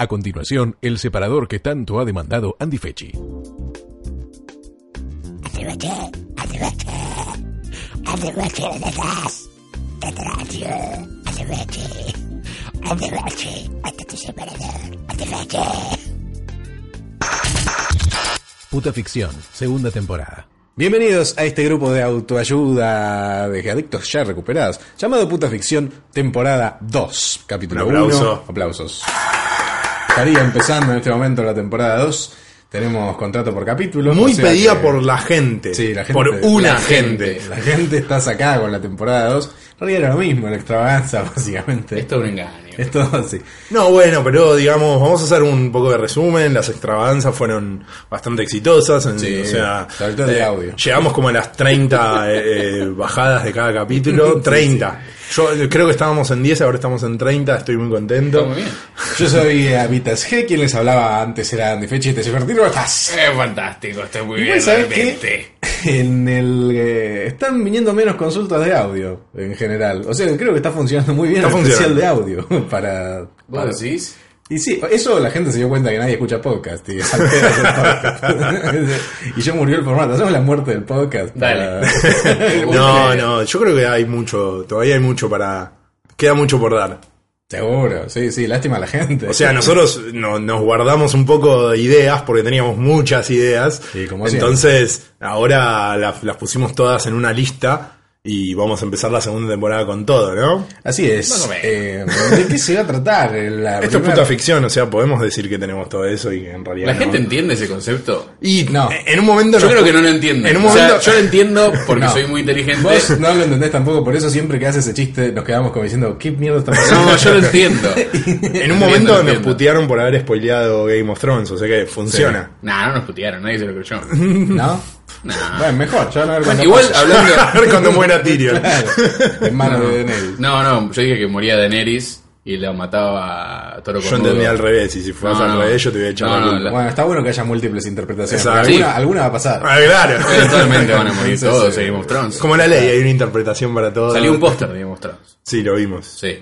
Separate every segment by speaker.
Speaker 1: A continuación, el separador que tanto ha demandado Andy Fechi.
Speaker 2: Atrévete, atrévete, atrévete detrás, detrás yo, atrévete, atrévete, hasta tu separador, atrévete.
Speaker 1: Puta ficción, segunda temporada.
Speaker 3: Bienvenidos a este grupo de autoayuda de adictos ya recuperados, llamado Puta Ficción, temporada 2, capítulo
Speaker 4: Un aplauso.
Speaker 3: 1. Aplausos. Estaría empezando en este momento la temporada 2. Tenemos contrato por capítulo.
Speaker 4: Muy
Speaker 3: o sea
Speaker 4: pedida
Speaker 3: que-
Speaker 4: por la gente.
Speaker 3: Sí, la gente.
Speaker 4: Por una
Speaker 3: la
Speaker 4: gente.
Speaker 3: La gente está sacada con la temporada 2. En realidad era lo mismo, la extravaganza, básicamente.
Speaker 5: Esto es un engaño.
Speaker 3: Es todo así.
Speaker 4: No, bueno, pero digamos, vamos a hacer un poco de resumen. Las extravaganzas fueron bastante exitosas. en-
Speaker 3: Sí,
Speaker 4: o sea, eh,
Speaker 3: sobre todo de audio.
Speaker 4: llegamos como a las 30 eh, eh, bajadas de cada capítulo. 30. Yo eh, creo que estábamos en 10, ahora estamos en 30. Estoy muy contento.
Speaker 5: Está muy bien.
Speaker 3: Yo soy Avitas G, quien les hablaba antes era Andy Fechi, este es Fertino Bajas.
Speaker 5: Es fantástico, estoy muy
Speaker 3: Igual,
Speaker 5: bien
Speaker 3: ¿sabes
Speaker 5: realmente.
Speaker 3: qué? En el. eh, están viniendo menos consultas de audio en general. O sea, creo que está funcionando muy bien
Speaker 4: Está
Speaker 3: el especial de
Speaker 4: funcionando.
Speaker 3: audio. Para.
Speaker 5: ¿Vos
Speaker 3: para-
Speaker 5: decís?
Speaker 3: Y sí, eso la gente se dio cuenta que nadie escucha podcast. Y, es al pedo hacer podcast. y ya murió el formato. Hacemos la muerte del podcast. para-
Speaker 5: Dale.
Speaker 4: No, no, yo creo que hay mucho, todavía hay mucho para. Queda mucho por dar.
Speaker 3: Seguro, sí, sí, lástima a la gente.
Speaker 4: O sea, nosotros no- nos guardamos un poco de ideas porque teníamos muchas ideas.
Speaker 3: Sí, como siempre.
Speaker 4: Entonces, ahora las, las pusimos todas en una lista y vamos a empezar la segunda temporada con todo, ¿no?
Speaker 3: Así
Speaker 5: Más
Speaker 3: es.
Speaker 5: o menos.
Speaker 3: Eh, ¿De qué se va a tratar? La
Speaker 4: Esto es
Speaker 3: primera-
Speaker 4: puta ficción, o sea, podemos decir que tenemos todo eso y que en realidad.
Speaker 5: ¿La
Speaker 4: no.
Speaker 5: gente entiende ese concepto?
Speaker 4: Y
Speaker 3: No.
Speaker 4: no. En un momento.
Speaker 5: Yo
Speaker 4: nos-
Speaker 5: creo que no lo entiende.
Speaker 4: En un
Speaker 5: O sea,
Speaker 4: momento.
Speaker 5: yo lo entiendo porque
Speaker 3: No.
Speaker 5: soy muy inteligente.
Speaker 3: Vos no lo entendés tampoco, por eso siempre que haces ese chiste nos quedamos como diciendo, ¿qué mierda está pasando?
Speaker 5: No, yo lo entiendo.
Speaker 4: en un
Speaker 5: Entiendo,
Speaker 4: momento nos
Speaker 5: entiendo.
Speaker 4: putearon por haber spoileado Game of Thrones, o sea que funciona.
Speaker 5: Nah, no nos putearon, nadie se lo creyó.
Speaker 3: ¿No? Bueno, mejor, ya van a ver cuando
Speaker 5: Igual
Speaker 3: pase.
Speaker 5: hablando.
Speaker 4: a ver cuando muera Tyrion.
Speaker 3: Claro, en manos de Daenerys.
Speaker 5: No, no, yo dije que moría Daenerys y la mataba a Toro
Speaker 4: Yo entendí al revés, y si fueras
Speaker 5: No,
Speaker 4: al
Speaker 5: no.
Speaker 4: revés, yo te hubiera echado
Speaker 5: No,
Speaker 4: la
Speaker 5: no,
Speaker 4: culpa.
Speaker 5: la-
Speaker 3: Bueno, está bueno que haya múltiples interpretaciones.
Speaker 4: Exacto.
Speaker 3: porque Alguna,
Speaker 5: Sí.
Speaker 3: alguna va a pasar.
Speaker 4: Ah, claro.
Speaker 5: Eventualmente van a morir
Speaker 3: Entonces,
Speaker 5: todos,
Speaker 3: eh,
Speaker 5: seguimos Thrones.
Speaker 4: Como la ley, hay una interpretación para todo.
Speaker 5: Salió un póster de Game of Thrones.
Speaker 4: Sí, lo vimos.
Speaker 5: Sí.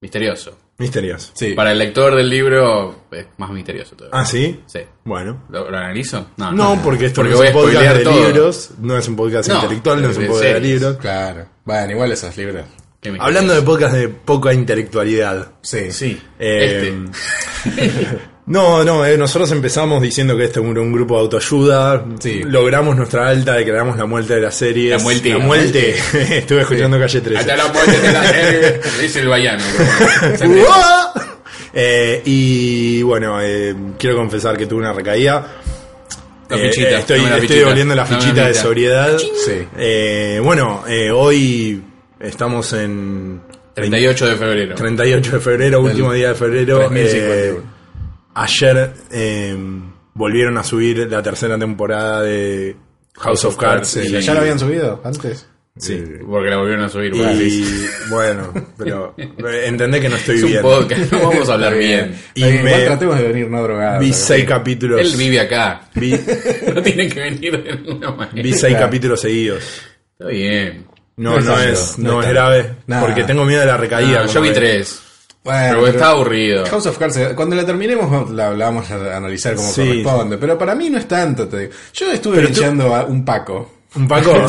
Speaker 5: Misterioso.
Speaker 4: Misterioso.
Speaker 3: Sí.
Speaker 5: Para el lector del libro es más misterioso todavía.
Speaker 4: Ah, sí.
Speaker 5: Sí.
Speaker 4: Bueno.
Speaker 5: ¿Lo, lo analizo? No,
Speaker 4: No, porque esto no
Speaker 5: Ah, voy a
Speaker 4: es un podcast
Speaker 5: spoilear
Speaker 4: de
Speaker 5: todo.
Speaker 4: libros, no es un podcast
Speaker 5: No,
Speaker 4: intelectual, no es un
Speaker 5: de
Speaker 4: podcast de
Speaker 5: series.
Speaker 4: libros.
Speaker 3: Claro. Bueno, igual esos libros.
Speaker 5: Qué misterio.
Speaker 4: Hablando de podcast de poca intelectualidad.
Speaker 3: Sí.
Speaker 5: Sí. Este.
Speaker 4: Eh, No, no, eh, nosotros empezamos diciendo que este era un grupo de autoayuda.
Speaker 3: Sí.
Speaker 4: Logramos nuestra alta, declaramos la muerte de la serie.
Speaker 5: La muerte.
Speaker 4: La muerte. Estuve escuchando Calle
Speaker 5: Este.
Speaker 4: 13.
Speaker 5: Hasta la muerte de la serie. Dice el vallano.
Speaker 4: ¡Uah! Eh, y bueno, eh, quiero confesar que tuve una recaída.
Speaker 5: La
Speaker 4: Eh,
Speaker 5: fichita,
Speaker 4: eh, estoy
Speaker 5: dame la
Speaker 4: estoy
Speaker 5: fichita.
Speaker 4: volviendo la
Speaker 5: Dame la
Speaker 4: fichita de
Speaker 5: fichita.
Speaker 4: sobriedad.
Speaker 3: Sí.
Speaker 4: Eh, bueno, eh, hoy estamos en
Speaker 5: 38 de febrero.
Speaker 4: 38 de febrero, último día de febrero.
Speaker 3: 3051.
Speaker 4: Eh, ayer eh, volvieron a subir la tercera temporada de House of Cards.
Speaker 3: Sí,
Speaker 4: y-
Speaker 3: ¿Ya lo habían subido antes?
Speaker 4: Sí.
Speaker 5: Porque la volvieron a subir. bueno,
Speaker 4: Y bueno, pero entendé que no estoy
Speaker 5: Es un
Speaker 4: bien.
Speaker 5: podcast, no vamos a hablar bien.
Speaker 4: Y
Speaker 3: Está bien,
Speaker 4: me-
Speaker 3: Igual tratemos de venir no drogados.
Speaker 4: Vi
Speaker 3: ¿no?
Speaker 4: seis capítulos.
Speaker 5: Él vive acá.
Speaker 4: Vi,
Speaker 5: No tiene que venir de ninguna manera.
Speaker 4: vi seis
Speaker 3: Claro.
Speaker 4: capítulos seguidos.
Speaker 5: Está bien.
Speaker 4: No,
Speaker 3: No
Speaker 4: no,
Speaker 3: es tanto,
Speaker 4: es,
Speaker 3: no
Speaker 4: no
Speaker 3: es
Speaker 4: es
Speaker 3: tanto.
Speaker 4: grave.
Speaker 3: Nah.
Speaker 4: Porque tengo miedo de la recaída.
Speaker 5: Ah, yo
Speaker 4: como
Speaker 5: vi
Speaker 4: que-
Speaker 5: tres.
Speaker 3: Bueno,
Speaker 4: Ah,
Speaker 5: Pero está aburrido.
Speaker 3: House of Cards, eh, cuando la terminemos vamos- la, la vamos a analizar como
Speaker 4: Sí.
Speaker 3: corresponde. Pero para mí no es tanto, te digo. Yo estuve
Speaker 4: Pero tú-
Speaker 3: pinchando a un Paco.
Speaker 4: Un Paco.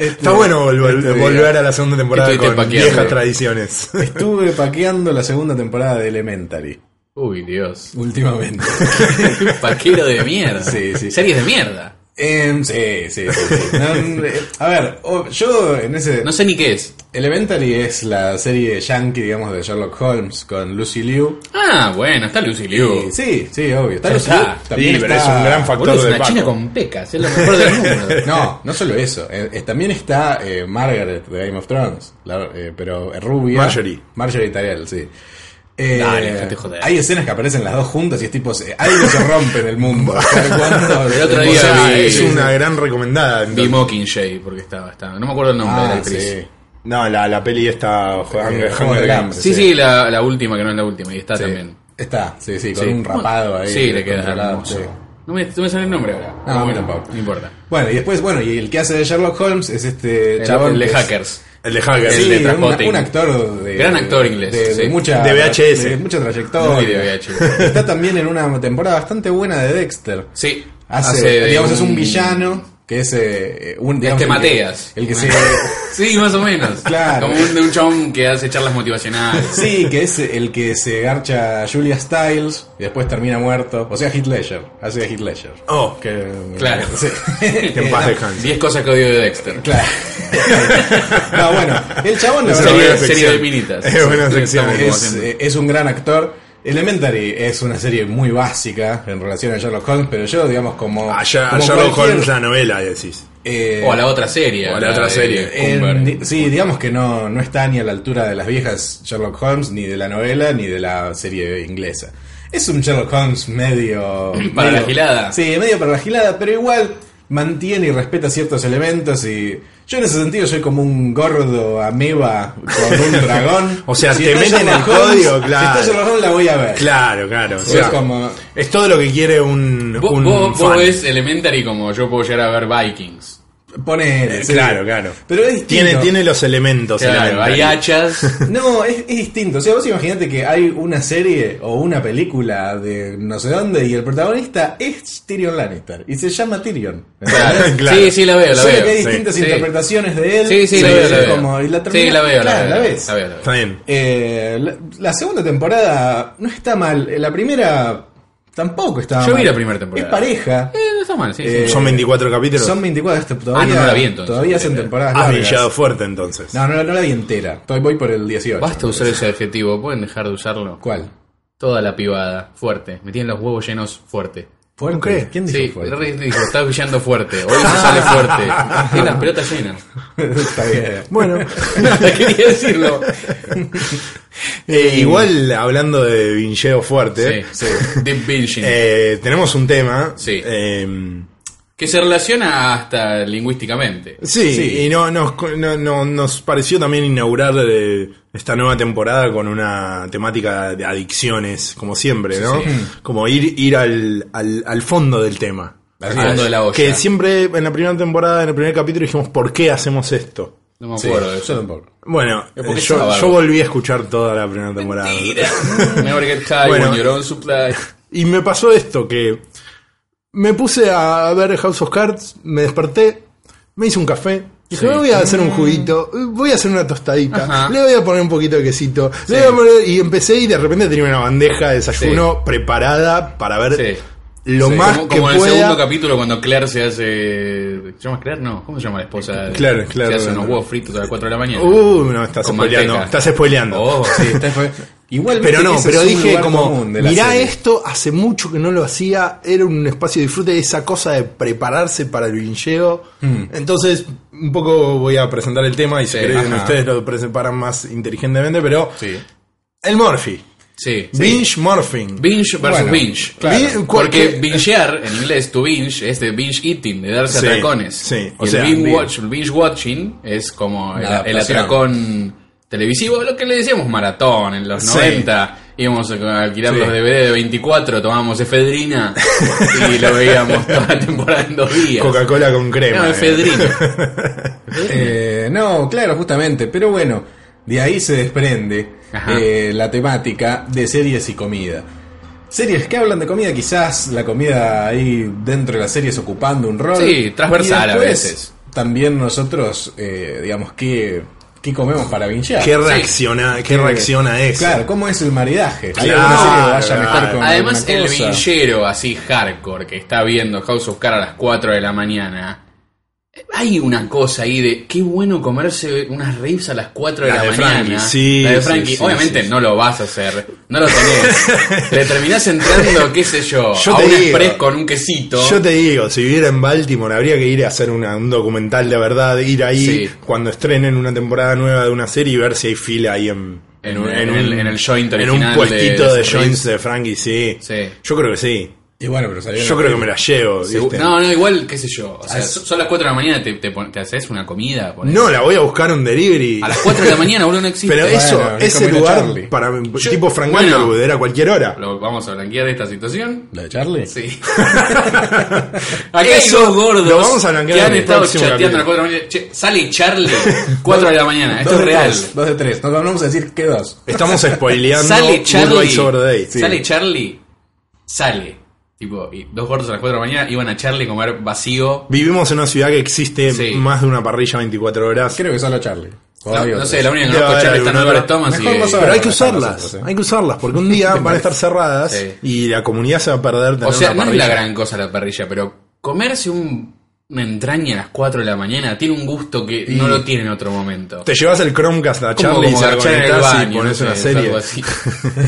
Speaker 4: Está bueno volver,
Speaker 3: Este,
Speaker 4: volver a la segunda temporada
Speaker 5: Estuviste
Speaker 4: con
Speaker 5: paqueando.
Speaker 4: viejas tradiciones.
Speaker 3: Estuve paqueando la segunda temporada de Elementary
Speaker 5: Uy, Dios.
Speaker 3: últimamente.
Speaker 5: Paquero de mierda.
Speaker 3: Sí, sí.
Speaker 5: Series de mierda.
Speaker 3: Em, sí, sí, sí, sí. No, eh, a ver, o- yo en ese...
Speaker 5: No sé ni qué es.
Speaker 3: Elementary es la serie yankee, digamos, de Sherlock Holmes con Lucy Liu.
Speaker 5: Ah, bueno, está Lucy Liu.
Speaker 3: Y- sí, sí, obvio. Está
Speaker 5: Ya
Speaker 3: Lucy
Speaker 5: está.
Speaker 3: Liu,
Speaker 4: Sí, pero es
Speaker 3: está-
Speaker 4: un
Speaker 5: Boludo,
Speaker 4: gran factor
Speaker 5: es
Speaker 4: de
Speaker 5: una
Speaker 4: Paco.
Speaker 5: china con pecas, es lo mejor del mundo.
Speaker 3: No, no solo eso. eh, eh, también está eh, Margaret de Game of Thrones. la- eh, pero eh, rubia.
Speaker 4: Marjorie.
Speaker 3: Marjorie Tyrell, sí. Eh,
Speaker 5: Dale, déjate joder.
Speaker 3: Hay escenas que aparecen las dos juntas y es tipo, se- algo se rompe en el mundo. ¿Cuándo?
Speaker 5: El otro
Speaker 4: O
Speaker 5: día
Speaker 4: sea,
Speaker 5: vi-
Speaker 4: es una gran recomendada.
Speaker 5: Vi
Speaker 4: entonces.
Speaker 5: Mockingjay, porque estaba, estaba. No me acuerdo el nombre de la
Speaker 3: Ah,
Speaker 5: actriz.
Speaker 3: sí.
Speaker 4: No, la, la peli esta Hunger,
Speaker 3: Eh,
Speaker 4: Hunger
Speaker 3: Hunger
Speaker 4: Games.
Speaker 3: Games.
Speaker 5: Sí, sí, la, la última, que no es la última, y está también.
Speaker 3: Está, sí, sí, con
Speaker 5: Sí.
Speaker 3: un rapado ahí.
Speaker 5: Sí, le queda
Speaker 3: controlado,
Speaker 5: hermoso.
Speaker 3: sí.
Speaker 5: No me, no me sale el nombre ahora.
Speaker 3: Ah,
Speaker 5: No, bueno,
Speaker 3: tampoco.
Speaker 5: no importa.
Speaker 3: Bueno, y después, bueno, y el que hace de Sherlock Holmes es este
Speaker 5: El,
Speaker 3: chabón.
Speaker 5: el de
Speaker 3: que es-
Speaker 5: Hackers.
Speaker 4: El de Hacker.
Speaker 3: Sí,
Speaker 5: el de
Speaker 3: un-
Speaker 5: Transpotting.
Speaker 3: un actor de,
Speaker 5: Gran actor inglés,
Speaker 3: de, de
Speaker 5: sí.
Speaker 3: mucha
Speaker 4: De VHS.
Speaker 3: de mucha trayectoria
Speaker 5: Muy de VH.
Speaker 3: está también en una temporada bastante buena de Dexter
Speaker 5: Sí.
Speaker 3: hace,
Speaker 5: de
Speaker 3: digamos es un villano que es eh, un digamos,
Speaker 5: Este
Speaker 3: el que-
Speaker 5: Mateas.
Speaker 3: el que se
Speaker 5: Sí, más o menos.
Speaker 3: Claro.
Speaker 5: Como un, de un chabón que hace charlas motivacionales.
Speaker 3: sí que es el que se garcha a Julia Stiles y después termina muerto o sea Heath Ledger hace de Heath Ledger
Speaker 4: Oh, que
Speaker 3: que,
Speaker 5: Claro.
Speaker 3: sí.
Speaker 4: en paz descanse.
Speaker 5: 10 cosas que odio de Dexter.
Speaker 3: claro no bueno el chabón la
Speaker 4: Es
Speaker 3: verdad
Speaker 5: Serie,
Speaker 4: una buena
Speaker 5: serie
Speaker 4: sección.
Speaker 5: de minitas.
Speaker 4: Es buena
Speaker 5: Sí,
Speaker 4: sección.
Speaker 5: estamos como
Speaker 3: es,
Speaker 5: haciendo-
Speaker 3: eh, es un gran actor. Elementary es una serie muy básica en relación a Sherlock Holmes, pero yo, digamos, como.
Speaker 4: Allá,
Speaker 3: como
Speaker 4: Ah, Sherlock
Speaker 3: cualquier,
Speaker 4: Holmes, la novela, decís.
Speaker 3: eh,
Speaker 5: o a la otra serie.
Speaker 4: o a la otra
Speaker 5: de
Speaker 4: serie.
Speaker 3: en-
Speaker 5: Cumber.
Speaker 3: di- sí, digamos que no, no está ni a la altura de las viejas Sherlock Holmes, ni de la novela, ni de la serie inglesa. Es un Sherlock Holmes medio.
Speaker 5: Para
Speaker 3: medio-
Speaker 5: la gilada.
Speaker 3: Sí, medio para la gilada, pero igual mantiene y respeta ciertos elementos y. Yo en ese sentido soy como un gordo ameba con un dragón.
Speaker 4: O sea,
Speaker 3: Si
Speaker 4: te
Speaker 3: está
Speaker 4: meten
Speaker 3: Sherlock
Speaker 4: el
Speaker 3: Holmes-
Speaker 4: código, claro.
Speaker 3: Si está Sherlock Holmes, la voy a ver.
Speaker 4: Claro, claro. O
Speaker 3: Es
Speaker 4: sea,
Speaker 3: como-
Speaker 4: es todo lo que quiere un,
Speaker 5: Vos,
Speaker 4: un
Speaker 5: vos- vos
Speaker 4: fan.
Speaker 5: ves Elementary como yo puedo llegar a ver Vikings.
Speaker 3: Ponele,
Speaker 4: Eh,
Speaker 3: sí.
Speaker 4: Claro, claro.
Speaker 3: Pero es distinto.
Speaker 4: Tiene, tiene los elementos.
Speaker 5: Claro,
Speaker 4: Elementary.
Speaker 5: hay hachas.
Speaker 3: No, es, es distinto. O sea, vos imaginate que hay una serie o una película de no sé dónde y el protagonista es Tyrion Lannister y se llama Tyrion.
Speaker 5: Claro.
Speaker 4: Claro.
Speaker 5: Sí, sí, la veo, la
Speaker 3: Solo
Speaker 5: veo.
Speaker 3: que hay
Speaker 4: sí,
Speaker 3: distintas
Speaker 5: sí.
Speaker 3: interpretaciones de él.
Speaker 5: Sí, sí, la
Speaker 3: y
Speaker 5: veo,
Speaker 3: es
Speaker 5: la veo.
Speaker 3: como- y la
Speaker 5: sí,
Speaker 3: terminás-
Speaker 5: la veo, la
Speaker 3: claro,
Speaker 5: veo.
Speaker 3: la ves.
Speaker 5: la veo, la veo.
Speaker 4: Está bien.
Speaker 3: Eh, la, la segunda temporada no está mal. La primera tampoco estaba
Speaker 5: Yo
Speaker 3: mal.
Speaker 5: vi la primera temporada.
Speaker 3: Es pareja.
Speaker 5: Eh, no está mal, sí. sí.
Speaker 3: Eh,
Speaker 4: Son 24 capítulos.
Speaker 3: Son 24. esto Todavía,
Speaker 5: no la vi entonces. Ah,
Speaker 3: Todavía hacen temporadas
Speaker 4: Has
Speaker 3: largas.
Speaker 4: brillado Ah, fuerte entonces.
Speaker 3: No, no, no la vi entera. Estoy- Voy por el 18.
Speaker 5: Basta usar ese adjetivo, pueden dejar de usarlo.
Speaker 3: ¿Cuál?
Speaker 5: Toda la pibada, fuerte. Me tienen los huevos llenos fuerte.
Speaker 3: ¿Fuerte?
Speaker 4: crees?
Speaker 3: ¿Quién dijo
Speaker 5: Sí,
Speaker 3: fuerte?
Speaker 5: Rick dijo, estás brillando fuerte, hoy no sale fuerte. Tiene las pelotas llenas.
Speaker 3: Está bien.
Speaker 4: Bueno,
Speaker 5: Nada, quería decirlo.
Speaker 4: eh, igual hablando de vincheo fuerte,
Speaker 5: Sí, sí. Deep binging.
Speaker 4: este. eh, tenemos un tema.
Speaker 5: Sí.
Speaker 4: eh,
Speaker 5: que se relaciona hasta lingüísticamente.
Speaker 4: Sí,
Speaker 3: Sí.
Speaker 4: y no, nos, no- no- nos pareció también inaugurar eh, esta nueva temporada con una temática de adicciones, como siempre, ¿no?
Speaker 3: Mm.
Speaker 4: Como ir, ir al, al, al fondo del tema.
Speaker 5: Al fondo de la olla.
Speaker 4: Que siempre en la primera temporada, en el primer capítulo, dijimos, ¿por qué hacemos esto?
Speaker 5: No me
Speaker 3: Sí,
Speaker 5: acuerdo de
Speaker 3: yo
Speaker 5: eso.
Speaker 3: tampoco.
Speaker 4: Bueno,
Speaker 5: Es porque
Speaker 4: eh, yo,
Speaker 5: es bárbaro.
Speaker 4: yo volví a escuchar toda la primera temporada.
Speaker 5: Never get high
Speaker 4: Bueno.
Speaker 5: when you're on supply.
Speaker 4: Y me pasó esto, que me puse a ver House of Cards, me desperté, me hice un café.
Speaker 5: Sí.
Speaker 4: Dije,
Speaker 5: Mm.
Speaker 4: voy a hacer un juguito, voy a hacer una tostadita,
Speaker 5: Ajá.
Speaker 4: le voy a poner un poquito de quesito, le voy a poner- y empecé y de repente tenía una bandeja de desayuno preparada para ver
Speaker 5: Sí.
Speaker 4: lo
Speaker 5: Sí.
Speaker 4: más
Speaker 5: como,
Speaker 4: que
Speaker 5: como en el segundo
Speaker 4: pueda.
Speaker 5: capítulo cuando Claire se hace... ¿Se llama Claire? No, ¿cómo se llama la esposa? de-
Speaker 4: Claro, claro.
Speaker 5: Se hace unos huevos fritos a las 4 de la mañana.
Speaker 4: Uh, no, estás
Speaker 5: Con
Speaker 4: spoileando,
Speaker 5: manteca.
Speaker 4: estás spoileando.
Speaker 5: Oh, sí.
Speaker 3: Está- este fue- Igual viste
Speaker 4: Pero
Speaker 3: que
Speaker 4: no,
Speaker 3: ese es
Speaker 4: pero
Speaker 3: un
Speaker 4: dije
Speaker 3: lugar
Speaker 4: como,
Speaker 3: común de la
Speaker 4: mirá
Speaker 3: serie.
Speaker 4: esto, hace mucho que no lo hacía, era un espacio de disfrute, esa cosa de prepararse para el vincheo.
Speaker 3: Mm.
Speaker 4: Entonces, un poco voy a presentar el tema y si
Speaker 5: Sí,
Speaker 4: quieren
Speaker 5: ajá.
Speaker 4: ustedes lo preparan más inteligentemente, pero
Speaker 5: Sí.
Speaker 4: el Morphy,
Speaker 5: Sí.
Speaker 4: binge morphing.
Speaker 5: Binge versus
Speaker 3: Bueno,
Speaker 5: binge.
Speaker 3: claro.
Speaker 4: Bi- cual-
Speaker 5: Porque
Speaker 4: que-
Speaker 5: bingear, en inglés, to binge, es de binge eating, de darse
Speaker 4: Sí,
Speaker 5: atracones.
Speaker 4: sí, o
Speaker 5: o sea,
Speaker 4: sea,
Speaker 5: el binge,
Speaker 4: bien.
Speaker 5: watch- el binge watching es como el,
Speaker 3: Una
Speaker 5: el
Speaker 3: adaptación.
Speaker 5: atracón televisivo, lo que le decíamos maratón en los
Speaker 4: Sí.
Speaker 5: 90. Íbamos a alquilar
Speaker 4: Sí.
Speaker 5: los DVD de 24, tomábamos efedrina y lo veíamos toda la temporada en dos días.
Speaker 4: Coca-Cola con crema.
Speaker 5: no,
Speaker 4: eh.
Speaker 5: efedrina.
Speaker 3: Eh, no, claro, justamente. Pero bueno, de ahí se desprende
Speaker 5: Ajá.
Speaker 3: eh, la temática de series y comida. Series que hablan de comida, quizás la comida ahí dentro de las series ocupando un rol.
Speaker 5: Sí, transversal
Speaker 3: Y
Speaker 5: a
Speaker 3: después,
Speaker 5: veces.
Speaker 3: También nosotros, eh, digamos, ¿qué, qué comemos para vinchear?
Speaker 4: ¿Qué reacciona, qué reacciona eso?
Speaker 3: Claro, ¿cómo es el maridaje? ¿Hay
Speaker 4: Claro,
Speaker 3: alguna serie que vaya
Speaker 4: claro.
Speaker 3: mejor con
Speaker 5: Ah, Además,
Speaker 3: alguna
Speaker 5: el
Speaker 3: cosa?
Speaker 5: villero así hardcore que está viendo House of Cards a las 4 de la mañana. Hay una cosa ahí de qué bueno comerse unas ribs a las 4 de
Speaker 4: La
Speaker 5: la,
Speaker 4: de
Speaker 5: mañana.
Speaker 4: Frankie, sí,
Speaker 5: la de
Speaker 4: sí,
Speaker 5: Frankie,
Speaker 4: sí,
Speaker 5: obviamente
Speaker 4: sí, sí.
Speaker 5: no lo vas a hacer, no lo tenés. Le terminás entrando, qué sé yo,
Speaker 4: Yo
Speaker 5: a
Speaker 4: te
Speaker 5: un
Speaker 4: digo.
Speaker 5: express con un quesito.
Speaker 4: Yo te digo, si viviera en Baltimore habría que ir a hacer una- un documental de verdad, ir ahí
Speaker 5: Sí.
Speaker 4: cuando estrenen una temporada nueva de una serie y ver si hay fila ahí en,
Speaker 5: En, en el- en el joint
Speaker 4: en
Speaker 5: original
Speaker 4: un
Speaker 5: de
Speaker 4: puestito de,
Speaker 5: Reeves.
Speaker 4: joints de Frankie, sí.
Speaker 5: Sí.
Speaker 4: Yo creo que sí.
Speaker 3: Y bueno, pero salió.
Speaker 4: Yo creo que me la llevo. ¿viste?
Speaker 5: No, no, igual, qué sé yo. O sea,
Speaker 3: es-
Speaker 5: son las 4 de la mañana, te, te, pon- te haces una comida. ponés.
Speaker 4: No, la voy a buscar un delivery.
Speaker 5: A las 4 de la mañana, boludo, no existe.
Speaker 4: Pero eso,
Speaker 3: Bueno,
Speaker 4: ese
Speaker 3: comer a
Speaker 4: lugar
Speaker 3: Charlie.
Speaker 4: para tipo Frank
Speaker 5: Bueno.
Speaker 4: Underwood era a cualquier hora.
Speaker 5: Lo- vamos a blanquear esta situación.
Speaker 3: ¿La de Charlie?
Speaker 5: Sí. Acá hay
Speaker 4: Eso
Speaker 5: dos gordos
Speaker 4: lo vamos a blanquear
Speaker 5: que han
Speaker 4: en el
Speaker 5: estado
Speaker 4: próximo
Speaker 5: chateando a las
Speaker 4: capítulo.
Speaker 5: 4 de la mañana. Che, sale Charlie 4 de la mañana. Esto
Speaker 3: Dos
Speaker 5: es
Speaker 3: de
Speaker 5: real.
Speaker 3: tres, dos de tres. Nos vamos a decir que dos.
Speaker 4: Estamos spoileando
Speaker 5: Sale
Speaker 4: Goodbye
Speaker 5: Charlie.
Speaker 4: Sober Day. Sí.
Speaker 5: Sale Charlie. Sale. Tipo, y dos gordos a las 4 de la mañana iban a Charlie a comer vacío.
Speaker 4: Vivimos en una ciudad que existe
Speaker 5: Sí.
Speaker 4: más de una parrilla 24 horas.
Speaker 3: Creo que solo Charlie. O
Speaker 5: No,
Speaker 3: hay
Speaker 5: no
Speaker 3: otros.
Speaker 5: sé, la única que
Speaker 4: Debe
Speaker 5: conozco
Speaker 4: haber
Speaker 5: Charlie está en
Speaker 4: alguna
Speaker 5: Álvaro
Speaker 4: otra.
Speaker 5: Thomas y.
Speaker 3: Mejor no saber.
Speaker 4: Pero hay que
Speaker 3: Ahora,
Speaker 4: usarlas,
Speaker 3: nosotros, ¿eh?
Speaker 4: hay que usarlas, porque un día van a estar cerradas
Speaker 5: Sí.
Speaker 4: y la comunidad se va a perder tener
Speaker 5: O sea,
Speaker 4: una
Speaker 5: no es la
Speaker 4: parrilla.
Speaker 5: gran cosa la parrilla, pero comerse un- una entraña a las 4 de la mañana tiene un gusto que no lo tiene en otro momento.
Speaker 4: Te llevas el Chromecast a
Speaker 5: Como-
Speaker 4: Charlie y
Speaker 5: como
Speaker 4: se la
Speaker 5: garchar en el
Speaker 4: conectás y
Speaker 5: baño,
Speaker 4: pones
Speaker 5: no
Speaker 4: una
Speaker 5: sé,
Speaker 4: serie.
Speaker 5: algo así.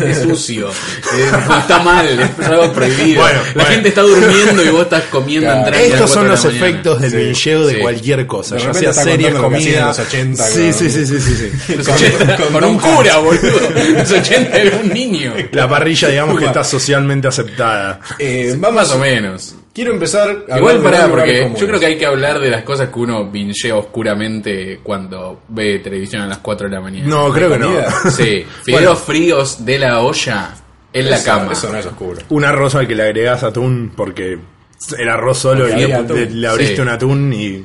Speaker 5: Es sucio. Eh, está mal, es algo prohibido.
Speaker 4: Bueno,
Speaker 5: la
Speaker 4: bueno.
Speaker 5: gente está durmiendo y vos estás comiendo
Speaker 3: Claro.
Speaker 5: entraña a las
Speaker 4: Estos
Speaker 5: 4
Speaker 4: son
Speaker 5: de la
Speaker 4: los
Speaker 5: mañana.
Speaker 4: efectos del
Speaker 3: Sí,
Speaker 4: vincheo de
Speaker 5: sí.
Speaker 4: cualquier cosa,
Speaker 3: De
Speaker 4: ya
Speaker 3: repente
Speaker 4: sea
Speaker 3: está
Speaker 4: series,
Speaker 3: contando lo que hacían en
Speaker 4: comida.
Speaker 3: los 80,
Speaker 4: sí,
Speaker 3: con-
Speaker 4: sí, sí, sí, sí, sí.
Speaker 5: Los 80,
Speaker 3: con
Speaker 5: con,
Speaker 3: Don
Speaker 5: un
Speaker 3: Hans.
Speaker 5: cura, boludo. Los 80 era un niño.
Speaker 4: La parrilla, digamos, que está socialmente aceptada.
Speaker 3: Eh, vamos,
Speaker 5: Más o menos.
Speaker 3: Quiero empezar. a hablar
Speaker 5: Igual
Speaker 3: de
Speaker 5: pará,
Speaker 3: lugares
Speaker 5: porque
Speaker 3: comunes.
Speaker 5: yo creo que hay que hablar de las cosas que uno vinchea oscuramente cuando ve televisión a las 4 de la mañana.
Speaker 4: No, creo que no.
Speaker 3: comida.
Speaker 5: Sí, fideos
Speaker 4: Bueno.
Speaker 5: fríos de la olla en la
Speaker 3: Eso-
Speaker 5: cama.
Speaker 3: Eso no es oscuro.
Speaker 4: Un arroz al que le agregás atún porque era arroz solo
Speaker 3: Porque
Speaker 4: y
Speaker 3: había
Speaker 4: le, le-
Speaker 3: atún.
Speaker 4: le abriste
Speaker 5: Sí.
Speaker 4: un atún y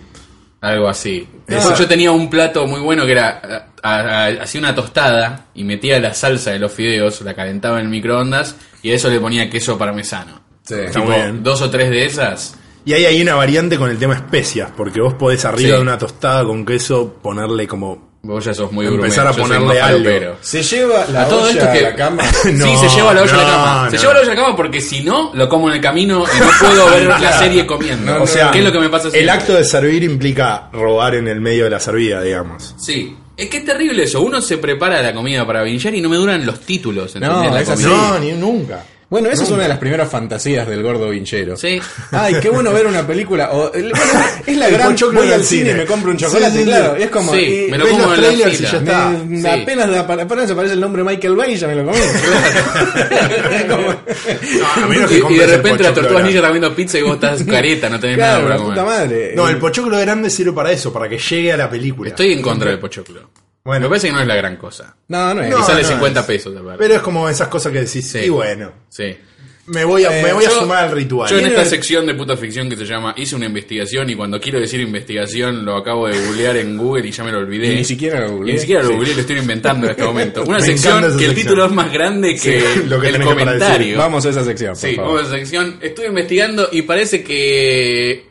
Speaker 5: Algo así.
Speaker 4: Eso.
Speaker 5: Yo tenía un plato muy bueno que era, a- a- a- hacía una tostada y metía la salsa de los fideos, la calentaba en el microondas y a eso le ponía queso parmesano.
Speaker 3: Sí.
Speaker 4: Está
Speaker 5: Tipo,
Speaker 4: muy bien.
Speaker 5: dos o tres de esas.
Speaker 4: Y ahí hay una variante con el tema especias, porque vos podés arriba
Speaker 5: Sí.
Speaker 4: de una tostada con queso ponerle como...
Speaker 5: Vos ya sos muy
Speaker 4: Empezar
Speaker 5: gourmet,
Speaker 4: a
Speaker 5: yo soy
Speaker 4: ponerle
Speaker 5: más
Speaker 4: algo.
Speaker 5: falopero.
Speaker 3: Se lleva la
Speaker 5: A todo
Speaker 3: olla
Speaker 5: esto que-
Speaker 3: a la cama.
Speaker 4: No,
Speaker 5: sí, se lleva la olla a
Speaker 4: no,
Speaker 5: la cama. Se
Speaker 4: no.
Speaker 5: lleva la olla a la cama porque si no, lo como en el camino y no puedo ver la serie comiendo.
Speaker 3: No, no,
Speaker 4: o sea,
Speaker 5: ¿qué es lo que me pasa
Speaker 4: El
Speaker 5: siempre?
Speaker 4: acto de servir implica robar en el medio de la servida, digamos.
Speaker 5: Sí. Es que es terrible eso. Uno se prepara la comida para vinchar y no me duran los títulos. ¿entendés?
Speaker 3: No,
Speaker 5: La
Speaker 3: es así.
Speaker 5: comida.
Speaker 4: No, ni nunca.
Speaker 3: Bueno, esa es una de las primeras fantasías del gordo vinchero.
Speaker 5: Sí.
Speaker 3: Ay, qué bueno ver una película. O, el- bueno, es la
Speaker 4: El
Speaker 3: gran.
Speaker 4: pochoclo
Speaker 3: Voy
Speaker 4: del
Speaker 3: al cine y
Speaker 4: cine.
Speaker 3: me compro un
Speaker 4: Sí,
Speaker 3: chocolate,
Speaker 4: sí, sí.
Speaker 3: claro. Y es como.
Speaker 5: Sí,
Speaker 3: y-
Speaker 5: me lo
Speaker 4: ves
Speaker 5: como
Speaker 4: los
Speaker 5: en la
Speaker 4: trailers y
Speaker 5: fila.
Speaker 4: ya
Speaker 3: Me-
Speaker 4: está.
Speaker 3: me-
Speaker 5: Sí.
Speaker 3: Apenas, apa- apenas aparece el nombre Michael Bay y ya me lo comí.
Speaker 4: No, a menos que
Speaker 5: Y, y de
Speaker 4: compres
Speaker 5: repente
Speaker 4: el
Speaker 5: las
Speaker 4: pochoclo
Speaker 5: tortugas ninja
Speaker 4: grande.
Speaker 5: están viendo pizza y vos estás careta, no tenés
Speaker 3: claro,
Speaker 5: nada
Speaker 3: la
Speaker 5: para
Speaker 3: puta
Speaker 5: comer.
Speaker 3: madre.
Speaker 4: No, el pochoclo grande sirve para eso, para que llegue a la película.
Speaker 5: Estoy en contra del pochoclo.
Speaker 4: Bueno.
Speaker 5: Me parece que no es la gran cosa.
Speaker 3: no, no es.
Speaker 4: No,
Speaker 5: y sale
Speaker 4: no
Speaker 5: 50
Speaker 4: es.
Speaker 5: pesos, aparte.
Speaker 4: Pero es como esas cosas que decís,
Speaker 5: Sí.
Speaker 4: y bueno,
Speaker 5: Sí.
Speaker 4: me voy a,
Speaker 3: Eh,
Speaker 4: me voy a
Speaker 3: yo-
Speaker 4: sumar al ritual.
Speaker 5: Yo en este
Speaker 3: Tiene-
Speaker 5: esta sección de puta ficción que se llama Hice una investigación y cuando quiero decir investigación lo acabo de googlear en Google y ya me lo olvidé.
Speaker 3: Y ni siquiera lo googleé.
Speaker 5: Y ni siquiera lo
Speaker 3: Sí.
Speaker 5: googleé, lo estoy inventando en este momento. Una
Speaker 4: Me
Speaker 5: sección
Speaker 4: encanta
Speaker 5: que
Speaker 4: esa
Speaker 5: el
Speaker 4: sección.
Speaker 5: título es más grande que
Speaker 4: Sí, lo que
Speaker 5: el
Speaker 4: tenés que para decir.
Speaker 5: comentario.
Speaker 3: Vamos a esa sección, por
Speaker 5: Sí,
Speaker 3: favor.
Speaker 5: vamos a la sección. Estuve investigando y parece que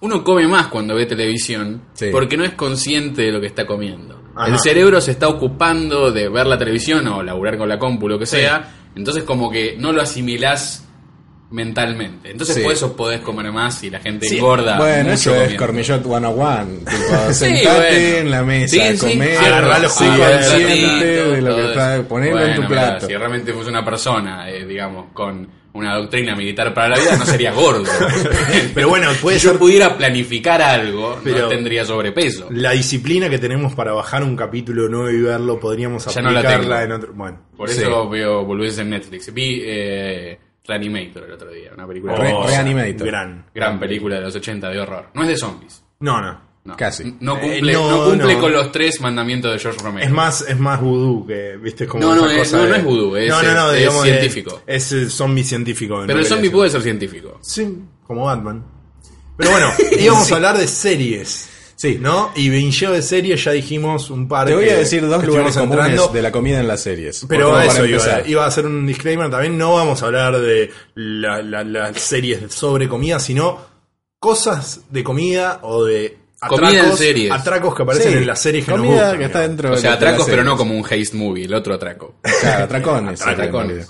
Speaker 5: uno come más cuando ve televisión
Speaker 3: Sí.
Speaker 5: porque no es consciente de lo que está comiendo.
Speaker 4: Ajá.
Speaker 5: El cerebro se está ocupando de ver la televisión o laburar con la compu, lo que sea. Entonces como que no lo asimilás mentalmente. Entonces
Speaker 3: Sí.
Speaker 5: por eso podés comer más y la gente
Speaker 4: Sí.
Speaker 5: engorda.
Speaker 3: Bueno,
Speaker 5: mucho
Speaker 3: eso es
Speaker 5: comiendo.
Speaker 3: Cormillot 101. Tipo, sentate
Speaker 5: Sí, bueno.
Speaker 3: en la mesa,
Speaker 5: Sí, sí,
Speaker 3: comer,
Speaker 5: cierto.
Speaker 4: agarrá los
Speaker 3: sé
Speaker 4: cuchillos,
Speaker 3: consciente
Speaker 5: platito,
Speaker 3: de lo que
Speaker 5: todo
Speaker 3: está,
Speaker 5: eso.
Speaker 3: ponerlo en tu
Speaker 5: Bueno, mirá,
Speaker 3: plato.
Speaker 5: si realmente fuese una persona, eh, digamos, con una doctrina militar para la vida, no sería gordo.
Speaker 4: Pero bueno, puede
Speaker 5: si yo
Speaker 4: ser-
Speaker 5: pudiera planificar algo,
Speaker 4: Pero-
Speaker 5: no tendría sobrepeso.
Speaker 4: La disciplina que tenemos para bajar un capítulo nuevo y verlo, podríamos
Speaker 5: Ya no la
Speaker 4: aplicarla
Speaker 5: tengo.
Speaker 4: en otro. Bueno.
Speaker 5: Por
Speaker 3: Sí.
Speaker 5: eso veo volvés en Netflix. Vi eh, Reanimator el otro día, una película.
Speaker 3: Re-
Speaker 4: Oh,
Speaker 3: Reanimator.
Speaker 4: Gran.
Speaker 5: gran película de los 80 de horror. No es de zombies.
Speaker 4: No, no.
Speaker 5: No.
Speaker 3: Casi.
Speaker 5: No
Speaker 4: Eh,
Speaker 5: cumple,
Speaker 4: no,
Speaker 5: no cumple
Speaker 4: no.
Speaker 5: con los tres mandamientos de George Romero.
Speaker 4: Es más, es más vudú que, viste, como.
Speaker 5: No, no,
Speaker 4: esa
Speaker 5: es-
Speaker 4: cosa
Speaker 5: no,
Speaker 4: de-
Speaker 5: no es vudú, es-
Speaker 4: no, no, no,
Speaker 5: es- es
Speaker 4: digamos,
Speaker 5: científico.
Speaker 4: Es, el zombie científico. en
Speaker 5: Pero el
Speaker 4: realidad.
Speaker 5: zombie puede ser científico.
Speaker 4: Sí, como Batman. Pero bueno, íbamos a hablar de series.
Speaker 3: Sí.
Speaker 4: ¿No? Y vincheo de series ya dijimos un par.
Speaker 3: Te voy a
Speaker 4: que-
Speaker 3: decir dos
Speaker 4: que
Speaker 3: lugares
Speaker 4: estuvimos
Speaker 3: comunes
Speaker 4: entrando.
Speaker 3: de la comida en las series.
Speaker 4: Pero
Speaker 3: Como
Speaker 4: a
Speaker 3: para
Speaker 4: eso iba,
Speaker 3: empezar.
Speaker 4: iba a hacer un disclaimer también. No vamos a hablar de la- la- las series sobre comida, sino cosas de comida o de atracos,
Speaker 5: Comida en series.
Speaker 4: atracos que aparecen
Speaker 3: Sí,
Speaker 4: en las series que nos
Speaker 3: comida
Speaker 4: gustan.
Speaker 3: que está
Speaker 4: digamos.
Speaker 3: dentro
Speaker 5: O
Speaker 3: de
Speaker 5: sea,
Speaker 3: las- de las
Speaker 5: atracos, pero no
Speaker 3: series.
Speaker 5: como un haste movie, el otro atraco.
Speaker 3: Claro, atracones.
Speaker 5: Atracones.
Speaker 3: en realidad.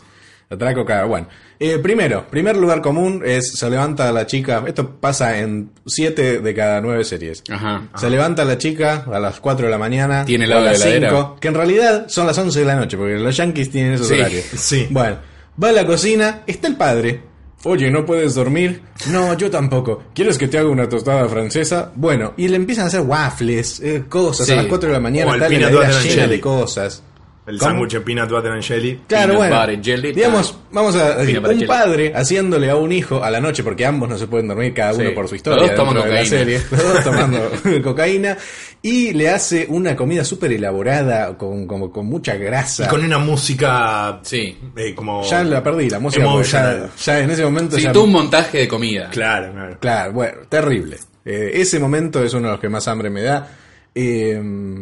Speaker 3: Atraco, claro, bueno. Eh, primero, primer lugar común es se levanta la chica. Esto pasa en 7 de cada 9 series.
Speaker 5: Ajá.
Speaker 3: Se levanta la chica a las 4 de la mañana.
Speaker 5: Tiene
Speaker 3: o
Speaker 5: helado
Speaker 3: a
Speaker 5: de
Speaker 3: las
Speaker 5: heladera.
Speaker 3: 5, que en realidad son las 11 de la noche, porque los yankees tienen esos
Speaker 5: Sí,
Speaker 3: horarios.
Speaker 4: sí.
Speaker 3: Bueno, va a la cocina, está el padre. Oye, ¿no puedes dormir? No, yo tampoco. ¿Quieres que te haga una tostada francesa? Bueno, y le empiezan a hacer waffles, eh, cosas
Speaker 5: Sí.
Speaker 3: a las 4 de la mañana,
Speaker 4: O
Speaker 3: está la
Speaker 4: Alpina
Speaker 3: heladera
Speaker 4: Duarte
Speaker 3: llena de
Speaker 4: Angeli.
Speaker 3: cosas.
Speaker 4: El
Speaker 3: ¿Cómo?
Speaker 4: sándwich de peanut butter and jelly.
Speaker 3: Claro,
Speaker 5: Peanut
Speaker 3: bueno.
Speaker 5: butter, jelly,
Speaker 3: digamos,
Speaker 5: claro.
Speaker 3: vamos a decir,
Speaker 5: Peanut butter,
Speaker 3: un
Speaker 5: jelly.
Speaker 3: padre haciéndole a un hijo a la noche, porque ambos no se pueden dormir, cada uno
Speaker 5: Sí.
Speaker 3: por su historia.
Speaker 5: Todos
Speaker 3: dentro
Speaker 5: toman
Speaker 3: de la
Speaker 5: cocaína.
Speaker 3: serie. Todos tomando cocaína. Y le hace una comida súper elaborada, con, como con mucha grasa.
Speaker 4: Y con una música.
Speaker 5: Sí.
Speaker 4: eh, como.
Speaker 3: Ya la perdí, la música. porque Ya,
Speaker 4: Emotional.
Speaker 3: ya en ese momento
Speaker 5: Sí,
Speaker 3: ya.
Speaker 5: todo un montaje de comida.
Speaker 4: Claro, claro.
Speaker 3: Claro, bueno, terrible. Eh, ese momento es uno de los que más hambre me da. Eh,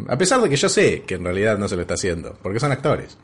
Speaker 3: a pesar de que yo sé que en realidad no se lo está haciendo, porque son actores.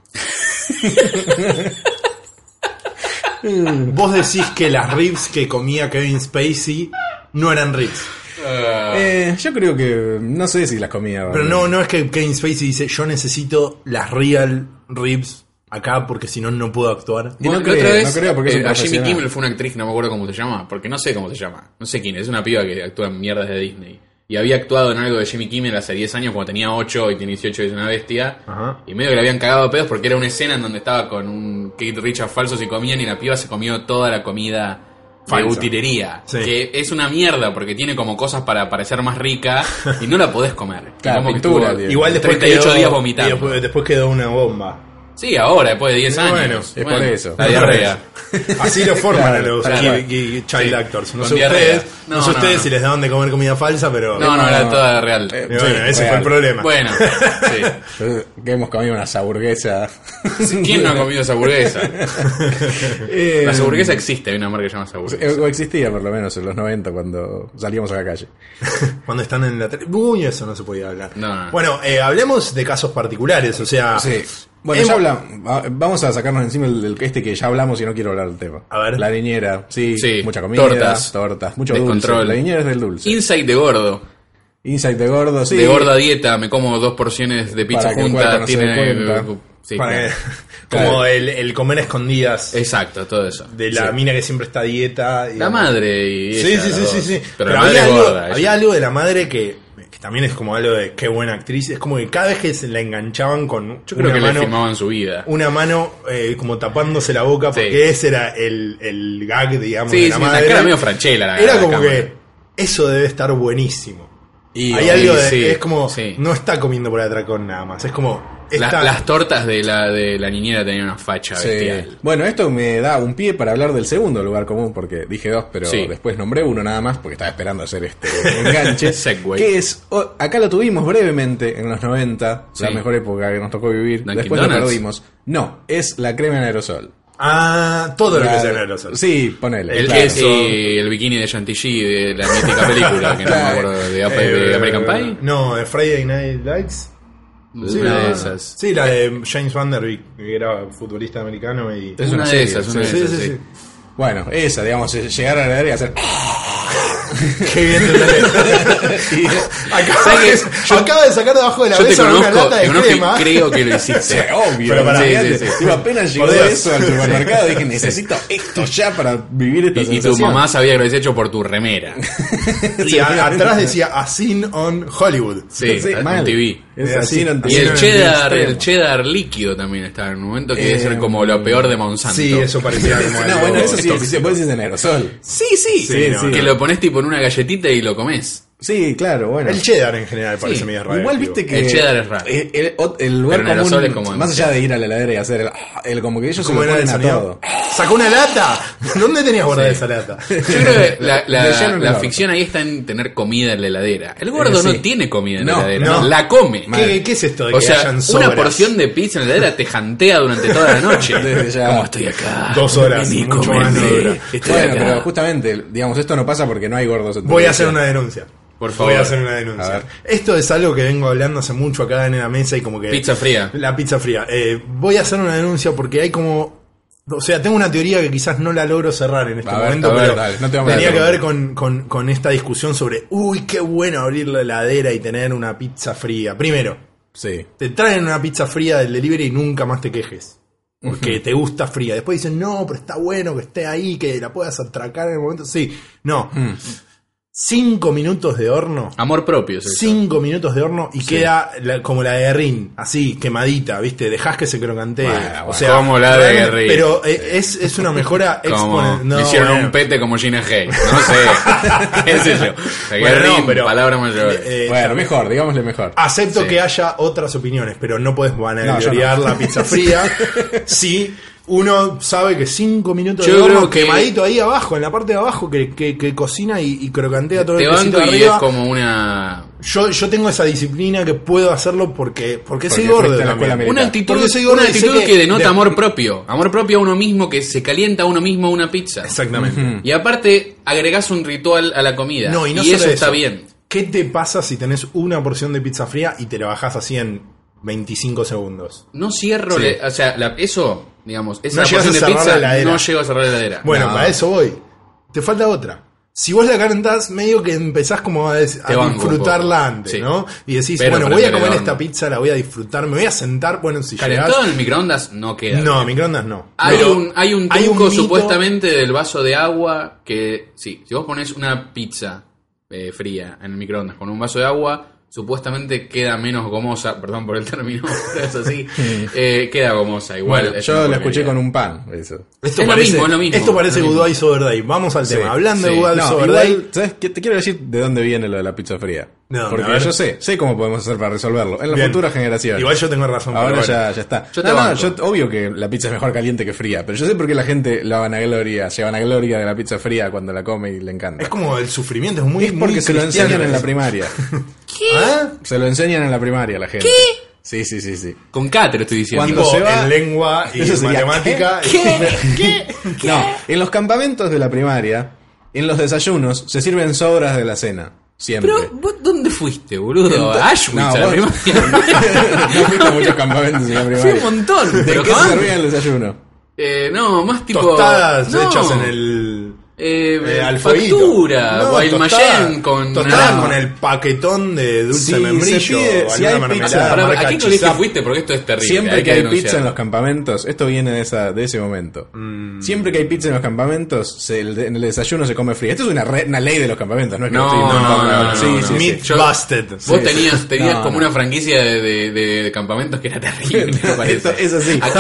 Speaker 4: Vos decís que las ribs que comía Kevin Spacey no eran ribs.
Speaker 5: Ah.
Speaker 3: Eh, yo creo que no sé si las comía.
Speaker 4: Pero no, no es que Kevin Spacey dice, yo necesito las real ribs acá porque si no, no puedo actuar.
Speaker 3: Y no
Speaker 5: Bueno, la otra
Speaker 3: creo,
Speaker 5: vez,
Speaker 3: no creo porque es
Speaker 5: eh,
Speaker 3: un
Speaker 5: a Jimmy
Speaker 3: profesional.
Speaker 5: Kimmel fue una actriz que no me acuerdo cómo se llama, porque no sé cómo se llama, no sé quién, es una piba que actúa en mierdas de Disney. Y había actuado en algo de Jimmy Kimmel hace 10 años cuando tenía 8 y tiene 18 y es una bestia.
Speaker 4: Ajá.
Speaker 5: Y medio que le habían cagado a pedos porque era una escena en donde estaba con un Kate Richards falso y comían y la piba se comió toda la comida de
Speaker 4: Falsa.
Speaker 5: utilería.
Speaker 4: Sí.
Speaker 5: Que es una mierda porque tiene como cosas para parecer más rica y no la podés comer.
Speaker 3: Claro,
Speaker 5: Como que
Speaker 3: pintura,
Speaker 5: estuvo
Speaker 3: tío.
Speaker 4: Igual después
Speaker 5: 38
Speaker 4: quedó,
Speaker 5: días vomitando.
Speaker 4: y Después, después quedó una bomba.
Speaker 5: Sí, ahora, después de 10
Speaker 4: Bueno,
Speaker 5: años.
Speaker 4: es
Speaker 3: por eso.
Speaker 5: La diarrea.
Speaker 4: Así lo forman
Speaker 3: Claro,
Speaker 4: a los
Speaker 3: claro.
Speaker 4: ki- ki- child
Speaker 5: Sí,
Speaker 4: actors. No
Speaker 5: con
Speaker 4: sé
Speaker 5: diarrea.
Speaker 4: ustedes, no,
Speaker 5: No,
Speaker 4: sé
Speaker 5: no,
Speaker 4: ustedes
Speaker 5: no.
Speaker 4: si les daban de comer comida falsa, pero.
Speaker 5: No, no, era toda real. Eh,
Speaker 4: Y bueno, ese
Speaker 3: real.
Speaker 4: fue el problema.
Speaker 5: Bueno, sí.
Speaker 3: Eh, Que hemos comido unas hamburguesas.
Speaker 5: ¿Quién no ha comido esa hamburguesa?
Speaker 3: Eh,
Speaker 5: La hamburguesa existe, hay una marca que se llama
Speaker 3: eh,
Speaker 5: hamburguesa.
Speaker 3: o existía por lo menos en los 90 cuando salíamos a la calle.
Speaker 4: Cuando están en la tele. Uy, eso no se podía hablar.
Speaker 5: No, no.
Speaker 4: Bueno, eh, hablemos de casos particulares, o
Speaker 5: Ah,
Speaker 4: sea.
Speaker 3: Sí. Bueno,
Speaker 4: hemos-
Speaker 3: ya hablamos. Vamos a sacarnos encima el, el- este que ya hablamos y no quiero hablar del tema.
Speaker 4: A ver.
Speaker 3: La niñera, sí,
Speaker 5: Sí,
Speaker 3: mucha comida,
Speaker 5: tortas,
Speaker 3: tortas mucho
Speaker 5: descontrol.
Speaker 3: dulce. La niñera es del dulce.
Speaker 5: Insight de gordo.
Speaker 3: Insight de gordo, sí.
Speaker 5: De gorda dieta, me como dos porciones de pizza
Speaker 3: Para que el cuerpo
Speaker 5: juntas.
Speaker 3: no se
Speaker 5: tiene, eh,
Speaker 3: dé cuenta.
Speaker 5: sí,
Speaker 4: para
Speaker 5: claro.
Speaker 4: que- como el, el comer a escondidas
Speaker 5: Exacto, todo eso.
Speaker 4: de la mina que siempre está a dieta.
Speaker 5: La
Speaker 4: digamos.
Speaker 5: madre y
Speaker 4: Sí,
Speaker 5: ella,
Speaker 4: sí,
Speaker 5: las
Speaker 4: sí,
Speaker 5: dos.
Speaker 4: sí, sí.
Speaker 5: Pero, la madre
Speaker 4: había,
Speaker 5: es
Speaker 4: algo,
Speaker 5: gorda. ella.
Speaker 4: había algo de la madre que, que también es como algo de qué buena actriz. Es como que cada vez que se la enganchaban con
Speaker 5: Yo creo
Speaker 4: una
Speaker 5: que le
Speaker 4: mano,
Speaker 5: filmaban su vida.
Speaker 4: una mano eh, como tapándose la boca, porque
Speaker 5: Sí.
Speaker 4: ese era el, el gag, digamos,
Speaker 5: Sí,
Speaker 4: de
Speaker 5: sí,
Speaker 4: la
Speaker 5: la
Speaker 4: madre.
Speaker 5: cara medio franchela. La,
Speaker 4: era
Speaker 5: la
Speaker 4: como
Speaker 5: cámara.
Speaker 4: que eso debe estar buenísimo.
Speaker 3: Y-
Speaker 4: Hay algo de,
Speaker 5: sí,
Speaker 4: es como,
Speaker 5: sí.
Speaker 4: no está comiendo por atracón nada más. Es como,
Speaker 5: La-
Speaker 4: está-
Speaker 5: las tortas de la, de la niñera tenían una facha
Speaker 3: Sí.
Speaker 5: bestial.
Speaker 3: Bueno, esto me da un pie para hablar del segundo lugar común, porque dije dos, pero
Speaker 5: Sí.
Speaker 3: después nombré uno nada más, porque estaba esperando hacer este enganche.
Speaker 5: Segway.
Speaker 3: Que es, o- acá lo tuvimos brevemente en los 90, la
Speaker 5: Sí.
Speaker 3: mejor época que nos tocó vivir,
Speaker 5: Dunkin'
Speaker 3: después lo
Speaker 5: Donuts.
Speaker 3: perdimos. No, es la crema en aerosol.
Speaker 4: Ah, todo lo que
Speaker 3: La-
Speaker 4: sea en aerosol.
Speaker 3: Sí, ponele.
Speaker 5: El
Speaker 3: claro.
Speaker 5: queso, el bikini de Chantilly de la mítica película que no me acuerdo de, Apa- de
Speaker 4: Eh,
Speaker 5: American Pie.
Speaker 4: No, de Friday Night Lights.
Speaker 5: una
Speaker 4: la-
Speaker 5: de esas.
Speaker 4: Sí, la de James Van Der Beek, que era futbolista americano y...
Speaker 5: Es una,
Speaker 3: una
Speaker 5: de
Speaker 3: serie,
Speaker 5: esas, una
Speaker 4: Sí,
Speaker 5: de
Speaker 4: sí,
Speaker 5: esas.
Speaker 4: sí,
Speaker 5: sí.
Speaker 4: sí.
Speaker 3: Bueno, esa, digamos, es llegar a la área y hacer. "Oh,
Speaker 4: Qué bien te entendés. acaba, de, acaba de sacar debajo de la
Speaker 5: Yo te
Speaker 4: mesa una
Speaker 5: conozco,
Speaker 4: lata
Speaker 5: te
Speaker 4: de
Speaker 5: conozco
Speaker 4: crema.
Speaker 5: y creo que lo hiciste.
Speaker 3: Sí, obvio.
Speaker 4: Pero para
Speaker 5: sí,
Speaker 4: mí
Speaker 5: sí,
Speaker 4: antes-
Speaker 5: sí.
Speaker 3: Yo apenas llegó
Speaker 4: Por Dios.
Speaker 3: eso al supermercado dije, necesito esto ya para vivir esta
Speaker 5: Y, y tu
Speaker 3: sensación".
Speaker 5: mamá sabía que lo habías hecho por tu remera.
Speaker 4: Y a- atrás decía A Scene on Hollywood.
Speaker 5: Sí,
Speaker 3: Sí,
Speaker 5: en
Speaker 3: mal.
Speaker 5: TV.
Speaker 3: Es
Speaker 4: Era
Speaker 3: así,
Speaker 4: así.
Speaker 3: no entendí.
Speaker 5: Y
Speaker 4: Sí,
Speaker 5: el
Speaker 4: no,
Speaker 5: cheddar,
Speaker 3: extremo.
Speaker 5: el cheddar líquido también estaba en un momento que debe ser como lo peor de Monsanto.
Speaker 4: Eh, Sí, eso parecía como
Speaker 3: No,
Speaker 4: algo-
Speaker 3: bueno, eso sí, existe, vos decís en aerosol.
Speaker 5: Sí, sí.
Speaker 4: Sí, no,
Speaker 5: que
Speaker 4: no.
Speaker 5: lo pones tipo en una galletita y lo comes.
Speaker 3: Sí, claro, bueno.
Speaker 4: El cheddar en general parece
Speaker 5: Sí,
Speaker 4: medio raro.
Speaker 3: Igual viste que.
Speaker 5: El cheddar es raro.
Speaker 3: El, el- el lugar
Speaker 5: Pero en aerosol
Speaker 3: común,
Speaker 5: es como-
Speaker 3: más allá de ir a la heladera y hacer el, ah, el como que ellos se lo
Speaker 4: ¿Cómo era
Speaker 3: ponen
Speaker 4: el
Speaker 3: a
Speaker 4: sonido?
Speaker 3: todo.
Speaker 4: ¡Sacó una lata! ¿Dónde tenías guardada esa lata?
Speaker 5: Yo creo que la, la-
Speaker 3: Le llenan el
Speaker 5: la
Speaker 3: orto.
Speaker 5: ficción ahí está en tener comida en la heladera. El gordo
Speaker 3: Eh, sí.
Speaker 5: no tiene comida en
Speaker 3: No,
Speaker 5: la heladera.
Speaker 4: no.
Speaker 5: La come.
Speaker 4: ¿Qué, qué es esto de
Speaker 5: O
Speaker 4: que
Speaker 5: sea,
Speaker 4: hayan
Speaker 5: una
Speaker 4: sobras?
Speaker 5: porción de pizza en la heladera te jantea durante toda la noche.
Speaker 3: Desde ya.
Speaker 5: Como estoy acá.
Speaker 4: Dos horas,
Speaker 5: Vení,
Speaker 4: mucho más
Speaker 5: comeme.
Speaker 4: no dura.
Speaker 5: Estoy
Speaker 3: Bueno,
Speaker 5: acá.
Speaker 3: pero justamente, digamos, esto no pasa porque no hay gordos. en tu
Speaker 4: Voy a
Speaker 3: vida.
Speaker 4: hacer una denuncia.
Speaker 5: Por favor.
Speaker 4: Voy a hacer una
Speaker 3: A
Speaker 4: denuncia.
Speaker 3: ver.
Speaker 4: Esto es algo que vengo hablando hace mucho acá en la mesa y como que...
Speaker 5: Pizza fría.
Speaker 4: La pizza fría. Eh, voy a hacer una denuncia porque hay como... O sea, tengo una teoría que quizás no la logro cerrar en este
Speaker 3: A ver,
Speaker 4: momento,
Speaker 3: a ver,
Speaker 4: pero
Speaker 3: dale, no te vamos a
Speaker 4: tenía
Speaker 3: dar
Speaker 4: que
Speaker 3: tiempo.
Speaker 4: ver con, con- con esta discusión sobre, uy, qué bueno abrir la heladera y tener una pizza fría. Primero,
Speaker 3: Sí.
Speaker 4: te traen una pizza fría del delivery y nunca más te quejes. Porque te gusta fría. Después
Speaker 5: Mm.
Speaker 4: dicen, no, pero está bueno que esté ahí, que la puedas atracar en el momento. Sí, no. Cinco minutos de horno.
Speaker 5: Amor propio, es eso.
Speaker 4: Cinco minutos de horno y queda la- como la de Rin, así, quemadita, ¿viste? Dejás que se crocantee.
Speaker 5: Bueno,
Speaker 4: o
Speaker 5: bueno,
Speaker 4: sea,
Speaker 5: como la de
Speaker 4: realmente-
Speaker 5: Rin.
Speaker 4: Pero eh, es, es una mejora
Speaker 5: Como
Speaker 4: exponencial.
Speaker 5: le hicieron un pete como Gina Hay. No sé. ¿Qué sé yo? Pegué
Speaker 4: Bueno, no,
Speaker 5: ring,
Speaker 4: pero-
Speaker 5: palabra mayor.
Speaker 4: Eh,
Speaker 3: Bueno, mejor, digámosle mejor.
Speaker 4: Acepto
Speaker 5: Sí.
Speaker 4: que haya otras opiniones, pero no puedes
Speaker 3: No, yo
Speaker 4: vanagloriar
Speaker 3: no.
Speaker 4: la pizza fría si uno sabe que cinco minutos
Speaker 5: Yo
Speaker 4: de horno
Speaker 5: creo que-
Speaker 4: quemadito ahí abajo, en la parte de abajo, que, que- que cocina y, y crocantea todo
Speaker 5: Te
Speaker 4: el quesito
Speaker 5: banco y
Speaker 4: arriba.
Speaker 5: es como una.
Speaker 4: Yo, yo tengo esa disciplina que puedo hacerlo porque, porque, soy
Speaker 3: Porque fuiste a la
Speaker 4: gordo. también.
Speaker 3: escuela militar.
Speaker 5: Una
Speaker 3: Porque
Speaker 5: actitud,
Speaker 4: soy gordo
Speaker 5: una
Speaker 4: y sé
Speaker 5: actitud que,
Speaker 4: que-
Speaker 5: denota
Speaker 4: de-
Speaker 5: amor propio. Amor propio a uno mismo que se calienta a uno mismo una pizza.
Speaker 4: Exactamente.
Speaker 5: Y aparte, agregás un ritual a la comida.
Speaker 4: No, y no
Speaker 5: eso
Speaker 4: solo
Speaker 5: está bien.
Speaker 4: ¿Qué te pasa si tenés una porción de pizza fría y te la bajás así en 25 segundos?
Speaker 5: No cierro,
Speaker 4: Sí.
Speaker 5: le- o sea, la- eso, digamos, esa
Speaker 4: No llegas
Speaker 5: porción
Speaker 4: a
Speaker 5: de
Speaker 4: cerrar la
Speaker 5: pizza
Speaker 4: heladera.
Speaker 5: no llego a cerrar la heladera.
Speaker 4: Bueno,
Speaker 3: No.
Speaker 4: para eso voy. Te falta otra. Si vos la calentás, medio que empezás como a, des- a
Speaker 5: Te banco un
Speaker 4: disfrutarla
Speaker 5: poco.
Speaker 4: antes,
Speaker 5: Sí.
Speaker 4: ¿no? Y decís,
Speaker 5: Pero
Speaker 4: bueno, voy a
Speaker 5: prender el
Speaker 4: comer
Speaker 5: horno.
Speaker 4: esta pizza, la voy a disfrutar, me voy a sentar, bueno, si llegás...
Speaker 5: Calentado en el microondas no queda.
Speaker 4: No, microondas no.
Speaker 5: Hay
Speaker 4: Pero
Speaker 5: un, hay un truco
Speaker 4: mito-
Speaker 5: supuestamente del vaso de agua que, sí, si vos pones una pizza eh, fría en el microondas con un vaso de agua, supuestamente queda menos gomosa, perdón por el término, pero es así, eh, queda gomosa igual.
Speaker 3: Bueno,
Speaker 5: es
Speaker 3: yo
Speaker 5: una
Speaker 3: lo escuché
Speaker 5: porquería.
Speaker 3: con un pan, eso.
Speaker 4: Esto
Speaker 5: es lo
Speaker 4: parece,
Speaker 5: mismo, es lo mismo,
Speaker 4: Esto parece
Speaker 5: es lo
Speaker 4: Good
Speaker 5: mismo.
Speaker 4: Eyes Over Day. Vamos al
Speaker 3: Sí.
Speaker 4: tema. Hablando de
Speaker 5: Sí.
Speaker 4: Good Eyes
Speaker 3: No,
Speaker 4: Over Day,
Speaker 3: igual, ¿sabes qué? Te quiero decir de dónde viene lo de la pizza fría.
Speaker 4: No, no, a
Speaker 3: Porque
Speaker 4: ver.
Speaker 3: yo sé, sé cómo podemos hacer para resolverlo. En la
Speaker 4: Bien.
Speaker 3: futura generación.
Speaker 4: Igual yo tengo razón,
Speaker 3: Ahora
Speaker 4: pero
Speaker 3: ya,
Speaker 4: bueno.
Speaker 3: ya está.
Speaker 5: Yo
Speaker 3: No, no,
Speaker 5: te banco.
Speaker 3: yo- obvio que la pizza es mejor caliente que fría, pero yo sé por qué la gente la vanagloria, se vanagloria de la pizza fría cuando la come y le encanta.
Speaker 4: es como el sufrimiento, es muy
Speaker 3: es porque
Speaker 4: muy
Speaker 3: se lo
Speaker 4: cristiano
Speaker 3: enseñan en la
Speaker 4: eso.
Speaker 3: primaria.
Speaker 4: ¿Ah?
Speaker 3: Se lo enseñan en la primaria a la gente. ¿Qué? Sí, sí, sí, sí.
Speaker 5: Con K te lo estoy diciendo.
Speaker 3: Cuando
Speaker 4: Tipo,
Speaker 3: se va-
Speaker 4: en lengua y
Speaker 3: Eso sería, ¿Eh?
Speaker 4: matemática. y-
Speaker 3: No, en los campamentos de la primaria, en los desayunos, se sirven sobras de la cena. Siempre.
Speaker 5: Pero, ¿vos dónde fuiste, boludo?
Speaker 3: Ento-
Speaker 5: A Auschwitz,
Speaker 3: No,
Speaker 5: a la
Speaker 3: vos-
Speaker 5: primaria.
Speaker 3: Yo fui a muchos campamentos en la
Speaker 5: Fui
Speaker 3: primaria.
Speaker 5: un montón.
Speaker 3: ¿De
Speaker 5: pero
Speaker 3: qué se
Speaker 5: jamás-
Speaker 3: servía el desayuno?
Speaker 5: Eh, no, más tipo.
Speaker 4: Tostadas
Speaker 5: no.
Speaker 4: hechas en el.
Speaker 5: Eh,
Speaker 4: eh, al fueguito.
Speaker 5: factura,
Speaker 4: No,
Speaker 5: Wild
Speaker 4: tostadas-
Speaker 5: Mayen con.
Speaker 4: Tostadas
Speaker 5: no.
Speaker 4: con el paquetón de dulce
Speaker 3: Sí, se
Speaker 4: membrillo.
Speaker 3: pide-
Speaker 4: o
Speaker 3: si
Speaker 4: alguna
Speaker 3: hay
Speaker 4: mermelada,
Speaker 3: pizza-
Speaker 5: Pará,
Speaker 4: marca
Speaker 5: ¿A qué colegio
Speaker 4: Chisap.
Speaker 5: fuiste? Porque esto es terrible.
Speaker 3: Siempre que hay
Speaker 5: denunciar.
Speaker 3: pizza en los campamentos, esto viene de, esa, de ese momento.
Speaker 5: Mm.
Speaker 3: Siempre que hay pizza en los campamentos, se- el de- en el desayuno se come fría. Esto es una, re- una ley de los campamentos, no es que
Speaker 5: No,
Speaker 3: lo estoy inventando
Speaker 5: no, no,
Speaker 3: ahora.
Speaker 5: no,
Speaker 3: Sí,
Speaker 5: no,
Speaker 3: sí,
Speaker 5: no.
Speaker 3: sí.
Speaker 4: Meat
Speaker 5: Yo-
Speaker 4: busted.
Speaker 5: Vos
Speaker 3: Sí,
Speaker 5: tenías,
Speaker 3: sí.
Speaker 5: tenías
Speaker 3: No,
Speaker 5: como
Speaker 3: no.
Speaker 5: una franquicia de, de- de- de campamentos que era terrible, me parece.
Speaker 3: Esto es así.
Speaker 5: ¿A qué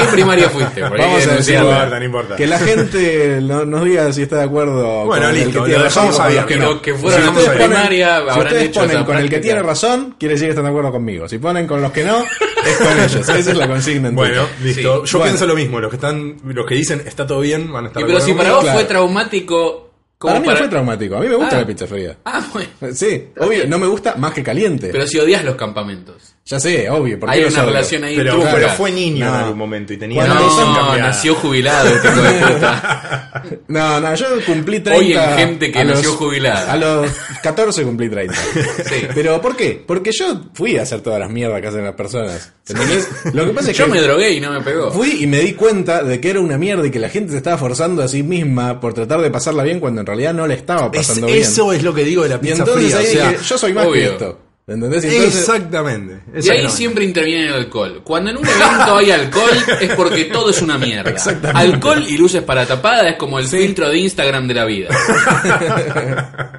Speaker 5: primaria fuiste? Porque hay
Speaker 3: Vamos
Speaker 5: que
Speaker 3: a
Speaker 4: denunciar.
Speaker 3: decirlo.
Speaker 4: No importa, no importa.
Speaker 3: Que la gente no- nos diga si está de acuerdo
Speaker 4: Bueno,
Speaker 3: con
Speaker 4: listo,
Speaker 3: el que tiene
Speaker 4: lo
Speaker 3: razón
Speaker 4: dejamos
Speaker 3: o con los
Speaker 4: abierto.
Speaker 3: que no.
Speaker 5: Los que fueron
Speaker 4: a
Speaker 3: ustedes ponen-
Speaker 5: primaria
Speaker 3: si
Speaker 5: habrán
Speaker 3: ustedes
Speaker 5: hecho
Speaker 3: ponen
Speaker 5: esa
Speaker 3: con el que
Speaker 5: práctica.
Speaker 3: tiene razón, quiere decir que están de acuerdo conmigo. Si ponen con los que no, es con ellos. Esa es la consigna. en
Speaker 4: Bueno,
Speaker 3: Twitter.
Speaker 4: listo.
Speaker 3: Sí.
Speaker 4: Yo
Speaker 3: Bueno.
Speaker 4: pienso lo mismo. Los que están, los que dicen está todo bien van a estar.
Speaker 5: Y
Speaker 4: de
Speaker 5: pero
Speaker 4: acuerdo
Speaker 5: si para
Speaker 4: conmigo.
Speaker 5: vos
Speaker 3: claro.
Speaker 5: fue traumático. como
Speaker 3: Para mí no
Speaker 5: para-
Speaker 3: fue traumático. A mí me gusta
Speaker 5: Ah.
Speaker 3: la pizza fría.
Speaker 5: Ah, bueno.
Speaker 3: Sí, obvio, no me gusta más que caliente.
Speaker 5: Pero si odias los campamentos.
Speaker 3: ya sé, obvio. ¿por qué
Speaker 5: Hay
Speaker 3: los
Speaker 5: una
Speaker 3: odio?
Speaker 5: relación ahí.
Speaker 4: Pero,
Speaker 5: trunca.
Speaker 4: pero fue niño
Speaker 3: No.
Speaker 4: en algún momento y tenía
Speaker 3: Cuando
Speaker 4: la visión
Speaker 5: No,
Speaker 4: cambiada.
Speaker 5: nació jubilado, este hijo de puta.
Speaker 3: No, no, yo cumplí 30.
Speaker 5: Hoy en gente que
Speaker 3: a
Speaker 5: nació jubilada.
Speaker 3: A los 14 cumplí 30.
Speaker 5: Sí.
Speaker 3: Pero ¿por qué? Porque yo fui a hacer todas las mierdas que hacen las personas. ¿Entendés? Lo que pasa es
Speaker 5: Yo
Speaker 3: que
Speaker 5: me drogué y no me pegó.
Speaker 3: fui y me di cuenta de que era una mierda y que la gente se estaba forzando a sí misma por tratar de pasarla bien cuando en realidad no la estaba
Speaker 4: Es-
Speaker 3: pasando bien.
Speaker 4: eso es lo que digo de la
Speaker 3: y
Speaker 4: pizza
Speaker 3: entonces
Speaker 4: fría.
Speaker 3: ahí
Speaker 4: o sea,
Speaker 3: dije, yo soy más
Speaker 5: obvio.
Speaker 3: que esto. ¿Entendés? Y Entonces,
Speaker 4: exactamente.
Speaker 5: Y ahí
Speaker 4: exactamente.
Speaker 5: siempre interviene el alcohol. Cuando en un evento hay alcohol es porque todo es una mierda. Alcohol y luces para tapada es como el filtro de Instagram de la vida.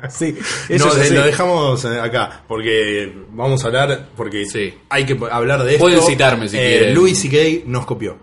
Speaker 3: Sí, eso
Speaker 4: No,
Speaker 3: es
Speaker 4: de-
Speaker 3: así.
Speaker 4: lo dejamos eh, acá, porque vamos a hablar, porque
Speaker 5: Sí.
Speaker 4: hay que hablar de esto. Eh,
Speaker 5: Pueden citarme si quieren.
Speaker 4: Luis C.K. nos copió.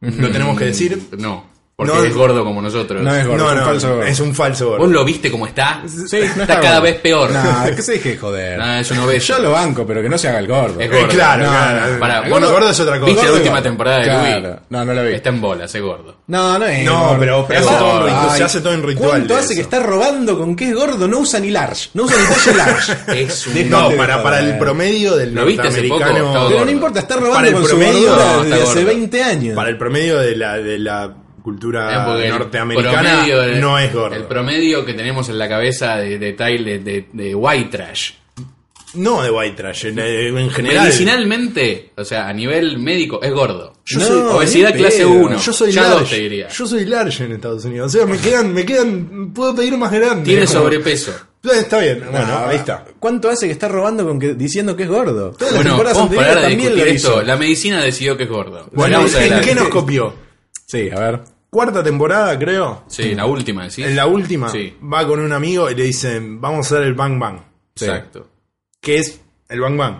Speaker 4: Lo tenemos que decir.
Speaker 5: No, porque
Speaker 4: No.
Speaker 5: es gordo como nosotros.
Speaker 3: No es gordo,
Speaker 4: no,
Speaker 3: es un
Speaker 4: no,
Speaker 3: falso gordo.
Speaker 4: es un falso gordo.
Speaker 5: ¿Vos lo viste como está?
Speaker 3: Sí, no
Speaker 5: está,
Speaker 3: está
Speaker 5: cada
Speaker 3: bueno.
Speaker 5: vez peor. Ah,
Speaker 3: No, ¿qué se dije, joder? Eh,
Speaker 5: No, es un obeso.
Speaker 3: Yo lo banco, pero que no se haga el gordo.
Speaker 5: Es
Speaker 4: Eh,
Speaker 5: gordo.
Speaker 4: Claro,
Speaker 3: No,
Speaker 4: claro.
Speaker 5: Pará,
Speaker 4: El
Speaker 5: vos
Speaker 4: gordo,
Speaker 5: no-
Speaker 4: gordo es otra cosa.
Speaker 5: ¿Viste la
Speaker 4: Gordo
Speaker 5: última
Speaker 4: gordo.
Speaker 5: temporada de
Speaker 3: Claro.
Speaker 5: Luis?
Speaker 3: No, no la vi.
Speaker 5: Está en bolas, es gordo.
Speaker 3: No, no es.
Speaker 4: No,
Speaker 3: gordo.
Speaker 4: pero- pero
Speaker 3: Es
Speaker 4: hace todo
Speaker 3: gordo.
Speaker 4: un ritual, se
Speaker 3: Ay,
Speaker 4: hace todo un ritual
Speaker 3: ¿Cuánto
Speaker 4: de
Speaker 3: hace que
Speaker 4: eso?
Speaker 3: está robando con que es gordo? No usa ni large. No usa ni talla large.
Speaker 5: Es un- eh,
Speaker 3: Déjate
Speaker 4: No,
Speaker 3: de
Speaker 4: para, para el
Speaker 3: joder.
Speaker 4: promedio del
Speaker 5: ¿Lo viste hace poco?
Speaker 4: norteamericano.
Speaker 5: Estaba
Speaker 3: Pero
Speaker 5: gordo.
Speaker 3: no importa, está
Speaker 4: Para
Speaker 3: robando
Speaker 4: el
Speaker 3: con su
Speaker 4: promedio,
Speaker 3: gordura
Speaker 5: no, está
Speaker 3: desde hace
Speaker 5: gordo.
Speaker 3: 20 años.
Speaker 4: Para el promedio de la, de la
Speaker 5: Eh,
Speaker 4: cultura
Speaker 5: porque el
Speaker 4: norteamericana
Speaker 5: promedio de-
Speaker 4: no es gordo.
Speaker 5: El promedio que tenemos en la cabeza de, de tal- de- de- de white trash.
Speaker 4: no de white trash, en, eh, en general.
Speaker 5: Medicinalmente, o sea, a nivel médico, es gordo.
Speaker 4: Yo
Speaker 3: No,
Speaker 4: soy
Speaker 5: obesidad
Speaker 3: ni
Speaker 5: clase
Speaker 3: pedo.
Speaker 5: uno.
Speaker 4: Yo soy
Speaker 5: Ya
Speaker 4: large.
Speaker 5: dos te diría.
Speaker 4: Yo soy large en Estados Unidos. O sea, me quedan, me quedan, puedo pedir más grande.
Speaker 5: Tiene
Speaker 4: Es como-
Speaker 5: sobrepeso.
Speaker 4: Eh, Está bien,
Speaker 3: No,
Speaker 4: bueno, ahí está.
Speaker 3: ¿Cuánto hace que está robando con que, diciendo que es gordo? Todas las
Speaker 5: Bueno,
Speaker 3: temporadas
Speaker 5: vamos a
Speaker 3: anteriores
Speaker 5: parar de
Speaker 3: también
Speaker 5: discutir
Speaker 3: lo
Speaker 5: esto.
Speaker 3: hizo.
Speaker 5: La medicina decidió que es gordo.
Speaker 4: Bueno,
Speaker 5: Vamos
Speaker 4: ¿en
Speaker 5: adelante.
Speaker 4: qué nos copió?
Speaker 3: Sí, a ver.
Speaker 4: cuarta temporada, creo.
Speaker 5: Sí, la última, ¿sí?
Speaker 4: En la última,
Speaker 5: Sí.
Speaker 4: va con un amigo y le dicen, vamos a hacer el Bang Bang.
Speaker 5: Exacto.
Speaker 4: Que es el Bang Bang.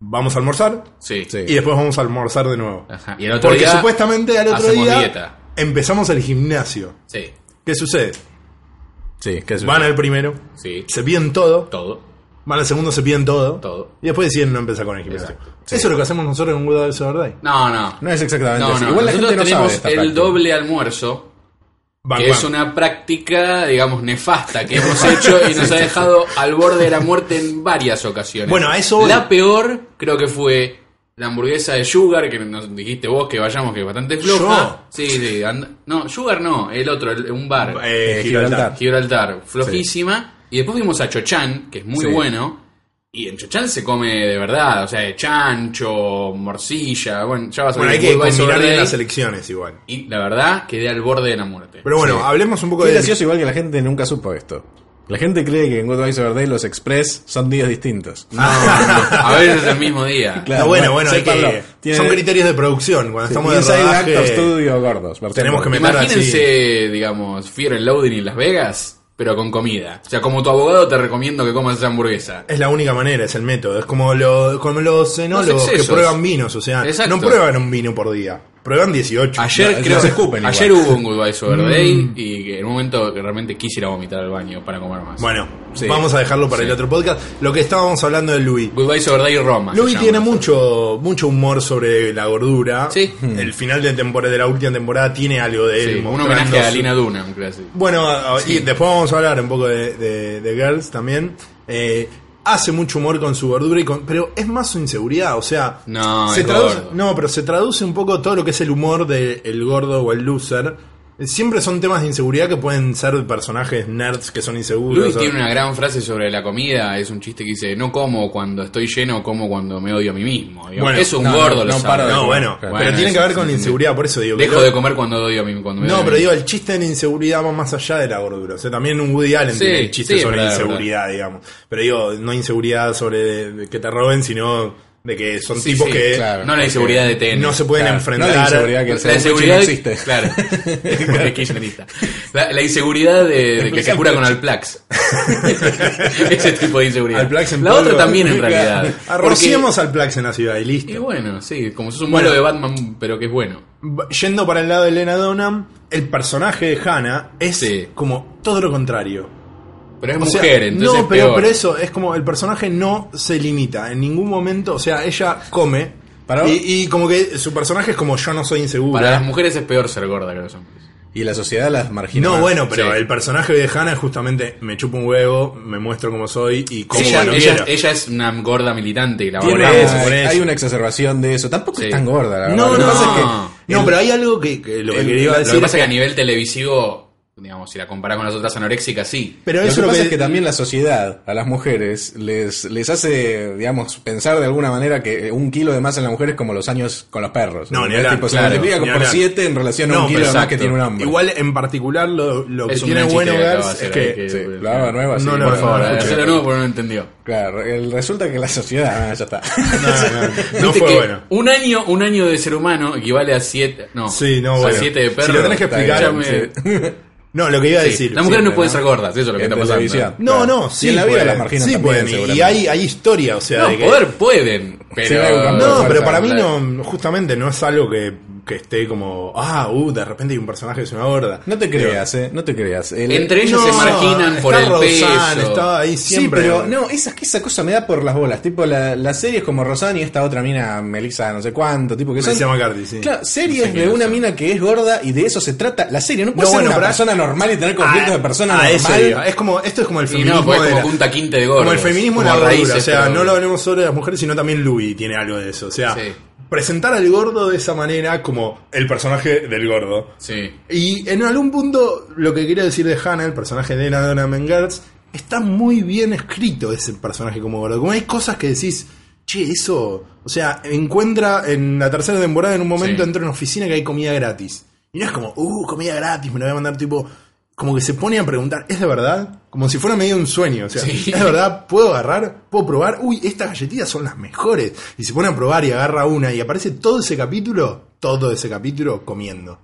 Speaker 4: Vamos a almorzar
Speaker 5: Sí.
Speaker 3: Sí.
Speaker 4: y después vamos a almorzar de nuevo.
Speaker 5: Ajá. Y el otro
Speaker 4: Porque
Speaker 5: día
Speaker 4: supuestamente al otro
Speaker 5: hacemos
Speaker 4: día
Speaker 5: dieta.
Speaker 4: empezamos el gimnasio.
Speaker 5: Sí,
Speaker 4: ¿Qué sucede?
Speaker 3: Sí, que es
Speaker 4: Van al primero,
Speaker 5: sí.
Speaker 4: se piden todo,
Speaker 5: Todo,
Speaker 4: van al segundo, se piden todo,
Speaker 5: todo.
Speaker 4: y después deciden no empezar con el gimnasio.
Speaker 5: Exacto.
Speaker 4: Eso es lo que hacemos nosotros en Good Vs. Verdad.
Speaker 5: No, no.
Speaker 3: No es exactamente
Speaker 5: No,
Speaker 3: así.
Speaker 5: no.
Speaker 3: Igual la
Speaker 5: Nosotros
Speaker 3: gente no sabe
Speaker 5: tenemos
Speaker 3: esta
Speaker 5: el
Speaker 3: práctica.
Speaker 5: doble almuerzo,
Speaker 4: Bang,
Speaker 5: que es
Speaker 4: bang.
Speaker 5: una práctica, digamos, nefasta que hemos hecho y nos ha dejado al borde de la muerte en varias ocasiones.
Speaker 4: Bueno, a eso voy.
Speaker 5: La peor creo que fue la hamburguesa de Sugar, que nos dijiste vos que vayamos, que es bastante floja. Sí, sí. and- No, Sugar no, el otro, el- un bar.
Speaker 4: Eh,
Speaker 3: Eh,
Speaker 4: Gibraltar.
Speaker 3: Gibraltar.
Speaker 5: Gibraltar, flojísima. Y después vimos a Chochán, que es muy
Speaker 3: Sí.
Speaker 5: bueno. Y en Chochán se come de verdad, o sea, de chancho, morcilla, bueno, ya vas a
Speaker 4: Ah, Bueno, hay
Speaker 5: ver
Speaker 4: que
Speaker 5: Goodbye
Speaker 4: combinar
Speaker 5: Sobrevey.
Speaker 4: bien las elecciones igual.
Speaker 5: Y la verdad, quedé al borde de la muerte.
Speaker 4: Pero bueno, hablemos un poco
Speaker 3: Es
Speaker 4: de...
Speaker 3: gracioso igual que la gente nunca supo esto. La gente cree que en Good Vice Day los Express son días distintos.
Speaker 4: Ah,
Speaker 5: No, no, no. Ah, A veces el mismo día.
Speaker 3: Claro,
Speaker 4: No, bueno, bueno, hay
Speaker 3: sépanlo.
Speaker 4: que...
Speaker 3: Tiene-
Speaker 4: Son criterios de producción. Cuando estamos de
Speaker 3: Inside
Speaker 4: rodaje...
Speaker 3: Actor Studio gordos. versión
Speaker 4: tenemos que
Speaker 3: gorda.
Speaker 4: meter así.
Speaker 5: Imagínense, digamos, Fear and Loading en Las Vegas, pero con comida. O sea, como tu abogado te recomiendo que comas esa hamburguesa.
Speaker 4: Es la única manera, es el método. Es como, lo- como los enólogos que
Speaker 5: excesos.
Speaker 4: prueban vinos. O sea,
Speaker 5: Exacto.
Speaker 4: no prueban un vino por día. Prueban 18.
Speaker 5: Ayer
Speaker 3: No,
Speaker 5: creo
Speaker 3: no se escupen igual. Mm.
Speaker 5: ayer hubo un Goodbye Sober Day y que en un momento que realmente quisiera vomitar al baño para comer más.
Speaker 4: Bueno,
Speaker 3: Sí.
Speaker 4: vamos a dejarlo para
Speaker 5: Sí.
Speaker 4: el otro podcast. Lo que estábamos hablando de Louis.
Speaker 5: Goodbye Sober Day Roma. se
Speaker 4: Louis
Speaker 5: llama.
Speaker 4: tiene mucho, mucho humor sobre la gordura.
Speaker 5: Sí.
Speaker 4: El final de, temporada, de la última temporada tiene algo de él.
Speaker 3: eh,
Speaker 5: Sí, un
Speaker 4: mostrando
Speaker 5: homenaje a
Speaker 4: su-
Speaker 5: Lina Dunham, casi.
Speaker 4: Bueno, a- a- y después vamos a hablar un poco de, de- de Girls también. Eh, hace mucho humor con su gordura, y con, pero es más su inseguridad, o sea...
Speaker 5: No,
Speaker 4: se
Speaker 5: es
Speaker 4: traduce,
Speaker 5: gordo.
Speaker 4: no, pero se traduce un poco todo lo que es el humor del gordo o el loser. Eh, Siempre son temas de inseguridad que pueden ser de personajes nerds que son inseguros.
Speaker 5: Luis
Speaker 4: o-
Speaker 5: tiene una gran frase sobre la comida, es un chiste que dice, no como cuando estoy lleno, como cuando me odio a mí mismo. Digo,
Speaker 4: Bueno,
Speaker 5: es un
Speaker 3: no,
Speaker 5: gordo,
Speaker 3: no,
Speaker 5: lo
Speaker 3: no
Speaker 5: sabe.
Speaker 3: paro de
Speaker 4: No, bueno,
Speaker 3: Claro.
Speaker 4: pero
Speaker 5: Bueno,
Speaker 4: tiene que
Speaker 5: eso
Speaker 4: ver con
Speaker 5: sí,
Speaker 4: la inseguridad, por eso digo... que
Speaker 5: Dejo
Speaker 4: lo-
Speaker 5: de comer cuando odio a mí cuando me odio
Speaker 4: No,
Speaker 5: a
Speaker 4: pero
Speaker 5: mí.
Speaker 4: digo, el chiste de la inseguridad va más allá de la gordura. O sea, también un Woody Allen
Speaker 5: Sí,
Speaker 4: tiene el chiste
Speaker 5: sí,
Speaker 4: sobre
Speaker 5: verdad,
Speaker 4: inseguridad, digamos. Pero digo, no inseguridad sobre de- de que te roben, sino de que son
Speaker 5: Sí,
Speaker 4: tipos
Speaker 5: sí,
Speaker 4: que
Speaker 3: claro.
Speaker 5: no la inseguridad de TN.
Speaker 4: no se pueden
Speaker 3: Claro,
Speaker 4: enfrentar.
Speaker 3: No la inseguridad que
Speaker 5: La
Speaker 3: el segundo
Speaker 5: inseguridad
Speaker 3: chino existe.
Speaker 5: Claro. Porque es kirchnerista. La, la inseguridad de, de que se cura con Alplax. Ese tipo de inseguridad.
Speaker 4: Alplax en
Speaker 5: la
Speaker 4: polvo.
Speaker 5: otra también en realidad.
Speaker 4: Arrociemos Ah, al Plax en la ciudad y listo.
Speaker 5: Porque- Y bueno, sí, como sos un malo de Batman, pero que es bueno.
Speaker 4: B- Yendo para el lado de Elena Donham, el personaje de Hannah es
Speaker 5: Sí.
Speaker 4: como todo lo contrario.
Speaker 5: Pero es
Speaker 4: O sea,
Speaker 5: mujer, entonces
Speaker 4: no, pero,
Speaker 5: es peor.
Speaker 4: pero eso es como el personaje no se limita en ningún momento. O sea, ella come
Speaker 3: Para-
Speaker 4: y, y como que su personaje es como yo no soy insegura.
Speaker 5: Para las mujeres es peor ser gorda que los hombres.
Speaker 3: Y la sociedad las margina.
Speaker 4: No, bueno, pero
Speaker 5: Sí.
Speaker 4: el personaje de Hannah es justamente me chupo un huevo, me muestro como soy y como
Speaker 5: Ella,
Speaker 4: cuando
Speaker 5: ella,
Speaker 4: quiero.
Speaker 5: ella es una gorda militante y la
Speaker 3: Tiene-
Speaker 4: Por
Speaker 5: valoramos.
Speaker 4: eso, por eso.
Speaker 3: Hay una exacerbación de eso. Tampoco
Speaker 5: Sí.
Speaker 3: es tan gorda, la verdad.
Speaker 4: no, no,
Speaker 3: Lo que pasa es que-
Speaker 5: no.
Speaker 4: no, pero hay algo que, que lo que
Speaker 3: el-
Speaker 4: quería
Speaker 3: lo que
Speaker 4: decir.
Speaker 5: Lo que pasa es que a nivel televisivo, digamos, si la comparás con las otras anoréxicas, sí.
Speaker 4: pero
Speaker 3: lo
Speaker 4: eso
Speaker 3: que
Speaker 4: lo
Speaker 3: pasa
Speaker 4: que,
Speaker 3: es que también la sociedad a las mujeres les, les hace, digamos, pensar de alguna manera que un kilo de más en la mujer es como los años con los perros.
Speaker 4: No, ni
Speaker 3: Es
Speaker 4: hablar,
Speaker 3: tipo, se
Speaker 4: claro,
Speaker 3: multiplica
Speaker 4: ni
Speaker 3: por
Speaker 4: hablar.
Speaker 3: siete en relación a
Speaker 4: No,
Speaker 3: un kilo de más
Speaker 5: exacto.
Speaker 3: que tiene un hombre.
Speaker 4: igual en particular lo, lo que
Speaker 5: Es un
Speaker 4: tiene
Speaker 5: gran
Speaker 4: bueno
Speaker 5: chiste que acabo de
Speaker 4: Girls es
Speaker 5: hacer,
Speaker 4: que
Speaker 5: hay que-
Speaker 3: Sí, la nueva, nueva, sí.
Speaker 4: eh, No, eh, no,
Speaker 5: Por favor, eh,
Speaker 4: no,
Speaker 5: hacelo de nuevo porque no lo entendió.
Speaker 3: Claro, el- resulta que la sociedad, ah, ya está.
Speaker 4: no, no, no
Speaker 5: Viste
Speaker 4: fue
Speaker 5: que
Speaker 4: bueno.
Speaker 5: Un año, un año de ser humano equivale a siete. No,
Speaker 4: Sí, no,
Speaker 5: a
Speaker 4: bueno.
Speaker 5: siete de
Speaker 4: Si
Speaker 5: perro.
Speaker 4: lo tenés que
Speaker 5: está
Speaker 4: explicar,
Speaker 5: bien, ya
Speaker 4: sí. No, lo que iba a
Speaker 5: sí.
Speaker 4: decir.
Speaker 5: Las mujeres
Speaker 4: siempre,
Speaker 5: no pueden ser gordas, eso es lo que
Speaker 3: En
Speaker 5: está pasando.
Speaker 3: televisión.
Speaker 4: No,
Speaker 3: Claro.
Speaker 4: no,
Speaker 3: Y
Speaker 4: sí.
Speaker 3: en la vida
Speaker 4: pueden,
Speaker 3: las marginan
Speaker 4: sí
Speaker 3: también,
Speaker 4: pueden, y- Y
Speaker 3: seguramente.
Speaker 4: hay, hay historia, o sea.
Speaker 5: No,
Speaker 4: de que-
Speaker 5: poder
Speaker 3: Sí,
Speaker 5: pueden,
Speaker 3: hay un
Speaker 5: pero.
Speaker 3: campo de
Speaker 4: No,
Speaker 3: fuerza,
Speaker 4: pero para mí
Speaker 5: claro.
Speaker 4: no, justamente no es algo que, que esté como, ah, uh, de repente hay un personaje que es una gorda.
Speaker 3: No te creas, eh, no te creas. El-
Speaker 5: Entre ellos se
Speaker 4: No,
Speaker 5: marginan por el
Speaker 4: está Roseanne,
Speaker 5: peso.
Speaker 4: Estaba ahí siempre.
Speaker 3: Sí, pero no, esa, esa cosa me da por las bolas. Tipo, la, las series como Rosanne y esta otra mina, Melissa, no sé cuánto, tipo que son.
Speaker 4: Melissa McCarthy, sí.
Speaker 3: Claro, series
Speaker 5: No sé
Speaker 3: de
Speaker 5: quiénes
Speaker 3: una
Speaker 5: son.
Speaker 3: mina que es gorda y de eso se trata. La serie no puede
Speaker 4: No,
Speaker 3: ser
Speaker 4: bueno,
Speaker 3: una
Speaker 4: pero-
Speaker 3: persona normal y tener conflictos
Speaker 4: Ah,
Speaker 3: de persona
Speaker 4: ah, eso
Speaker 3: normal.
Speaker 4: digo. Es como, esto es como el
Speaker 5: Y
Speaker 4: feminismo.
Speaker 5: no, porque es
Speaker 4: de
Speaker 5: como
Speaker 4: la-
Speaker 5: punta quinta de gordos.
Speaker 4: como el feminismo en la
Speaker 5: Como
Speaker 4: gordura,
Speaker 5: raíces,
Speaker 4: o sea,
Speaker 5: pero-
Speaker 4: no lo hablemos solo de las mujeres, sino también Louis tiene algo de eso. O sea,
Speaker 5: Sí.
Speaker 4: presentar al gordo de esa manera como el personaje del gordo.
Speaker 5: Sí.
Speaker 4: Y en algún punto, lo que quería decir de Hannah, el personaje de Elena Donna Mengertz, está muy bien escrito ese personaje como gordo. Como hay cosas que decís, che, eso. O sea, encuentra en la tercera temporada, en un momento,
Speaker 5: Sí.
Speaker 4: entra en una oficina que hay comida gratis. Y no es como, uh, comida gratis, me la voy a mandar tipo. Como que se pone a preguntar, ¿es de verdad? Como si fuera medio un sueño. O sea,
Speaker 5: Sí.
Speaker 4: ¿es de verdad? ¿Puedo agarrar? ¿Puedo probar? Uy, estas galletitas son las mejores. Y se pone a probar y agarra una y aparece todo ese capítulo, todo ese capítulo comiendo.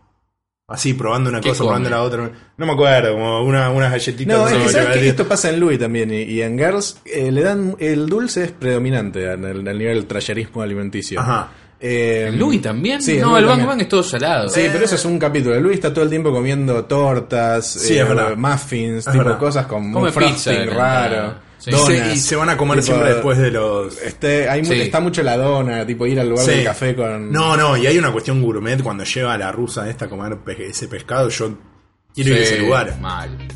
Speaker 4: Así, probando una
Speaker 5: ¿Qué
Speaker 4: cosa, probando
Speaker 5: come?
Speaker 4: la otra. No me acuerdo, como una, unas galletitas.
Speaker 3: No, es
Speaker 4: de
Speaker 3: que,
Speaker 4: sabor
Speaker 3: ¿sabes qué?
Speaker 4: chocolate.
Speaker 3: esto pasa en Louis también y, y en Girls eh, le dan el dulce es predominante en el, en el nivel del trayerismo alimenticio.
Speaker 4: Ajá.
Speaker 3: Eh,
Speaker 5: Louis también.
Speaker 3: Sí, en
Speaker 5: no,
Speaker 3: Louis
Speaker 5: el Bang
Speaker 3: también.
Speaker 5: Bang es todo salado.
Speaker 3: Sí, pero eso es un capítulo. Louis está todo el tiempo comiendo tortas,
Speaker 4: Sí,
Speaker 3: eh,
Speaker 4: es verdad.
Speaker 3: muffins,
Speaker 4: Es
Speaker 3: tipo
Speaker 4: verdad.
Speaker 3: cosas con
Speaker 5: Come
Speaker 3: un frosting
Speaker 5: pizza de
Speaker 3: raro.
Speaker 5: entrada. Sí.
Speaker 4: Y se-
Speaker 3: donas.
Speaker 4: y se van a comer
Speaker 3: Tipo,
Speaker 4: siempre después de los.
Speaker 3: Este, hay mu-
Speaker 5: Sí.
Speaker 3: Está mucho la dona, tipo ir al lugar
Speaker 4: Sí.
Speaker 3: del café con.
Speaker 4: No, no, y hay una cuestión gourmet cuando lleva a la rusa esta a comer pe- ese pescado. Yo quiero ir a ese
Speaker 5: Sí,
Speaker 4: lugar.
Speaker 5: Mal.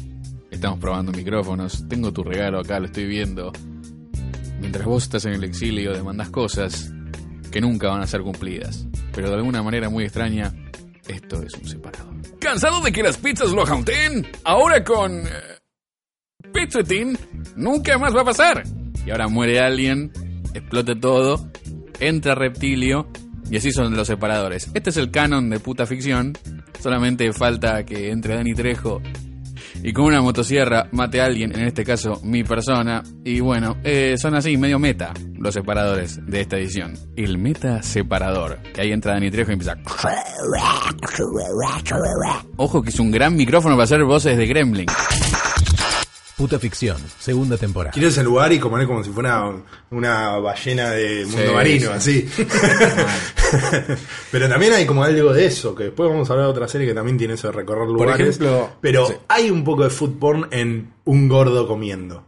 Speaker 5: Estamos probando micrófonos. Tengo tu regalo acá, lo estoy viendo. Mientras vos estás en el exilio, demandás cosas que nunca van a ser cumplidas. Pero de alguna manera muy extraña, esto es un separador. ¿Cansado de que las pizzas lo jaunteen? Ahora con. eh, Pizzetín nunca más va a pasar. Y ahora muere alguien, explota todo, entra reptilio y así son los separadores. Este es el canon de puta ficción. Solamente falta que entre Dani Trejo y con una motosierra mate a alguien, en este caso mi persona. Y bueno, eh, son así, medio meta los separadores de esta edición. El meta separador. Que ahí entra Dani Trejo y empieza... Ojo que es un gran micrófono para hacer voces de Gremlin.
Speaker 1: Puta ficción, segunda temporada.
Speaker 4: Quiero ir a ese lugar y comer como si fuera una ballena de mundo
Speaker 5: Sí,
Speaker 4: marino, así. pero también hay como algo de eso, que después vamos a hablar de otra serie que también tiene eso de recorrer lugares.
Speaker 3: ejemplo,
Speaker 4: pero
Speaker 3: sí.
Speaker 4: hay un poco de food porn en un gordo comiendo.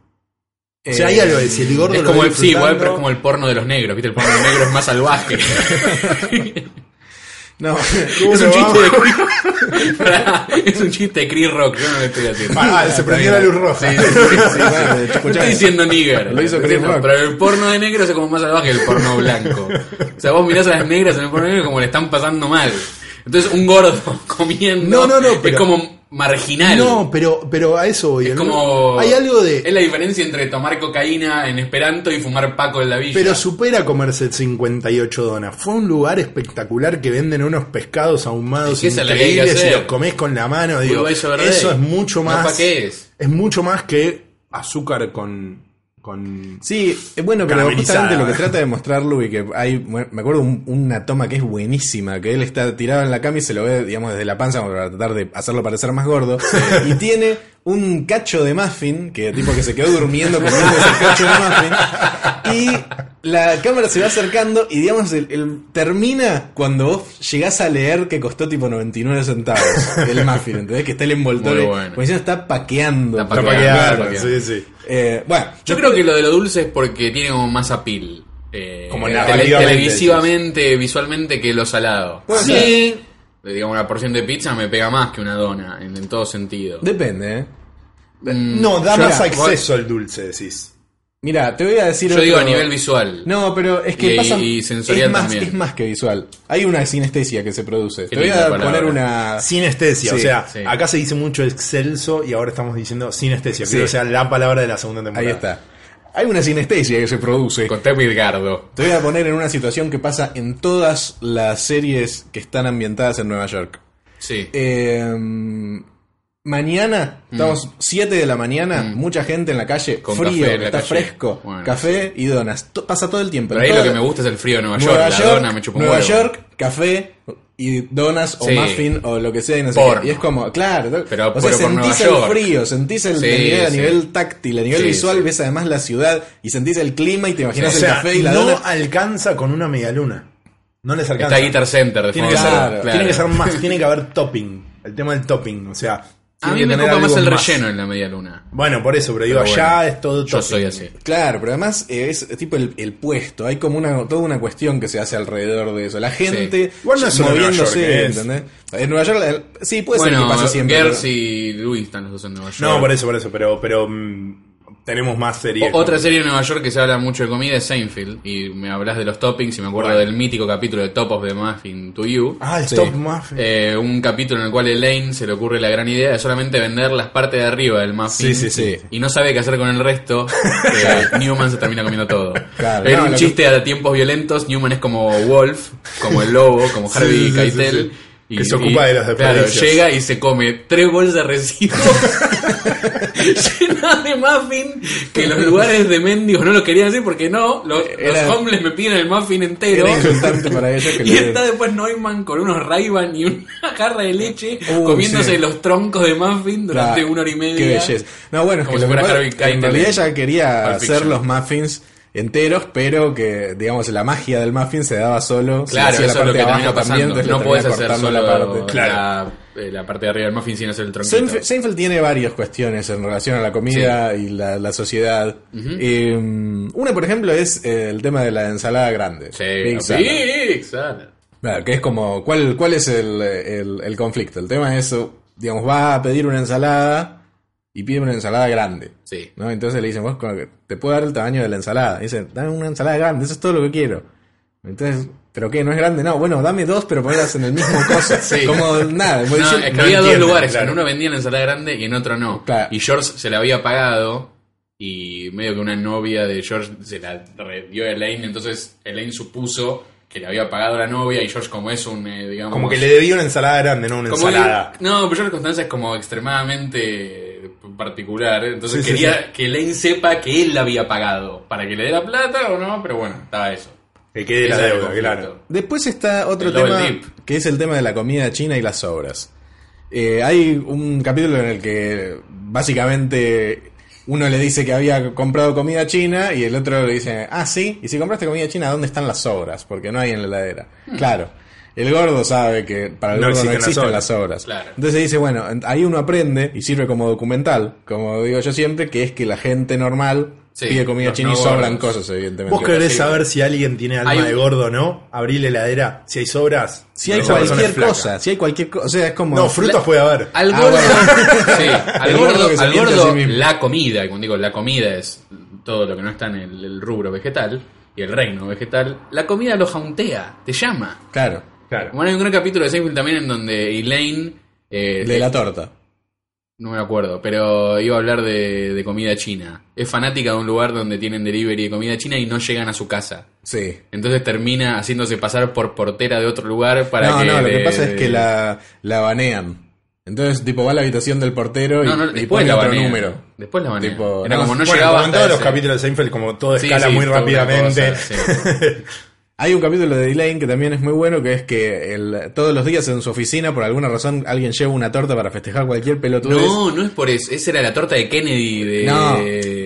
Speaker 4: O sea, hay algo de si el gordo
Speaker 5: Eh, Es
Speaker 4: lo
Speaker 5: como
Speaker 4: ve
Speaker 5: el, sí, igual,
Speaker 4: disfrutando-
Speaker 5: pero es como el porno de los negros, ¿viste? El porno de los negros es más salvaje.
Speaker 3: No.
Speaker 5: es, un
Speaker 4: Uno
Speaker 5: chiste
Speaker 4: va-
Speaker 5: de Cree- Pará, es un chiste de Cree Rock, yo no lo estoy haciendo.
Speaker 4: Ah, se prendió la luz roja.
Speaker 3: bueno,
Speaker 5: No
Speaker 3: escuchá.
Speaker 5: estoy diciendo nigger.
Speaker 3: Lo hizo
Speaker 5: Estoy
Speaker 3: Chris
Speaker 5: diciendo,
Speaker 3: Rock.
Speaker 5: Pero el porno de negros es como más salvaje que el porno blanco. O sea, vos mirás a las negras en el porno negro como le están pasando mal. Entonces, un gordo comiendo
Speaker 4: No, no, no,
Speaker 5: es
Speaker 4: pero-
Speaker 5: como marginal.
Speaker 4: No, pero, pero a eso voy.
Speaker 5: es
Speaker 4: ¿no?
Speaker 5: como.
Speaker 4: Hay algo de...
Speaker 5: Es la diferencia entre tomar cocaína en Esperanto y fumar Paco en la villa.
Speaker 4: Pero supera comerse 58 donas. Fue un lugar espectacular que venden unos pescados ahumados
Speaker 5: Es que esa es la que hay que
Speaker 4: increíbles y
Speaker 5: hacer.
Speaker 4: los comés con la mano. Digo,
Speaker 5: Puro beso verde.
Speaker 4: eso es mucho
Speaker 5: No,
Speaker 4: más.
Speaker 5: ¿pa' qué es?
Speaker 4: mucho más que azúcar con. con
Speaker 3: Sí, eh, bueno, pero
Speaker 4: Caramelizada.
Speaker 3: justamente lo que trata de mostrar Luby, que hay, me acuerdo un- una toma que es buenísima, que él está tirado en la cama y se lo ve, digamos, desde la panza como para tratar de hacerlo parecer más gordo, y tiene un cacho de muffin, que tipo que se quedó durmiendo con ese cacho de muffin, y la cámara se va acercando y digamos, el, el- termina cuando vos llegás a leer que costó tipo 99 centavos el muffin, ¿entendés? Que está el envoltorio,
Speaker 5: Muy bueno.
Speaker 3: porque encima está paqueando.
Speaker 5: Está
Speaker 4: para
Speaker 5: paqueando,
Speaker 4: paquear,
Speaker 5: para paquear.
Speaker 4: sí, sí.
Speaker 3: Eh, bueno,
Speaker 5: Yo creo que lo de lo dulce es porque tiene como más apil. Eh,
Speaker 4: Como
Speaker 5: tele-
Speaker 4: narrativamente,
Speaker 5: televisivamente, visualmente, que lo salado.
Speaker 3: Puede
Speaker 5: sí. Eh, Digamos, una porción de pizza me pega más que una dona, en, en todo sentido. Mm,
Speaker 3: depende, ¿eh?
Speaker 4: No, da
Speaker 3: Mm. yo-
Speaker 4: más
Speaker 3: Mira,
Speaker 4: acceso al dulce, decís.
Speaker 3: Mira, te voy a decir.
Speaker 5: Yo
Speaker 3: otro-
Speaker 5: digo a nivel visual.
Speaker 3: No, pero es que
Speaker 5: Y-
Speaker 3: pasa.
Speaker 5: y sensorial
Speaker 3: es más,
Speaker 5: también.
Speaker 3: Es más que visual. Hay una sinestesia que se produce.
Speaker 5: Qué
Speaker 3: Te voy
Speaker 5: linda
Speaker 3: a
Speaker 5: palabra.
Speaker 3: poner una.
Speaker 4: Sinestesia,
Speaker 3: Ah. Sí,
Speaker 4: o sea,
Speaker 5: sí.
Speaker 4: acá se dice mucho excelso y ahora estamos diciendo sinestesia, que
Speaker 3: Sí.
Speaker 4: o sea la palabra de la segunda temporada.
Speaker 3: Ahí está. Hay una sinestesia que se produce.
Speaker 5: Conté mi Edgardo.
Speaker 3: Te voy a poner en una situación que pasa en todas las series que están ambientadas en Nueva York.
Speaker 5: Sí.
Speaker 3: Eh, mañana, estamos 7 de la mañana, mucha gente en la calle,
Speaker 5: Mm. Con
Speaker 3: frío,
Speaker 5: café en la
Speaker 3: está
Speaker 5: calle.
Speaker 3: fresco,
Speaker 5: Bueno,
Speaker 3: café y donas. To- pasa todo el tiempo.
Speaker 5: Pero
Speaker 3: En
Speaker 5: ahí lo
Speaker 3: toda-
Speaker 5: que me gusta es el frío de Nueva York.
Speaker 3: Nueva
Speaker 5: la
Speaker 3: York,
Speaker 5: dona me chupa un
Speaker 3: Nueva
Speaker 5: huevo.
Speaker 3: York, café y donas o
Speaker 5: Sí.
Speaker 3: muffin o lo que sea. Y, no sé
Speaker 5: Porno.
Speaker 3: qué. Y es como, claro, do-
Speaker 5: Pero-
Speaker 3: o sea,
Speaker 5: pero por Nueva
Speaker 3: sentís el
Speaker 5: York.
Speaker 3: frío, sentís el
Speaker 5: Sí,
Speaker 3: el nivel, a
Speaker 5: sí.
Speaker 3: nivel táctil, a nivel
Speaker 5: Sí,
Speaker 3: visual,
Speaker 5: sí.
Speaker 3: ves además la ciudad y sentís el clima y te imaginas
Speaker 4: o
Speaker 3: el
Speaker 4: sea,
Speaker 3: café y la
Speaker 4: no
Speaker 3: dona.
Speaker 4: alcanza con una medialuna. No les alcanza.
Speaker 5: Está Guitar Center de
Speaker 4: Tiene
Speaker 5: fondo.
Speaker 4: que, ser,
Speaker 3: Claro.
Speaker 4: tiene que ser más, tiene que haber topping. El tema del topping, o sea.
Speaker 5: A
Speaker 4: tiene
Speaker 5: mí
Speaker 4: que
Speaker 5: me
Speaker 4: tener
Speaker 5: copa más
Speaker 4: algo
Speaker 5: el relleno en la media luna.
Speaker 4: Bueno, por eso, pero digo,
Speaker 5: Pero
Speaker 4: allá
Speaker 5: bueno,
Speaker 4: es todo
Speaker 5: Yo
Speaker 4: topping.
Speaker 5: soy así.
Speaker 3: Claro, pero además eh, es tipo el, el puesto. Hay como una toda una cuestión que se hace alrededor de eso. La gente
Speaker 4: Igual no es solo
Speaker 3: moviéndose,
Speaker 4: Nueva York, es-
Speaker 3: ¿entendés? En Nueva York, el- sí, puede ser
Speaker 5: bueno,
Speaker 3: que pase siempre. pero-
Speaker 5: Gers y Luis están los dos en Nueva York.
Speaker 4: No, por eso, por eso, pero, pero mm, tenemos más
Speaker 5: O-
Speaker 4: series.
Speaker 5: Otra
Speaker 4: como-
Speaker 5: serie en Nueva York que se habla mucho de comida es Seinfeld. Y me hablas de los toppings y me acuerdo
Speaker 4: Bueno.
Speaker 5: del mítico capítulo de Top of the Muffin to You.
Speaker 4: Ah, el
Speaker 3: Sí.
Speaker 4: top muffin.
Speaker 5: Eh, un capítulo en el cual a Elaine se le ocurre la gran idea de solamente vender las partes de arriba del muffin.
Speaker 4: Sí, sí, sí.
Speaker 5: Y no sabe qué hacer con el resto. eh, Newman se termina comiendo todo.
Speaker 3: Claro,
Speaker 5: Era
Speaker 3: no,
Speaker 5: un
Speaker 3: lo
Speaker 5: chiste a tiempos violentos. Newman es como Wolf, como el lobo, como
Speaker 4: Sí,
Speaker 5: Harvey
Speaker 4: sí, sí,
Speaker 5: Keitel.
Speaker 4: sí.
Speaker 5: Y-
Speaker 4: Que se ocupa
Speaker 5: y-
Speaker 4: de las
Speaker 5: Claro,
Speaker 4: desperdicios.
Speaker 5: llega y se come tres bolsas de residuos llenas de muffin que los lugares de mendigos no lo querían hacer porque no, los, los
Speaker 3: Era-
Speaker 5: homeless me piden el muffin entero.
Speaker 3: Era insultante para ellos que
Speaker 5: Y
Speaker 3: le
Speaker 5: está después Neumann con unos Rayban y una jarra de leche
Speaker 3: Uy,
Speaker 5: comiéndose
Speaker 3: Uh, sí.
Speaker 5: los troncos de muffin durante
Speaker 3: Claro,
Speaker 5: una hora y media.
Speaker 3: Qué belleza. No, bueno, es
Speaker 5: Como
Speaker 3: que
Speaker 5: si
Speaker 3: lo que
Speaker 5: fuera
Speaker 3: pasa-
Speaker 5: Harvey Keitel
Speaker 3: en realidad
Speaker 5: en
Speaker 3: ella
Speaker 5: Pulp
Speaker 3: quería hacer
Speaker 5: Fiction.
Speaker 3: los muffins enteros, pero que, digamos, la magia del muffin se daba solo. se
Speaker 5: Claro,
Speaker 3: hacía
Speaker 5: eso es lo que termina pasando.
Speaker 3: entonces
Speaker 5: no
Speaker 3: le
Speaker 5: puedes
Speaker 3: termina
Speaker 5: hacer
Speaker 3: cortando la
Speaker 5: solo
Speaker 3: parte.
Speaker 5: la, eh, la parte de arriba del muffin sin hacer el tronquito.
Speaker 3: Seinf- Seinfeld tiene varias cuestiones en relación a la comida y la, la sociedad. Eh, una, por ejemplo, es eh, el tema de la ensalada grande.
Speaker 5: Sí,
Speaker 3: Big
Speaker 5: sí,
Speaker 3: salad.
Speaker 5: exacto.
Speaker 3: Claro, que es como, ¿cuál, cuál es el, el- el conflicto? El tema es, digamos, va a pedir una ensalada y pide una ensalada grande.
Speaker 5: Sí.
Speaker 3: ¿no? Entonces le dicen, vos con- te puedo dar el tamaño de la ensalada. Y Dicen, dame una ensalada grande, eso es todo lo que quiero. Entonces, ¿pero qué? ¿No es grande? No, bueno, dame dos, pero ponlas en el mismo coso.
Speaker 5: Sí.
Speaker 3: Como nada. vos
Speaker 5: No,
Speaker 3: dicen,
Speaker 5: es que
Speaker 4: no
Speaker 5: había dos
Speaker 4: entienden,
Speaker 5: lugares,
Speaker 4: claro.
Speaker 5: en uno vendían ensalada grande y en otro no.
Speaker 3: Claro.
Speaker 5: Y George se la había pagado y medio que una novia de George se la re- dio a Elaine, entonces Elaine supuso que le había pagado la novia y George como es un, eh, digamos...
Speaker 4: Como que le debía una ensalada grande, no una
Speaker 5: como
Speaker 4: ensalada.
Speaker 5: que- no, pero George Constanza es como extremadamente particular, ¿eh? entonces
Speaker 4: Sí, sí,
Speaker 5: quería que Elaine sepa que él la había pagado, para que le dé la plata o no, pero bueno, estaba eso.
Speaker 4: Que quede la
Speaker 5: Ese era el
Speaker 4: deuda, claro.
Speaker 5: conflicto.
Speaker 3: Después está otro
Speaker 5: El double
Speaker 3: tema
Speaker 5: dip.
Speaker 3: que es el tema de la comida china y las sobras. Eh, hay un capítulo en el que básicamente uno le dice que había comprado comida china y el otro le dice, ah, sí, y si compraste comida china, ¿dónde están las sobras? Porque no hay en la heladera.
Speaker 5: Hmm.
Speaker 3: Claro. El gordo sabe que para el
Speaker 4: No
Speaker 3: gordo no
Speaker 4: existen las
Speaker 3: existen
Speaker 4: sobras.
Speaker 3: las sobras.
Speaker 5: Claro.
Speaker 3: Entonces dice, bueno, en- ahí uno aprende y sirve como documental, como digo yo siempre, que es que la gente normal
Speaker 5: Sí,
Speaker 3: pide comida
Speaker 5: los
Speaker 3: china
Speaker 5: no
Speaker 3: y sobran
Speaker 5: gordos.
Speaker 3: cosas, evidentemente.
Speaker 4: ¿Vos querés
Speaker 5: Sí.
Speaker 4: saber si alguien tiene alma
Speaker 5: Hay un-
Speaker 4: de gordo o no? Abrir la heladera. Si hay sobras.
Speaker 3: Si hay
Speaker 4: esa persona es
Speaker 3: cualquier
Speaker 4: flaca.
Speaker 3: cosa, si hay cualquier cosa, o sea, es como...
Speaker 4: No, frutas puede haber.
Speaker 5: Al
Speaker 3: Ah,
Speaker 5: gordo,
Speaker 3: bueno.
Speaker 5: sí, al
Speaker 3: El
Speaker 5: gordo,
Speaker 3: gordo que se
Speaker 5: al
Speaker 3: miente a
Speaker 5: gordo,
Speaker 3: sí mismo.
Speaker 5: la comida, y cuando digo la comida es todo lo que no está en el, el rubro vegetal y el reino vegetal, la comida lo jauntea, te llama.
Speaker 3: Claro.
Speaker 4: Claro.
Speaker 5: Bueno, hay un gran capítulo de Seinfeld también en donde Elaine, eh,
Speaker 3: De la torta.
Speaker 5: no me acuerdo, pero iba a hablar de, de comida china. Es fanática de un lugar donde tienen delivery de comida china y no llegan a su casa.
Speaker 3: Sí.
Speaker 5: Entonces termina haciéndose pasar por portera de otro lugar para
Speaker 3: no,
Speaker 5: que...
Speaker 3: no, lo que
Speaker 5: le-
Speaker 3: pasa es que la, la banean. Entonces, tipo, va a la habitación del portero y,
Speaker 5: No, no,
Speaker 3: y
Speaker 5: después
Speaker 3: pone
Speaker 5: la
Speaker 3: otro
Speaker 5: banean.
Speaker 3: número.
Speaker 5: Después la banean.
Speaker 3: Tipo,
Speaker 5: Era
Speaker 3: no,
Speaker 5: como no
Speaker 4: Bueno,
Speaker 5: llegaba
Speaker 4: como en
Speaker 5: hasta
Speaker 4: todos los
Speaker 5: ese-
Speaker 4: capítulos de Seinfeld, como todo
Speaker 5: Sí,
Speaker 4: escala
Speaker 5: sí,
Speaker 4: muy
Speaker 5: toda una
Speaker 4: rápidamente.
Speaker 5: cosa, sí.
Speaker 3: Hay un capítulo de Elaine que también es muy bueno, que es que el- todos los días en su oficina, por alguna razón, alguien lleva una torta para festejar cualquier pelotudez.
Speaker 5: No, no es por eso. Esa era la torta de Kennedy de...
Speaker 3: No,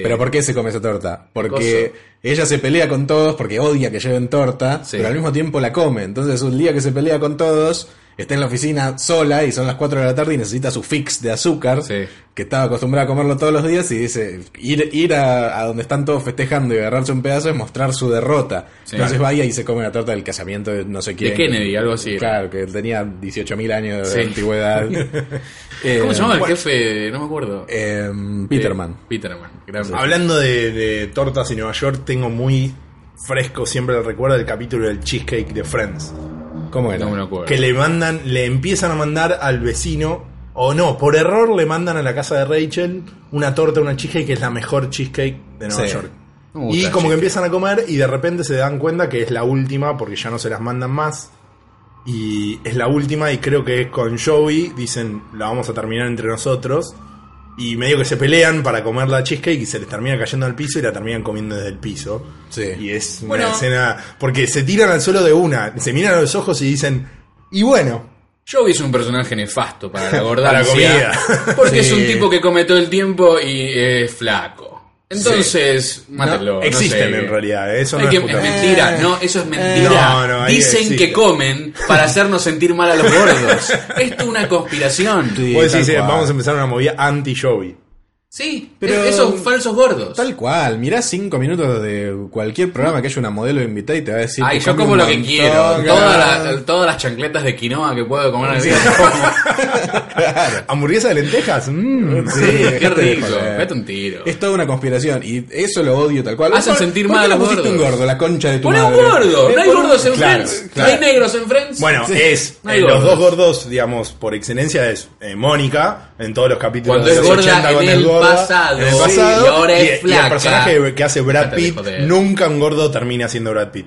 Speaker 3: pero ¿por qué se come esa torta? Porque
Speaker 5: Cosa.
Speaker 3: ella se pelea con todos porque odia que lleven torta,
Speaker 5: Sí.
Speaker 3: pero al mismo tiempo la come. Entonces, un día que se pelea con todos, está en la oficina sola y son las 4 de la tarde y necesita su fix de azúcar,
Speaker 5: Sí.
Speaker 3: que estaba acostumbrada a comerlo todos los días, y dice: ir, ir a, a donde están todos festejando y agarrarse un pedazo es mostrar su derrota.
Speaker 5: Sí.
Speaker 3: Entonces, vaya y se come la torta del casamiento de no sé quién.
Speaker 5: Kennedy, algo así era.
Speaker 3: Claro, que tenía 18.000 años
Speaker 5: Sí.
Speaker 3: de antigüedad.
Speaker 5: ¿Cómo
Speaker 3: Eh,
Speaker 5: se llamaba el
Speaker 4: bueno. Eh,
Speaker 5: jefe? No me acuerdo.
Speaker 3: em, Peterman.
Speaker 5: Eh, Peterman. gran-
Speaker 4: Hablando de, de tortas y Nueva York, tengo muy fresco siempre el recuerdo del capítulo del cheesecake de Friends.
Speaker 3: ¿Cómo era?
Speaker 5: No me lo acuerdo.
Speaker 4: Que le mandan, le empiezan a mandar al vecino, o no, por error le mandan a la casa de Rachel una torta, una cheesecake que es la mejor cheesecake de Nueva
Speaker 3: Sí.
Speaker 4: York.
Speaker 5: No me gusta
Speaker 4: Y
Speaker 5: el
Speaker 4: como
Speaker 5: cheesecake.
Speaker 4: que empiezan a comer y de repente se dan cuenta que es la última porque ya no se las mandan más. Y es la última y creo que es con Joey, dicen, la vamos a terminar entre nosotros. Y medio que se pelean para comer la cheesecake y se les termina cayendo al piso y la terminan comiendo desde el piso.
Speaker 3: Sí.
Speaker 4: Y es una
Speaker 5: Bueno.
Speaker 4: escena. Porque se tiran al suelo de una, se miran a los ojos y dicen, y bueno.
Speaker 5: Joey es un personaje nefasto para la
Speaker 4: Para la
Speaker 5: gordancia.
Speaker 4: comida.
Speaker 5: Porque es
Speaker 3: Sí.
Speaker 5: un tipo que come todo el tiempo y es flaco. Entonces, mátenlo. no
Speaker 4: existen
Speaker 5: sé.
Speaker 4: en realidad, ¿eh? eso
Speaker 5: Hay
Speaker 4: no
Speaker 5: que-
Speaker 4: es
Speaker 5: es,
Speaker 4: puta-
Speaker 5: mentira, no, eso es mentira.
Speaker 4: No, no, ahí
Speaker 5: Dicen
Speaker 4: existe.
Speaker 5: que comen para hacernos sentir mal a los gordos. Esto es una conspiración. Sí,
Speaker 3: Sí,
Speaker 4: Vos decís,
Speaker 3: tal
Speaker 4: eh,
Speaker 3: cual.
Speaker 4: vamos a empezar una movida anti-Joey.
Speaker 5: pero...
Speaker 3: Pero-
Speaker 5: esos falsos gordos.
Speaker 3: Tal cual, mirá cinco minutos de cualquier programa que haya una modelo invitada y te va a decir.
Speaker 5: Ay,
Speaker 3: que
Speaker 5: yo
Speaker 3: come
Speaker 5: como
Speaker 3: un
Speaker 5: lo que
Speaker 3: montón,
Speaker 5: quiero.
Speaker 3: claro.
Speaker 5: Todas las- todas las chancletas de quinoa que puedo comer al día.
Speaker 4: Hamburguesa de lentejas, mmm.
Speaker 3: Sí,
Speaker 5: Qué
Speaker 3: dejate de
Speaker 5: rico.
Speaker 3: joder.
Speaker 5: Vete un tiro.
Speaker 4: Este
Speaker 3: Es toda una conspiración y eso lo odio tal cual.
Speaker 5: Hacen
Speaker 3: ¿Por-
Speaker 5: sentir
Speaker 3: por qué
Speaker 5: mal a
Speaker 3: le
Speaker 5: los
Speaker 3: pusiste un
Speaker 5: gordos?
Speaker 3: gordo, la concha de tu
Speaker 5: Poné un
Speaker 3: madre?
Speaker 5: gordo.
Speaker 3: Eh,
Speaker 5: No hay
Speaker 3: pon un-
Speaker 5: gordos en
Speaker 4: Claro,
Speaker 5: Friends.
Speaker 4: claro.
Speaker 5: No hay negros en Friends.
Speaker 4: Bueno,
Speaker 3: Sí.
Speaker 4: es
Speaker 5: No hay
Speaker 4: eh, los
Speaker 5: gordos.
Speaker 4: dos gordos, digamos, por excelencia es eh, Mónica en todos los capítulos
Speaker 5: Cuando
Speaker 4: de
Speaker 5: es
Speaker 4: los
Speaker 5: gorda
Speaker 4: 80
Speaker 5: en
Speaker 4: cuando
Speaker 5: el
Speaker 4: es gorda,
Speaker 5: pasado,
Speaker 4: en el
Speaker 5: sí,
Speaker 4: pasado,
Speaker 5: y ahora es
Speaker 4: y el
Speaker 5: flaca.
Speaker 4: personaje que hace Brad
Speaker 5: Déjate de
Speaker 4: Pitt,
Speaker 5: joder.
Speaker 4: nunca un gordo termina siendo Brad Pitt.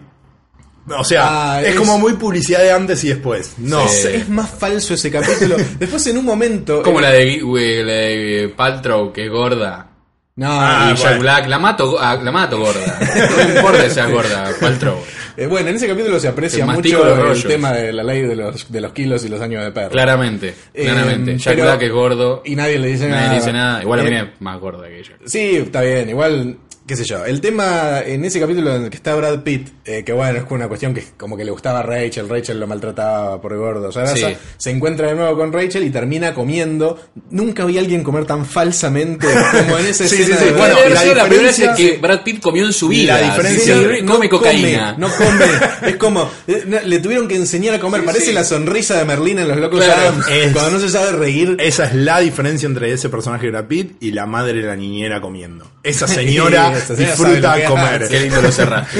Speaker 4: O sea,
Speaker 3: Ah,
Speaker 4: es,
Speaker 3: es-
Speaker 4: como muy publicidad de antes y después. No.
Speaker 3: Es, es más falso ese capítulo. Después en un momento. eh,
Speaker 5: Como la de, Gui- la de Paltrow, que es gorda.
Speaker 3: No,
Speaker 4: Ah,
Speaker 5: y Jack
Speaker 4: bueno.
Speaker 5: Black, la mato, ah, la mato gorda. No importa que sea gorda, Paltrow.
Speaker 3: Eh, bueno, en ese capítulo se aprecia
Speaker 5: El mastico de
Speaker 3: mucho el
Speaker 5: rollos.
Speaker 3: tema de la ley de los, de los kilos y los años de perro.
Speaker 5: Claramente,
Speaker 3: Eh,
Speaker 5: claramente. Jack
Speaker 3: pero-
Speaker 5: Black es gordo.
Speaker 3: Y nadie le dice
Speaker 5: nadie
Speaker 3: nada.
Speaker 5: dice nada. Igual la
Speaker 3: Eh,
Speaker 5: mina es más gorda que ella.
Speaker 3: Sí, está bien, igual, qué sé yo. El tema en ese capítulo en el que está Brad Pitt, eh, que bueno, es una cuestión que como que le gustaba a Rachel, Rachel lo maltrataba por gordo. O sea,
Speaker 5: Sí.
Speaker 3: se- se encuentra de nuevo con Rachel y termina comiendo. Nunca vi a alguien comer tan falsamente como en ese
Speaker 4: Sí, sí, sí.
Speaker 5: Bueno,
Speaker 4: Bueno,
Speaker 5: la,
Speaker 4: y la
Speaker 5: la primera vez
Speaker 4: diferencia-
Speaker 5: que Brad Pitt comió en su
Speaker 4: Y
Speaker 5: vida.
Speaker 4: la diferencia-
Speaker 5: Sí, sí, come cocaína.
Speaker 3: No come. Es como. eh, no, Le tuvieron que enseñar a comer. Parece la sonrisa de Merlín en Los Locos
Speaker 5: Claro,
Speaker 3: Adams.
Speaker 4: es-
Speaker 3: Cuando no se sabe reír.
Speaker 4: Esa es la diferencia entre ese personaje de Brad Pitt y la madre de la niñera comiendo. Esa señora
Speaker 3: Esa señora
Speaker 4: disfruta
Speaker 3: sabe lo que
Speaker 4: comer.
Speaker 3: hace.
Speaker 5: Qué lindo lo cerraste.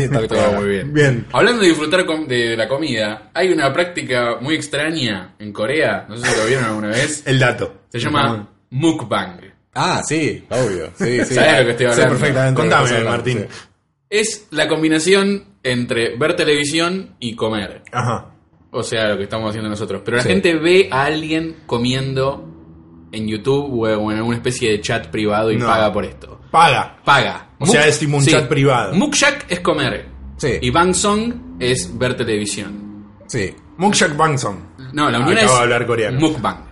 Speaker 3: Sí, tal
Speaker 5: Todo
Speaker 3: cual.
Speaker 5: muy bien.
Speaker 4: Bien.
Speaker 5: Hablando de disfrutar com- de la comida, hay una práctica muy extraña en Corea. No sé si lo vieron alguna vez.
Speaker 4: El dato.
Speaker 5: Se llama mukbang.
Speaker 3: Ah, sí, obvio. Sí, sí.
Speaker 5: Sabés lo que estoy
Speaker 3: Sé
Speaker 5: hablando.
Speaker 3: perfectamente. de lo que
Speaker 4: Contame,
Speaker 3: estás hablando,
Speaker 4: Martín.
Speaker 3: sí.
Speaker 5: Es la combinación entre ver televisión y comer.
Speaker 4: Ajá.
Speaker 5: O sea, lo que estamos haciendo nosotros. Pero la gente ve a alguien comiendo en YouTube o en alguna especie de chat privado y
Speaker 4: No.
Speaker 5: paga por esto.
Speaker 4: Paga.
Speaker 5: Paga.
Speaker 4: O sea, es tipo un chat privado.
Speaker 5: Mukshak es comer.
Speaker 3: Sí.
Speaker 5: Y Bangsong es ver televisión.
Speaker 3: Sí.
Speaker 4: Mukshak Bangson.
Speaker 5: No, la unión
Speaker 4: Acabo
Speaker 5: es
Speaker 4: de hablar coreano.
Speaker 5: mukbang.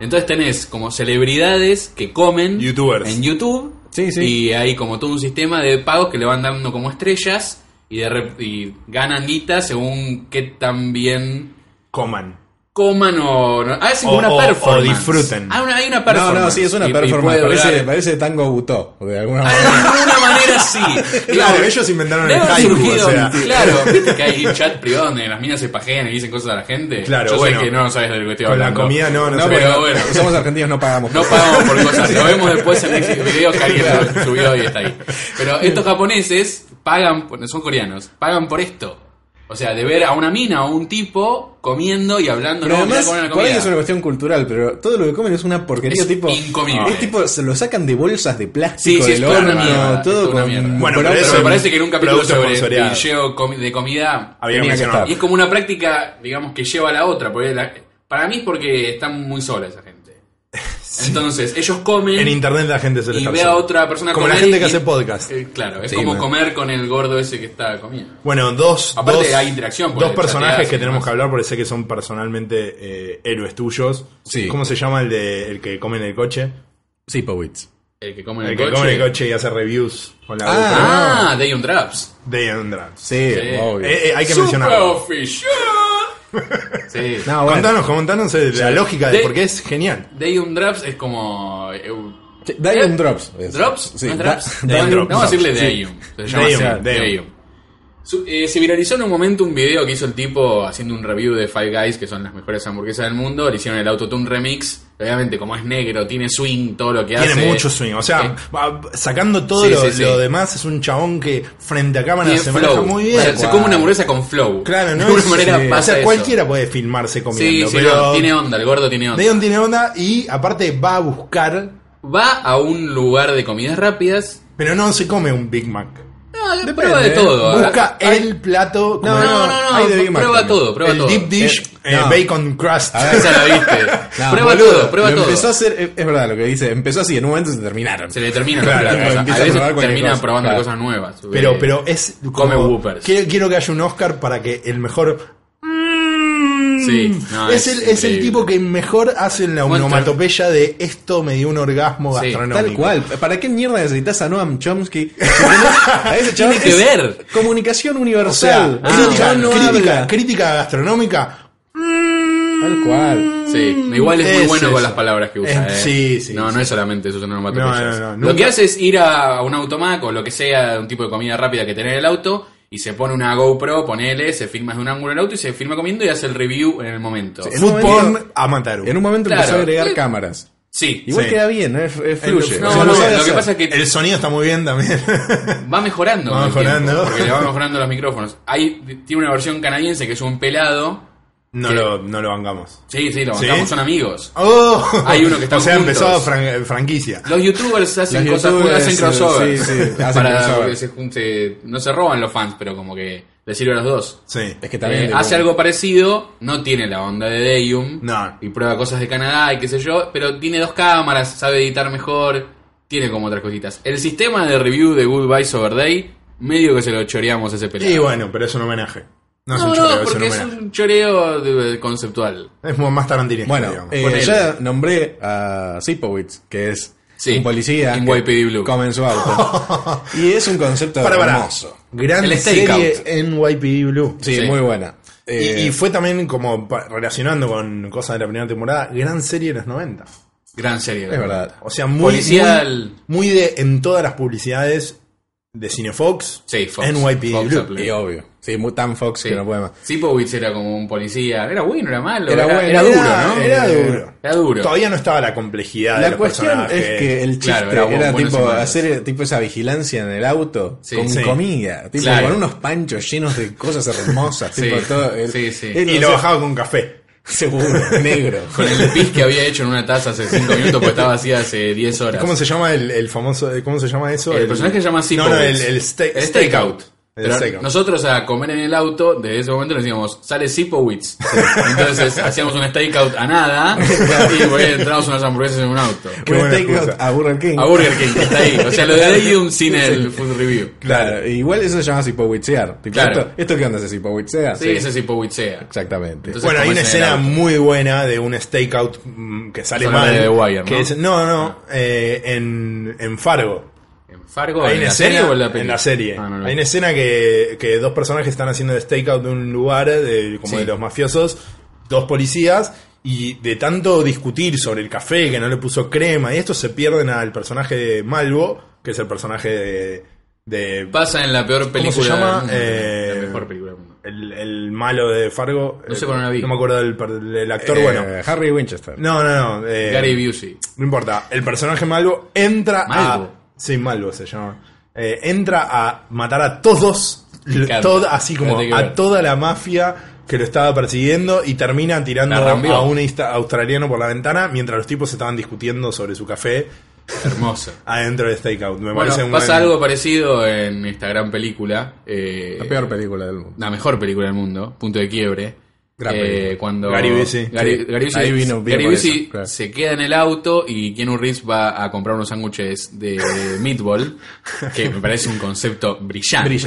Speaker 5: Entonces tenés como celebridades que comen
Speaker 4: Youtubers.
Speaker 5: en YouTube.
Speaker 3: Sí, sí.
Speaker 5: Y hay como todo un sistema de pagos que le van dando como estrellas y, de rep- y ganan guita según qué tan bien
Speaker 4: Coman.
Speaker 5: coman o no. Ah, es como
Speaker 4: O-
Speaker 5: una
Speaker 4: o-
Speaker 5: performance.
Speaker 4: o disfruten.
Speaker 5: Hay una, hay una
Speaker 3: No,
Speaker 5: performance.
Speaker 3: no, sí, es una
Speaker 5: Y- y
Speaker 3: performance.
Speaker 5: puede
Speaker 3: parece,
Speaker 5: durar-
Speaker 3: parece tango butó, de alguna
Speaker 5: Ah,
Speaker 3: manera.
Speaker 5: De alguna manera sí.
Speaker 4: Claro,
Speaker 5: Digo,
Speaker 4: ellos inventaron
Speaker 5: debe
Speaker 4: el
Speaker 5: haber
Speaker 4: haiku,
Speaker 5: surgido-
Speaker 4: o sea.
Speaker 5: Claro, viste que hay chat privado donde las minas se pajean y dicen cosas a la gente.
Speaker 4: Claro,
Speaker 5: Yo
Speaker 4: bueno.
Speaker 5: sé que no sabes de lo que estoy
Speaker 4: Con la
Speaker 5: hablando.
Speaker 4: comida no, no
Speaker 5: No,
Speaker 4: se
Speaker 5: pero
Speaker 4: puede.
Speaker 5: bueno.
Speaker 3: Somos argentinos, no pagamos.
Speaker 5: No pagamos por cosas, lo vemos después en el video que alguien lo subió y está ahí. Pero estos japoneses pagan, por- son coreanos, pagan por esto. O sea, de ver a una mina o un tipo comiendo y hablando,
Speaker 3: Pero
Speaker 5: no, mirá
Speaker 3: además,
Speaker 5: cómo era la
Speaker 3: por ahí
Speaker 5: comida.
Speaker 3: es una cuestión cultural, pero todo lo que comen es una porquería
Speaker 5: Es
Speaker 3: tipo.
Speaker 5: incomible.
Speaker 3: Es tipo, se lo sacan de bolsas de
Speaker 5: Sí,
Speaker 3: plástico
Speaker 5: sí, es
Speaker 3: del
Speaker 5: toda
Speaker 3: horno,
Speaker 5: una mierda. es
Speaker 3: todo
Speaker 5: toda una
Speaker 3: con-
Speaker 5: mierda.
Speaker 4: Bueno,
Speaker 3: pero
Speaker 4: pero
Speaker 5: pero
Speaker 4: eso
Speaker 5: me
Speaker 4: es
Speaker 5: parece que en un capítulo
Speaker 4: producto
Speaker 5: sobre
Speaker 4: sponsoreado.
Speaker 5: video comi- de comida.
Speaker 4: Había
Speaker 3: Tenía que
Speaker 4: mencionado.
Speaker 5: Y es como una práctica, digamos, que lleva a la otra. porque la- para mí es porque están muy sola esa gente. Entonces, ellos comen.
Speaker 4: En internet la gente se le
Speaker 5: y
Speaker 4: está
Speaker 5: ve a
Speaker 4: haciendo.
Speaker 5: otra persona
Speaker 4: Como
Speaker 5: comer
Speaker 4: la gente
Speaker 5: y-
Speaker 4: que hace podcast.
Speaker 5: eh, claro, es
Speaker 3: Sí,
Speaker 5: como
Speaker 3: bueno.
Speaker 5: comer con el gordo ese que está comiendo.
Speaker 4: Bueno, dos.
Speaker 5: Aparte
Speaker 4: dos-
Speaker 5: hay interacción, porque
Speaker 4: Dos personajes
Speaker 5: chateás y
Speaker 4: que tenemos
Speaker 5: demás.
Speaker 4: que hablar porque sé que son personalmente eh, héroes tuyos.
Speaker 3: Sí.
Speaker 4: ¿Cómo se llama el, de, el que come en el coche?
Speaker 3: Sí, Powitz.
Speaker 5: El que come en
Speaker 4: El,
Speaker 5: el,
Speaker 4: que
Speaker 5: coche.
Speaker 4: come en el coche y hace reviews con la
Speaker 3: Ah.
Speaker 4: GoPro.
Speaker 5: Ah, Day on Traps.
Speaker 4: De Andra.
Speaker 3: Sí,
Speaker 5: Sí.
Speaker 3: obvio.
Speaker 4: Eh, eh, hay que mencionarlo.
Speaker 5: Superficial. sí.
Speaker 3: No, bueno.
Speaker 4: Contanos, contanos eh, la lógica de
Speaker 5: De-
Speaker 4: por qué es genial.
Speaker 5: Day on Drops es como. eh,
Speaker 3: Sí, Dion
Speaker 5: ¿Eh?
Speaker 3: Drops. es.
Speaker 5: ¿Drops?
Speaker 3: Sí,
Speaker 5: ¿No es
Speaker 3: da-
Speaker 5: Drops?
Speaker 3: Dion
Speaker 4: Dion
Speaker 3: Drops.
Speaker 4: Drops.
Speaker 5: Vamos a decirle
Speaker 4: Sí.
Speaker 5: Dayum. Se llama así,
Speaker 4: Dayum, Dayum.
Speaker 5: Dayum. Su- eh, se viralizó en un momento un video que hizo el tipo haciendo un review de Five Guys, que son las mejores hamburguesas del mundo. Le hicieron el Autotune Remix. Obviamente, como es negro, tiene swing, todo lo que hace.
Speaker 4: Tiene mucho swing. O sea,
Speaker 5: Eh,
Speaker 4: va- sacando todo
Speaker 5: Sí,
Speaker 4: lo,
Speaker 5: sí, sí.
Speaker 4: lo demás, es un chabón que frente a cámara
Speaker 5: tiene
Speaker 4: se maneja
Speaker 5: flow.
Speaker 4: muy
Speaker 5: O
Speaker 4: bien.
Speaker 5: sea, se come una hamburguesa con flow.
Speaker 4: Claro, ¿no?
Speaker 5: De alguna
Speaker 4: es-
Speaker 5: manera
Speaker 4: sí.
Speaker 5: pasa
Speaker 4: O sea,
Speaker 5: eso.
Speaker 4: cualquiera puede filmarse comiendo.
Speaker 5: Sí, sí,
Speaker 4: pero
Speaker 5: no, tiene onda, el gordo tiene onda.
Speaker 4: Deion tiene onda y aparte va a buscar,
Speaker 5: Va a un lugar de comidas rápidas.
Speaker 4: pero no se come un Big Mac.
Speaker 5: No, prueba de todo.
Speaker 4: ¿eh?
Speaker 5: ¿eh?
Speaker 4: Busca el plato.
Speaker 5: Ah. No,
Speaker 4: como-
Speaker 5: no, no, no,
Speaker 4: Hay de Big Mac
Speaker 5: prueba
Speaker 4: también.
Speaker 5: todo, prueba
Speaker 4: el
Speaker 5: todo.
Speaker 4: Deep dish,
Speaker 3: Eh,
Speaker 4: eh,
Speaker 3: no.
Speaker 4: bacon crust.
Speaker 5: Ah, Esa la viste.
Speaker 3: No,
Speaker 5: prueba
Speaker 3: boludo,
Speaker 5: todo, prueba
Speaker 3: lo
Speaker 5: todo.
Speaker 3: Empezó a hacer, es- es verdad lo que dice, empezó así, en un momento se terminaron.
Speaker 5: Se le termina
Speaker 4: Claro,
Speaker 5: la cosa.
Speaker 3: empieza
Speaker 5: A
Speaker 3: a
Speaker 5: veces
Speaker 3: probar cualquier
Speaker 5: termina
Speaker 3: cosa,
Speaker 5: probando
Speaker 3: claro.
Speaker 5: cosas nuevas.
Speaker 4: Pero,
Speaker 5: Eh,
Speaker 4: pero es
Speaker 5: Come
Speaker 4: como-
Speaker 5: Whoopers.
Speaker 4: Quiero, quiero que haya un Oscar para que el mejor. mm,
Speaker 5: Sí, no,
Speaker 4: es, el, es el
Speaker 5: increíble.
Speaker 4: tipo que mejor hace la
Speaker 5: Muestra.
Speaker 4: onomatopeya de esto me dio un orgasmo
Speaker 5: Sí,
Speaker 4: gastronómico.
Speaker 3: Tal cual. ¿Para qué mierda necesitas a Noam Chomsky? Si tenés a ese chaval
Speaker 5: Tiene que
Speaker 3: es
Speaker 5: ver.
Speaker 3: Comunicación
Speaker 4: O sea,
Speaker 3: universal. Ese
Speaker 5: Ah,
Speaker 4: crítica,
Speaker 3: chabón no
Speaker 4: crítica,
Speaker 3: habla.
Speaker 4: crítica gastronómica.
Speaker 3: Tal cual.
Speaker 5: Sí, igual es muy
Speaker 4: mm, Es
Speaker 5: bueno
Speaker 4: eso.
Speaker 5: con las palabras que usa.
Speaker 4: Eh,
Speaker 5: ¿eh?
Speaker 4: sí, sí,
Speaker 5: No,
Speaker 4: sí.
Speaker 5: no es solamente eso, son onomatopeyas.
Speaker 4: No, no, no,
Speaker 5: Lo que
Speaker 4: nunca-
Speaker 5: hace es ir a un automac o lo que sea, un tipo de comida rápida que tenés en el auto, y se pone una GoPro, ponele, se filma desde un ángulo del auto y se filma comiendo y hace el review en el momento.
Speaker 3: Sí.
Speaker 5: Sí,
Speaker 3: En
Speaker 4: Food
Speaker 3: un
Speaker 4: porn
Speaker 3: momento-
Speaker 4: a matar.
Speaker 3: En un momento
Speaker 5: Claro.
Speaker 3: empezó a agregar
Speaker 5: Sí.
Speaker 3: cámaras. Igual
Speaker 4: Sí.
Speaker 3: queda bien, eh, f- eh, fluye.
Speaker 5: No,
Speaker 3: O sea,
Speaker 5: no,
Speaker 3: lo sabe
Speaker 5: lo que
Speaker 3: hacer.
Speaker 5: pasa es que
Speaker 4: El sonido está muy bien también.
Speaker 5: va mejorando.
Speaker 4: Va
Speaker 5: con el tiempo,
Speaker 4: mejorando.
Speaker 5: porque le va mejorando los micrófonos. Hay, tiene una versión canadiense que es un pelado
Speaker 4: No
Speaker 5: ¿Qué?
Speaker 4: lo, no lo bancamos.
Speaker 5: Sí, sí, lo
Speaker 4: ¿Sí?
Speaker 5: bancamos, son amigos.
Speaker 4: ¡Oh!
Speaker 5: Hay uno que están
Speaker 4: O sea,
Speaker 5: juntos.
Speaker 4: empezó fran- franquicia.
Speaker 5: Los youtubers hacen
Speaker 3: Los
Speaker 5: cosas,
Speaker 3: youtubers,
Speaker 5: hacen crossover.
Speaker 3: sí, sí, hacen
Speaker 5: para
Speaker 3: crossover.
Speaker 5: que se jun- se- no se roban los fans, pero como que les sirve a los dos.
Speaker 4: Sí.
Speaker 3: Es que también.
Speaker 5: Eh,
Speaker 3: tipo,
Speaker 5: hace algo parecido, no tiene la onda de Deium.
Speaker 4: No.
Speaker 5: Y prueba cosas de Canadá y qué sé yo, pero tiene dos cámaras, sabe editar mejor, tiene como otras cositas. El sistema de review de Goodbye Over Day, medio que se lo choreamos a ese pelado.
Speaker 4: Y bueno, pero es un homenaje.
Speaker 5: no,
Speaker 4: No, es
Speaker 5: no,
Speaker 4: un choreo, es un
Speaker 5: porque es
Speaker 4: homenaje.
Speaker 5: un choreo de- conceptual.
Speaker 4: Es mu- más tarantinesco,
Speaker 3: Bueno,
Speaker 4: digamos.
Speaker 3: eh,
Speaker 5: Ponele.
Speaker 3: ya nombré a Sipowitz, que es
Speaker 5: Sí,
Speaker 3: un policía
Speaker 5: en
Speaker 3: que
Speaker 5: YPD Blue.
Speaker 3: come en su auto. y es un concepto
Speaker 4: Para, para.
Speaker 3: hermoso.
Speaker 4: Gran
Speaker 5: El
Speaker 4: serie
Speaker 5: Stakeout.
Speaker 4: en YPD Blue.
Speaker 3: Sí,
Speaker 5: Sí.
Speaker 3: muy buena.
Speaker 4: Y-
Speaker 3: Eh,
Speaker 4: y, fue también como pa- relacionando con cosas de la primera temporada, gran serie de los 90.
Speaker 5: Gran serie.
Speaker 3: es verdad.
Speaker 4: O sea, muy,
Speaker 5: Policial.
Speaker 4: muy, muy de en todas las publicidades de Cinefox,
Speaker 5: Sí, Fox.
Speaker 4: NYPD
Speaker 5: Fox
Speaker 4: Blue.
Speaker 5: Apple.
Speaker 3: Y obvio. Sí, muy, tan Fox
Speaker 5: Sí.
Speaker 3: que no puede más.
Speaker 5: Sipowicz era como un policía. Era bueno, era malo.
Speaker 3: Era
Speaker 5: Era,
Speaker 3: bueno,
Speaker 5: era duro,
Speaker 3: era-
Speaker 5: ¿no?
Speaker 3: era
Speaker 4: Eh,
Speaker 3: duro.
Speaker 5: Era duro.
Speaker 4: Todavía no estaba la complejidad de
Speaker 3: La
Speaker 4: los
Speaker 3: cuestión
Speaker 4: personajes.
Speaker 3: es que el chiste
Speaker 5: Claro, era bu-
Speaker 3: era,
Speaker 5: buenos y
Speaker 3: tipo
Speaker 5: malos.
Speaker 3: hacer tipo esa vigilancia en el auto
Speaker 5: Sí.
Speaker 3: con
Speaker 4: Sí.
Speaker 3: comida, tipo
Speaker 5: Claro.
Speaker 3: con unos panchos llenos de cosas hermosas,
Speaker 5: Sí.
Speaker 3: tipo todo. el-
Speaker 5: Sí, sí.
Speaker 3: el-
Speaker 4: Y
Speaker 3: o
Speaker 4: lo
Speaker 3: sea,
Speaker 4: bajaba con café.
Speaker 3: seguro, negro.
Speaker 5: Con el pis que había hecho en una taza hace 5 minutos porque estaba vacía hace 10 horas.
Speaker 4: ¿Cómo se llama el, el famoso? eh, ¿Cómo se llama eso?
Speaker 5: El, personaje se llama
Speaker 4: No,
Speaker 5: Sipowicz.
Speaker 4: no, el, el, stake-
Speaker 5: El stakeout.
Speaker 4: El
Speaker 5: Pero
Speaker 4: stakeout.
Speaker 5: nosotros a comer en el auto, desde ese momento le decíamos, sale Sipowitz. Entonces hacíamos un stakeout a nada y bueno, entramos unas hamburguesas en un auto.
Speaker 4: Qué
Speaker 3: Un
Speaker 4: buena
Speaker 3: takeout
Speaker 4: excusa.
Speaker 3: a Burger King.
Speaker 5: A Burger King, que está ahí. O sea, lo de Adium sin el food review.
Speaker 3: Claro, igual eso se llama sipowitzear. Tipo,
Speaker 5: Claro.
Speaker 3: ¿esto, ¿Esto qué onda se sipowitsea?
Speaker 5: Sí, ese Sipowitzea.
Speaker 3: Exactamente.
Speaker 5: Entonces,
Speaker 4: Bueno, hay
Speaker 5: como
Speaker 4: una
Speaker 5: es en el
Speaker 4: escena
Speaker 5: auto.
Speaker 4: muy buena de un stakeout mm, que sale
Speaker 5: Solo
Speaker 4: mal.
Speaker 5: de The Wire, ¿no? Ah.
Speaker 4: que es- no, no, eh, en, en Fargo.
Speaker 5: ¿En Fargo?
Speaker 4: Hay
Speaker 5: ¿En
Speaker 4: una
Speaker 5: la
Speaker 4: escena
Speaker 5: serie o en la película?
Speaker 4: serie.
Speaker 5: Ah, no, no.
Speaker 4: Hay una escena que, que dos personajes están haciendo el stakeout de un lugar, de- como
Speaker 5: Sí.
Speaker 4: de los mafiosos, dos policías, y de tanto discutir sobre el café que no le puso crema, y esto se pierden al personaje de Malvo, que es el personaje de. de-
Speaker 5: Pasa en la peor película.
Speaker 4: se llama?
Speaker 5: del mundo,
Speaker 4: Eh,
Speaker 5: La mejor película del mundo.
Speaker 4: el, el malo de Fargo.
Speaker 5: No sé
Speaker 4: eh,
Speaker 5: por dónde la vi.
Speaker 4: No me acuerdo del, per- del actor,
Speaker 3: Eh,
Speaker 4: bueno.
Speaker 3: Harry Winchester.
Speaker 4: No, no, no. eh,
Speaker 5: Gary Busey.
Speaker 4: No importa. El personaje Malvo entra
Speaker 5: Malvo.
Speaker 4: a. Sí, Malvo se llama. Eh, entra a matar a todos.
Speaker 5: encanta.
Speaker 4: todo- así como
Speaker 5: Tiene que ver.
Speaker 4: a toda la mafia que lo estaba persiguiendo y termina tirando
Speaker 5: La rambió.
Speaker 4: a un insta- australiano por la ventana mientras los tipos estaban discutiendo sobre su café
Speaker 5: Hermoso.
Speaker 4: adentro de Stakeout. Me
Speaker 5: Bueno,
Speaker 4: parece un
Speaker 5: pasa
Speaker 4: buen-
Speaker 5: algo parecido en esta gran película. eh,
Speaker 3: La peor película del mundo.
Speaker 5: la mejor película del mundo, punto de quiebre.
Speaker 3: Gran
Speaker 5: Eh,
Speaker 3: película.
Speaker 5: cuando
Speaker 4: Gary Busey.
Speaker 5: Gary,
Speaker 3: Sí.
Speaker 5: Gary Busey-
Speaker 3: Ahí vino- vino
Speaker 5: Gary
Speaker 3: por
Speaker 5: Busey
Speaker 3: eso, claro.
Speaker 5: se queda en el auto y Keanu Reeves va a comprar unos sándwiches de meatball, que me parece un concepto brillante.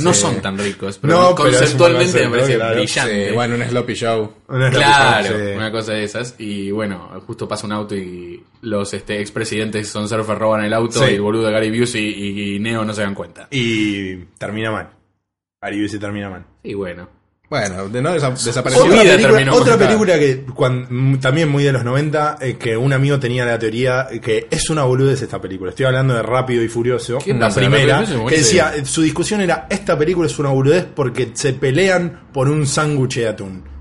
Speaker 5: No son tan ricos, pero
Speaker 4: No, pero es un
Speaker 5: conceptualmente
Speaker 4: concepto,
Speaker 5: me parece
Speaker 4: claro.
Speaker 5: brillante.
Speaker 3: Sí, bueno, un sloppy show.
Speaker 4: Una
Speaker 5: Claro,
Speaker 4: loca, sí.
Speaker 5: una cosa de esas. Y bueno, justo pasa un auto y los este, expresidentes son surfer roban el auto
Speaker 4: Sí.
Speaker 5: y el boludo de Gary Busey y, y Neo no se dan cuenta.
Speaker 4: Y termina mal. Gary Busey termina mal.
Speaker 5: Y bueno,
Speaker 3: Bueno, de, no desa- desapareció.
Speaker 5: Su vida
Speaker 4: Otra, película,
Speaker 5: terminó
Speaker 4: otra
Speaker 5: mal.
Speaker 4: película que cuan- mm, también muy de los 90, eh, que un amigo tenía la teoría eh, que es una boludez esta película. Estoy hablando de Rápido y Furioso,
Speaker 5: ¿Qué
Speaker 4: la
Speaker 5: pasa?
Speaker 4: primera,
Speaker 5: Rápido y Furioso,
Speaker 4: que decía,
Speaker 5: buenísimo.
Speaker 4: eh, su discusión era, esta película es una boludez porque se pelean por un sándwich de atún.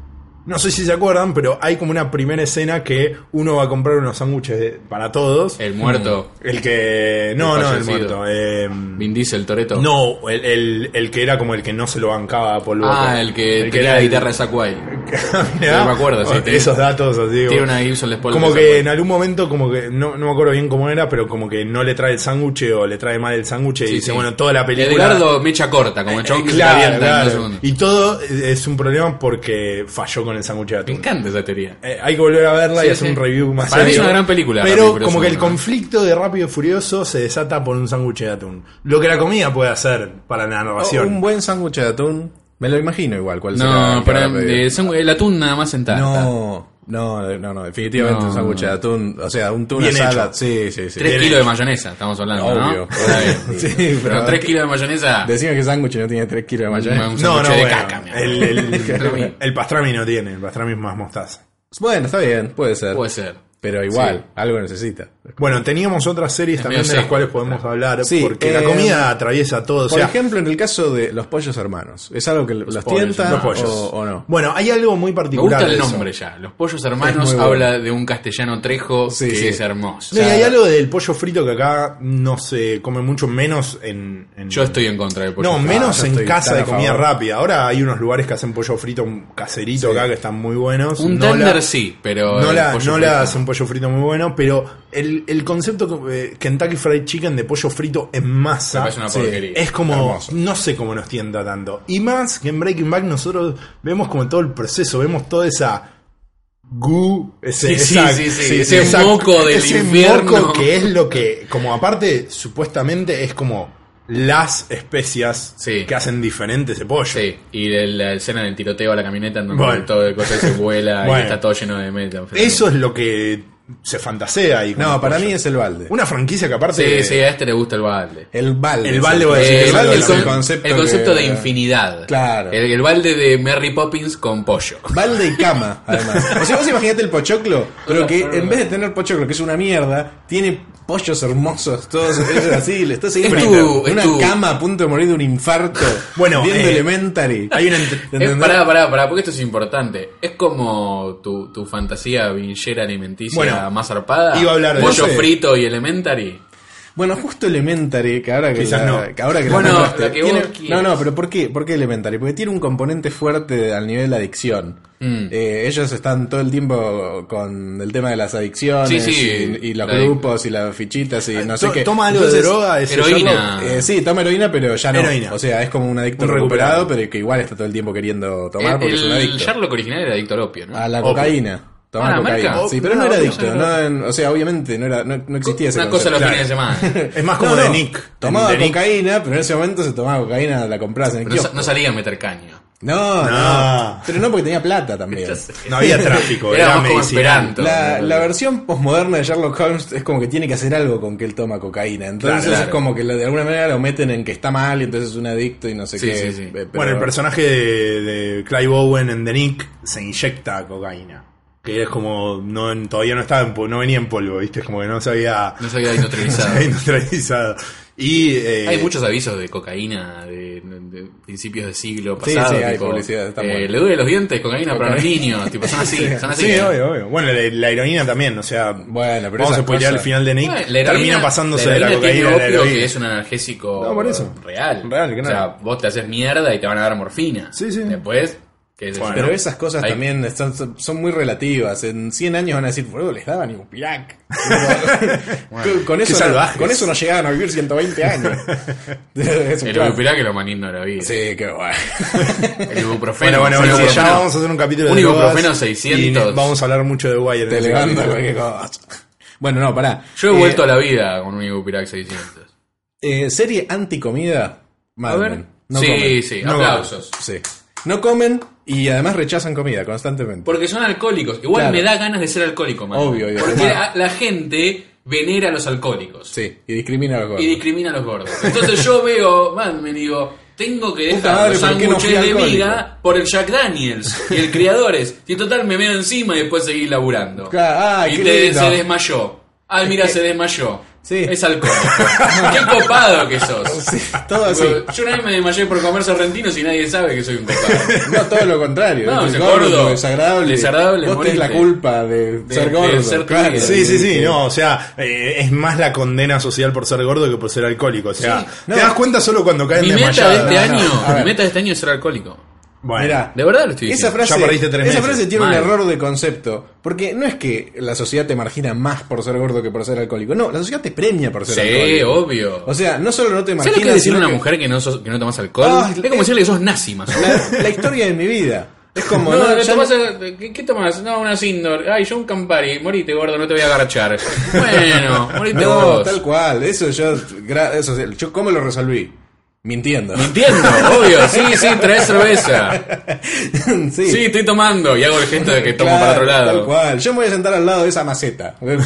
Speaker 4: No sé si se acuerdan, pero hay como una primera escena que uno va a comprar unos sándwiches de- para todos. Mm. El,
Speaker 5: el muerto,
Speaker 4: que... No,
Speaker 5: El
Speaker 4: no, el
Speaker 5: fallecido.
Speaker 4: muerto. eh,
Speaker 5: Vin Diesel, Toreto.
Speaker 4: no, el, el- el que era como el que no se lo bancaba a Paul
Speaker 5: Ah,
Speaker 4: Walker.
Speaker 5: el que tenía
Speaker 4: era
Speaker 5: la
Speaker 4: el-
Speaker 5: guitarra de Zack Wilde.
Speaker 4: Mirá,
Speaker 5: Sí, me acuerdo, sí, tiene-
Speaker 4: Ah, esos datos así.
Speaker 5: Tiene
Speaker 4: como-
Speaker 5: una Gibson Les Paul.
Speaker 4: como
Speaker 5: de
Speaker 4: que
Speaker 5: Zack
Speaker 4: en algún momento, como que no, no me acuerdo bien cómo era, pero como que no le trae el sándwich o le trae mal el sándwich y
Speaker 5: Wilde. Sí,
Speaker 4: dice,
Speaker 5: sí.
Speaker 4: bueno, toda la película. Eh,
Speaker 5: Edgardo mecha corta, como el chabón que se
Speaker 4: Claro,
Speaker 5: calienta en
Speaker 4: claro.
Speaker 5: dos segundos.
Speaker 4: Y todo es un problema porque falló con el sándwich de
Speaker 5: Me
Speaker 4: atún.
Speaker 5: encanta esa teoría.
Speaker 4: Eh, hay que volver a verla
Speaker 5: Sí,
Speaker 4: y hacer
Speaker 5: sí.
Speaker 4: un review más
Speaker 5: Para mí es
Speaker 4: serio.
Speaker 5: una gran película, Rápido y
Speaker 4: Pero
Speaker 5: Furioso
Speaker 4: como que el
Speaker 5: uno, ¿no?
Speaker 4: conflicto de Rápido y Furioso se desata por un sándwich de atún. Lo que la comida puede hacer para la
Speaker 5: Oh,
Speaker 4: narración.
Speaker 3: Un buen sándwich de atún. Me lo imagino igual. ¿cuál será el
Speaker 5: No,
Speaker 3: que
Speaker 5: pero
Speaker 3: habrá pedido.
Speaker 5: eh, son- el atún nada más en tarta.
Speaker 3: No, no, no, no, definitivamente
Speaker 5: No.
Speaker 3: un sándwich de atún, o sea, un tuna
Speaker 4: Bien
Speaker 3: salad,
Speaker 4: hecho.
Speaker 3: sí, sí, sí.
Speaker 5: Tres
Speaker 4: Bien
Speaker 5: kilos de
Speaker 4: hecho.
Speaker 5: mayonesa, estamos hablando,
Speaker 3: Obvio.
Speaker 5: ¿no? Está bien.
Speaker 3: Sí,
Speaker 5: pero
Speaker 3: pero-
Speaker 5: tres kilos de mayonesa.
Speaker 3: Decime que sándwich no tiene 3 kilos de mayonesa.
Speaker 5: un
Speaker 4: no,
Speaker 5: sándwich
Speaker 4: no,
Speaker 5: de
Speaker 4: bueno,
Speaker 5: caca, mi amor.
Speaker 4: el, el-
Speaker 5: Pastrami.
Speaker 4: el pastrami no tiene, el pastrami es más mostaza.
Speaker 3: Bueno, está bien, puede ser.
Speaker 5: Puede ser.
Speaker 3: Pero igual, algo necesita.
Speaker 4: Bueno, teníamos otras series
Speaker 5: Es
Speaker 4: también
Speaker 5: medio
Speaker 4: de las
Speaker 5: seco,
Speaker 4: cuales podemos hablar,
Speaker 3: Sí,
Speaker 4: porque
Speaker 3: eh,
Speaker 4: la comida atraviesa todo. o
Speaker 3: Por
Speaker 4: sea,
Speaker 3: ejemplo, en el caso de los pollos hermanos, ¿es algo que los
Speaker 5: pollos,
Speaker 3: tienta
Speaker 4: los pollos.
Speaker 3: O, o no?
Speaker 4: Bueno, hay algo muy
Speaker 5: Me
Speaker 4: particular.
Speaker 5: gusta el
Speaker 4: de eso.
Speaker 5: nombre ya. Los pollos hermanos
Speaker 3: Es muy bueno.
Speaker 5: habla de un castellano trejo
Speaker 3: Sí,
Speaker 5: que
Speaker 3: sí.
Speaker 5: es hermoso.
Speaker 4: No, y hay algo del pollo frito que acá no se come mucho menos en. en-
Speaker 5: Yo estoy en contra del pollo.
Speaker 4: No,
Speaker 5: frito.
Speaker 4: menos
Speaker 3: yo
Speaker 4: en
Speaker 3: estoy
Speaker 4: casa
Speaker 3: tan
Speaker 4: de
Speaker 3: a
Speaker 4: comida
Speaker 3: favor.
Speaker 4: rápida. Ahora hay unos lugares que hacen pollo frito caserito acá que están muy buenos.
Speaker 5: Un
Speaker 4: No la-
Speaker 5: tender sí, pero.
Speaker 4: No
Speaker 5: el
Speaker 4: la,
Speaker 5: pollo
Speaker 4: no
Speaker 5: frito
Speaker 4: la hacen pollo frito muy bueno, pero el, el concepto que- eh, Kentucky Fried Chicken de pollo frito en
Speaker 5: Me
Speaker 4: masa
Speaker 5: parece una
Speaker 3: Sí,
Speaker 5: porquería.
Speaker 4: es como,
Speaker 3: Hermoso.
Speaker 4: no sé cómo nos tienta tanto. Y más que en Breaking Back nosotros vemos como todo el proceso, vemos toda esa gu, ese,
Speaker 5: Sí, sí,
Speaker 4: esa-
Speaker 5: sí, sí, ese moco del
Speaker 4: ese
Speaker 5: infierno.
Speaker 4: moco que es lo que, como aparte, supuestamente es como las especias
Speaker 5: Sí.
Speaker 4: que hacen diferente ese pollo.
Speaker 5: Sí, y de la escena del tiroteo a la camioneta en donde
Speaker 4: Bueno.
Speaker 5: todo el cosa se vuela
Speaker 4: Bueno.
Speaker 5: y está todo lleno de metanfetamina.
Speaker 4: Eso es lo que se fantasea y
Speaker 3: No, para mí es el balde.
Speaker 4: una franquicia que
Speaker 5: Sí,
Speaker 4: aparte
Speaker 5: sí, a este le gusta el balde.
Speaker 3: El balde.
Speaker 4: El balde, voy a decir,
Speaker 5: Eh,
Speaker 4: el
Speaker 5: el,
Speaker 4: balde
Speaker 5: el
Speaker 4: es
Speaker 5: con-
Speaker 4: el
Speaker 3: concepto
Speaker 5: el concepto
Speaker 3: que-
Speaker 5: de infinidad.
Speaker 3: Claro.
Speaker 5: El, el balde de Mary Poppins con pollo.
Speaker 3: Balde y cama, además. O sea, vos imaginate el pochoclo, pero que en vez de tener pochoclo, que es una mierda, tiene pollos hermosos, todos es así, le está siguiendo
Speaker 5: Es
Speaker 3: una-
Speaker 5: tu- es
Speaker 3: una
Speaker 5: tu-
Speaker 3: cama a punto de morir de un infarto.
Speaker 4: Bueno,
Speaker 3: viendo
Speaker 4: eh,
Speaker 3: Elementary.
Speaker 4: hay una entre-
Speaker 5: Es-
Speaker 3: ¿Entendés?
Speaker 5: pará, pará, pará, porque esto es importante. Es como tu, tu fantasía vinchera alimenticia
Speaker 4: Bueno,
Speaker 5: más zarpada.
Speaker 4: iba a hablar de
Speaker 5: Pollo
Speaker 4: eso.
Speaker 5: frito y elementary.
Speaker 3: Bueno, justo Elementary, que ahora que
Speaker 4: Quizás
Speaker 3: la,
Speaker 4: no.
Speaker 3: que ahora que la
Speaker 5: Bueno,
Speaker 3: nombraste,
Speaker 5: lo que vos
Speaker 3: tiene-
Speaker 5: quieras.
Speaker 3: No, no, pero ¿por qué? ¿Por qué Elementary? Porque tiene un componente fuerte de- al nivel de adicción.
Speaker 4: Mm.
Speaker 3: Eh, ellos están todo el tiempo con el tema de las adicciones
Speaker 5: Sí, sí.
Speaker 3: y, y los
Speaker 5: La-
Speaker 3: grupos y las fichitas y no sé
Speaker 4: to-
Speaker 3: qué.
Speaker 4: toma algo
Speaker 3: Entonces,
Speaker 4: de droga, ese
Speaker 5: heroína.
Speaker 4: Sherlock.
Speaker 3: eh, sí, toma heroína, pero ya no.
Speaker 4: Heroína.
Speaker 3: O sea, es como un adicto
Speaker 4: Un
Speaker 3: recuperado,
Speaker 4: recuperado.
Speaker 3: pero que igual está todo el tiempo queriendo tomar
Speaker 5: El,
Speaker 3: porque es un
Speaker 5: el
Speaker 3: adicto.
Speaker 5: Sherlock original era adicto al opio, ¿no?
Speaker 3: A la
Speaker 4: Opio.
Speaker 3: cocaína.
Speaker 5: Ah,
Speaker 3: Tomar
Speaker 5: la
Speaker 3: cocaína.
Speaker 5: marca.
Speaker 3: Sí, pero no,
Speaker 4: No,
Speaker 3: era
Speaker 4: no,
Speaker 3: adicto.
Speaker 4: no,
Speaker 3: No, en- o sea, obviamente no, era, no, no existía ese
Speaker 5: Una cosa los
Speaker 3: concepto.
Speaker 5: fines de semana.
Speaker 4: es más Ah, como
Speaker 3: No,
Speaker 4: de
Speaker 3: no.
Speaker 4: Nick.
Speaker 3: Tomaba
Speaker 4: De Nick.
Speaker 3: cocaína, pero en ese momento se tomaba cocaína, la compras en el
Speaker 5: Pero no, sa-
Speaker 3: kiosco.
Speaker 5: no salía a meter caño.
Speaker 3: No,
Speaker 4: No.
Speaker 3: no. Pero no porque tenía plata también.
Speaker 4: No había tráfico,
Speaker 5: Era
Speaker 4: era,
Speaker 5: más como
Speaker 4: medicinal.
Speaker 5: esperanto.
Speaker 3: La, la versión posmoderna de Sherlock Holmes es como que tiene que hacer algo con que él toma cocaína. Entonces
Speaker 5: Claro, claro.
Speaker 3: es como que lo- de alguna manera lo meten en que está mal y entonces es un adicto y no sé
Speaker 5: Sí,
Speaker 3: qué.
Speaker 5: sí, sí.
Speaker 3: Eh, pero-
Speaker 4: Bueno, el personaje de, de Clive Owen en The Nick se inyecta cocaína. Que es como, no, todavía no estaba en pol- no venía en polvo, viste, es como que no se había,
Speaker 5: No se había
Speaker 4: no se
Speaker 5: industrializado.
Speaker 4: había industrializado. Y eh,
Speaker 5: Hay muchos avisos de cocaína de, de principios de siglo
Speaker 3: Sí,
Speaker 5: pasado.
Speaker 3: sí, hay
Speaker 5: tipo,
Speaker 3: publicidad, está
Speaker 5: eh,
Speaker 3: bueno.
Speaker 5: Le duele los dientes, cocaína para los niños. tipo, son así, son así.
Speaker 4: Sí,
Speaker 5: ¿eh?
Speaker 4: obvio, obvio. Bueno, la, la heroína también, o sea,
Speaker 3: Bueno, pero
Speaker 4: vamos a
Speaker 3: esas
Speaker 4: spoilear el
Speaker 3: cosas-
Speaker 4: final de Nick.
Speaker 5: Bueno, la heroína-
Speaker 4: termina pasándose de la
Speaker 5: heroína tiene
Speaker 4: cocaína a la
Speaker 5: opio,
Speaker 4: heroína.
Speaker 5: que es un analgésico
Speaker 4: No, por eso.
Speaker 5: real.
Speaker 4: Real, claro.
Speaker 5: O sea, vos te haces mierda y te van a dar morfina.
Speaker 4: Sí, sí.
Speaker 5: Después, que es
Speaker 4: Bueno,
Speaker 3: Pero esas cosas
Speaker 5: Hay-
Speaker 3: también están, son son muy relativas. En 100 años van a decir, boludo, les daban Iupirac. con, con
Speaker 4: Qué
Speaker 3: eso no,
Speaker 4: salvajes.
Speaker 3: con eso no llegaban a vivir 120 años. Es un
Speaker 5: El
Speaker 3: clásico.
Speaker 5: ibuprofeno que lo manín no lo vi.
Speaker 3: Sí, qué bueno.
Speaker 5: El ibuprofeno.
Speaker 4: Bueno, bueno,
Speaker 5: el
Speaker 4: bueno, sí, ya
Speaker 5: ibuprofeno.
Speaker 4: vamos a hacer un capítulo
Speaker 5: Un
Speaker 4: de
Speaker 5: ibuprofeno
Speaker 4: drogas y
Speaker 5: 600.
Speaker 4: vamos a hablar mucho de Wire. en
Speaker 3: Te
Speaker 4: ese
Speaker 3: levanta
Speaker 4: capítulo.
Speaker 3: cualquier cosa. Bueno, no, pará.
Speaker 5: Yo he
Speaker 3: Eh,
Speaker 5: vuelto a la vida con un Ibupirac 600.
Speaker 3: eh, serie anticomida.
Speaker 5: A
Speaker 3: Mad
Speaker 5: ver.
Speaker 3: Men. No
Speaker 5: sí,
Speaker 3: comen.
Speaker 5: sí,
Speaker 4: No
Speaker 5: aplausos.
Speaker 3: Sí. No comen y además rechazan comida constantemente.
Speaker 5: Porque son alcohólicos. Igual
Speaker 3: Claro.
Speaker 5: me da ganas de ser alcohólico, man.
Speaker 3: Obvio, obvio.
Speaker 5: Porque
Speaker 3: Claro.
Speaker 5: la, la gente venera a los alcohólicos.
Speaker 3: Sí, y discrimina a los
Speaker 5: Y
Speaker 3: gordos.
Speaker 5: discrimina a los gordos. Entonces yo veo, man, me digo, tengo que
Speaker 3: Puta
Speaker 5: dejar
Speaker 3: madre,
Speaker 5: los
Speaker 3: ¿por qué no
Speaker 5: sándwiches
Speaker 3: fui
Speaker 5: de
Speaker 3: alcohólico?
Speaker 5: miga por el Jack Daniels y el Criadores. Y en total me veo encima y después seguí laburando.
Speaker 3: Claro, ah,
Speaker 5: y
Speaker 3: qué
Speaker 5: te-
Speaker 3: lindo.
Speaker 5: se desmayó. Ay, mira, se desmayó.
Speaker 3: Sí.
Speaker 5: Es alcohólico. qué copado que sos.
Speaker 3: Sí, todo así.
Speaker 5: Tipo, Yo una vez me desmayé por comer sorrentinos y nadie sabe que soy un copado.
Speaker 3: No, todo lo contrario.
Speaker 5: No,
Speaker 3: Es
Speaker 5: ese
Speaker 3: gordo,
Speaker 5: gordo,
Speaker 3: desagradable.
Speaker 5: desagradable,
Speaker 3: Vos tenés la
Speaker 5: morite.
Speaker 3: culpa de
Speaker 5: De-
Speaker 3: ser
Speaker 5: de
Speaker 3: gordo.
Speaker 5: ser
Speaker 3: claro.
Speaker 5: tu vida.
Speaker 4: Sí, sí, sí, no, o sea, eh, es más la condena social por ser gordo que por ser alcohólico, o sea,
Speaker 3: No.
Speaker 4: te das cuenta solo cuando caen
Speaker 5: Mi meta de
Speaker 4: desmayadas.
Speaker 5: este
Speaker 3: No, no,
Speaker 5: año,
Speaker 3: a ver.
Speaker 5: mi meta de este año es ser alcohólico.
Speaker 4: Bueno,
Speaker 3: Mirá,
Speaker 5: De verdad lo estoy diciendo.
Speaker 3: Esa frase,
Speaker 4: Ya perdiste tres
Speaker 3: esa
Speaker 4: meses.
Speaker 3: frase tiene
Speaker 5: Mal.
Speaker 3: un error de concepto. Porque no es que la sociedad te margina más por ser gordo que por ser alcohólico. No, la sociedad te premia por ser
Speaker 5: Sí,
Speaker 3: alcohólico.
Speaker 5: obvio.
Speaker 3: O sea, no solo no te margina.
Speaker 5: ¿Sabes lo que es
Speaker 3: sino
Speaker 5: decirle a una
Speaker 3: que-
Speaker 5: mujer que no, sos- que no tomas alcohol?
Speaker 3: Ah,
Speaker 5: es como decirle que sos nazi, más o menos.
Speaker 3: La, la historia de mi vida. Es como.
Speaker 5: No, no,
Speaker 3: ya
Speaker 5: tomás, eh, ¿qué, qué tomás? No, una Sindor. Ay, yo un Campari. Morite, gordo, no te voy a agarchar. Bueno, morite
Speaker 3: No,
Speaker 5: vos.
Speaker 3: tal cual. Eso yo. gra- eso, yo ¿Cómo lo resolví? Mintiendo.
Speaker 5: Entiendo, obvio. Sí, sí, traes cerveza.
Speaker 3: sí.
Speaker 5: Sí, estoy tomando. Y hago el gesto de que tomo
Speaker 3: Claro,
Speaker 5: para otro
Speaker 3: Tal
Speaker 5: lado.
Speaker 3: cual. Yo me voy a sentar al lado de esa maceta. Por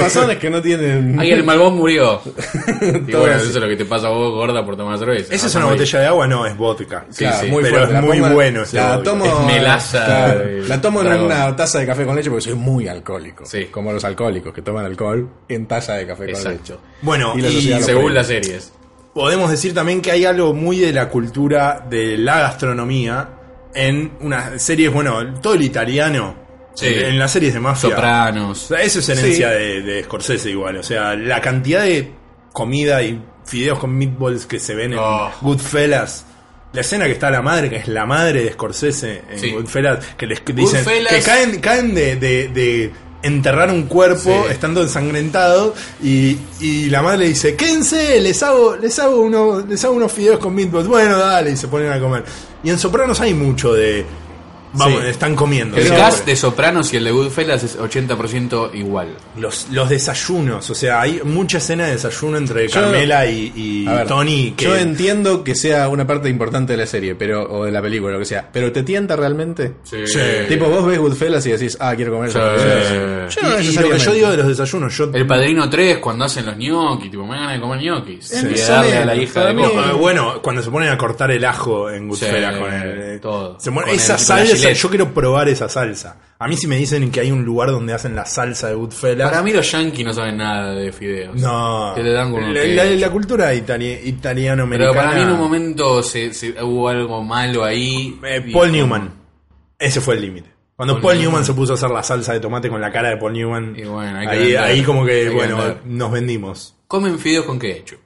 Speaker 3: razones que no tienen.
Speaker 5: Ay, el malbón murió. Y
Speaker 3: Todo
Speaker 5: bueno,
Speaker 3: así.
Speaker 5: eso es lo que te pasa a vos, gorda, por tomar cerveza. No,
Speaker 4: Esa
Speaker 3: Ah,
Speaker 4: es una
Speaker 5: no,
Speaker 4: botella de agua, no, es vodka.
Speaker 5: Sí,
Speaker 3: Claro,
Speaker 5: sí.
Speaker 3: muy
Speaker 4: pero
Speaker 3: fuerte.
Speaker 4: es
Speaker 3: La
Speaker 4: muy
Speaker 3: pongo-
Speaker 4: bueno ese
Speaker 3: La
Speaker 4: vodka.
Speaker 3: tomo,
Speaker 5: Es melaza,
Speaker 3: claro,
Speaker 5: eh,
Speaker 3: la tomo en
Speaker 5: dragón.
Speaker 3: una taza de café con leche porque soy muy alcohólico.
Speaker 5: Sí.
Speaker 3: Como los alcohólicos que toman alcohol en taza de café con leche.
Speaker 5: Exacto.
Speaker 4: Bueno,
Speaker 3: Y la
Speaker 4: y
Speaker 3: sociedad lo
Speaker 5: Según
Speaker 3: prohíbe.
Speaker 5: las series.
Speaker 4: Podemos decir también que hay algo muy de la cultura de la gastronomía en unas series, bueno, todo el italiano,
Speaker 5: Sí.
Speaker 4: en, en las series de mafia. O
Speaker 5: Sopranos.
Speaker 4: sea, eso es herencia
Speaker 3: Sí.
Speaker 4: de, de Scorsese igual, o sea, la cantidad de comida y fideos con meatballs que se ven en
Speaker 5: Oh.
Speaker 4: Goodfellas. La escena que está la madre, que es la madre de Scorsese en
Speaker 5: Sí.
Speaker 4: Goodfellas, que les dicen
Speaker 5: Goodfellas-
Speaker 4: que caen, caen de, de- de enterrar un cuerpo
Speaker 5: Sí.
Speaker 4: estando ensangrentado y, y la madre le dice, quédense, les hago, les hago unos, les hago unos fideos con meatballs, bueno dale, y se ponen a comer. Y en Sopranos hay mucho de vamos,
Speaker 3: Sí.
Speaker 4: están comiendo.
Speaker 5: El
Speaker 4: ¿sí?
Speaker 5: cast de Sopranos y el de Goodfellas es 80% igual.
Speaker 4: Los, los desayunos, o sea, hay mucha escena de desayuno entre
Speaker 3: Yo-
Speaker 4: Carmela y, y
Speaker 3: A ver,
Speaker 4: Tony. Que,
Speaker 3: Yo entiendo que sea una parte importante de la serie pero o de la película, lo que sea. Pero ¿te tienta realmente?
Speaker 4: Sí.
Speaker 3: Tipo, vos ves Goodfellas y decís, ah, quiero comer
Speaker 5: Sí.
Speaker 3: esas cosas.
Speaker 4: Yo no y, y lo que yo digo de los desayunos, yo.
Speaker 5: El Padrino 3 cuando hacen los gnocchi, tipo, me dan ganas de comer gnocchis.
Speaker 3: Sí.
Speaker 5: Y de darle a la
Speaker 3: Sí.
Speaker 5: hija de
Speaker 3: Para mí-
Speaker 4: Ah,
Speaker 5: copa.
Speaker 4: bueno, cuando se ponen a cortar el ajo en Goodfellas
Speaker 5: Sí, eh,
Speaker 4: con el. eh,
Speaker 5: todo.
Speaker 4: se pone-
Speaker 5: Con
Speaker 4: esa
Speaker 5: el- con la
Speaker 4: salsa,
Speaker 5: Gillette.
Speaker 4: yo quiero probar esa salsa. A mí, si me dicen que hay un lugar donde hacen la salsa de Goodfellas.
Speaker 5: Para mí los yankees no saben nada de fideos.
Speaker 4: no.
Speaker 5: Que le dan con
Speaker 4: la,
Speaker 5: lo que-
Speaker 4: la- la cultura itali- italiano-americana.
Speaker 5: Pero para mí en un momento se, se- hubo algo malo ahí.
Speaker 4: Eh,
Speaker 5: Y-
Speaker 4: Paul Newman. Ese fue el límite. Cuando
Speaker 5: Paul
Speaker 4: Paul, Newman,
Speaker 5: Newman
Speaker 4: se puso a hacer la salsa de tomate con la cara de Paul Newman,
Speaker 5: Y bueno, hay que
Speaker 4: ahí,
Speaker 5: vender.
Speaker 4: ahí como
Speaker 5: Hay
Speaker 4: que,
Speaker 5: que
Speaker 4: bueno,
Speaker 5: vender.
Speaker 4: nos vendimos.
Speaker 5: ¿Comen fideos con ketchup?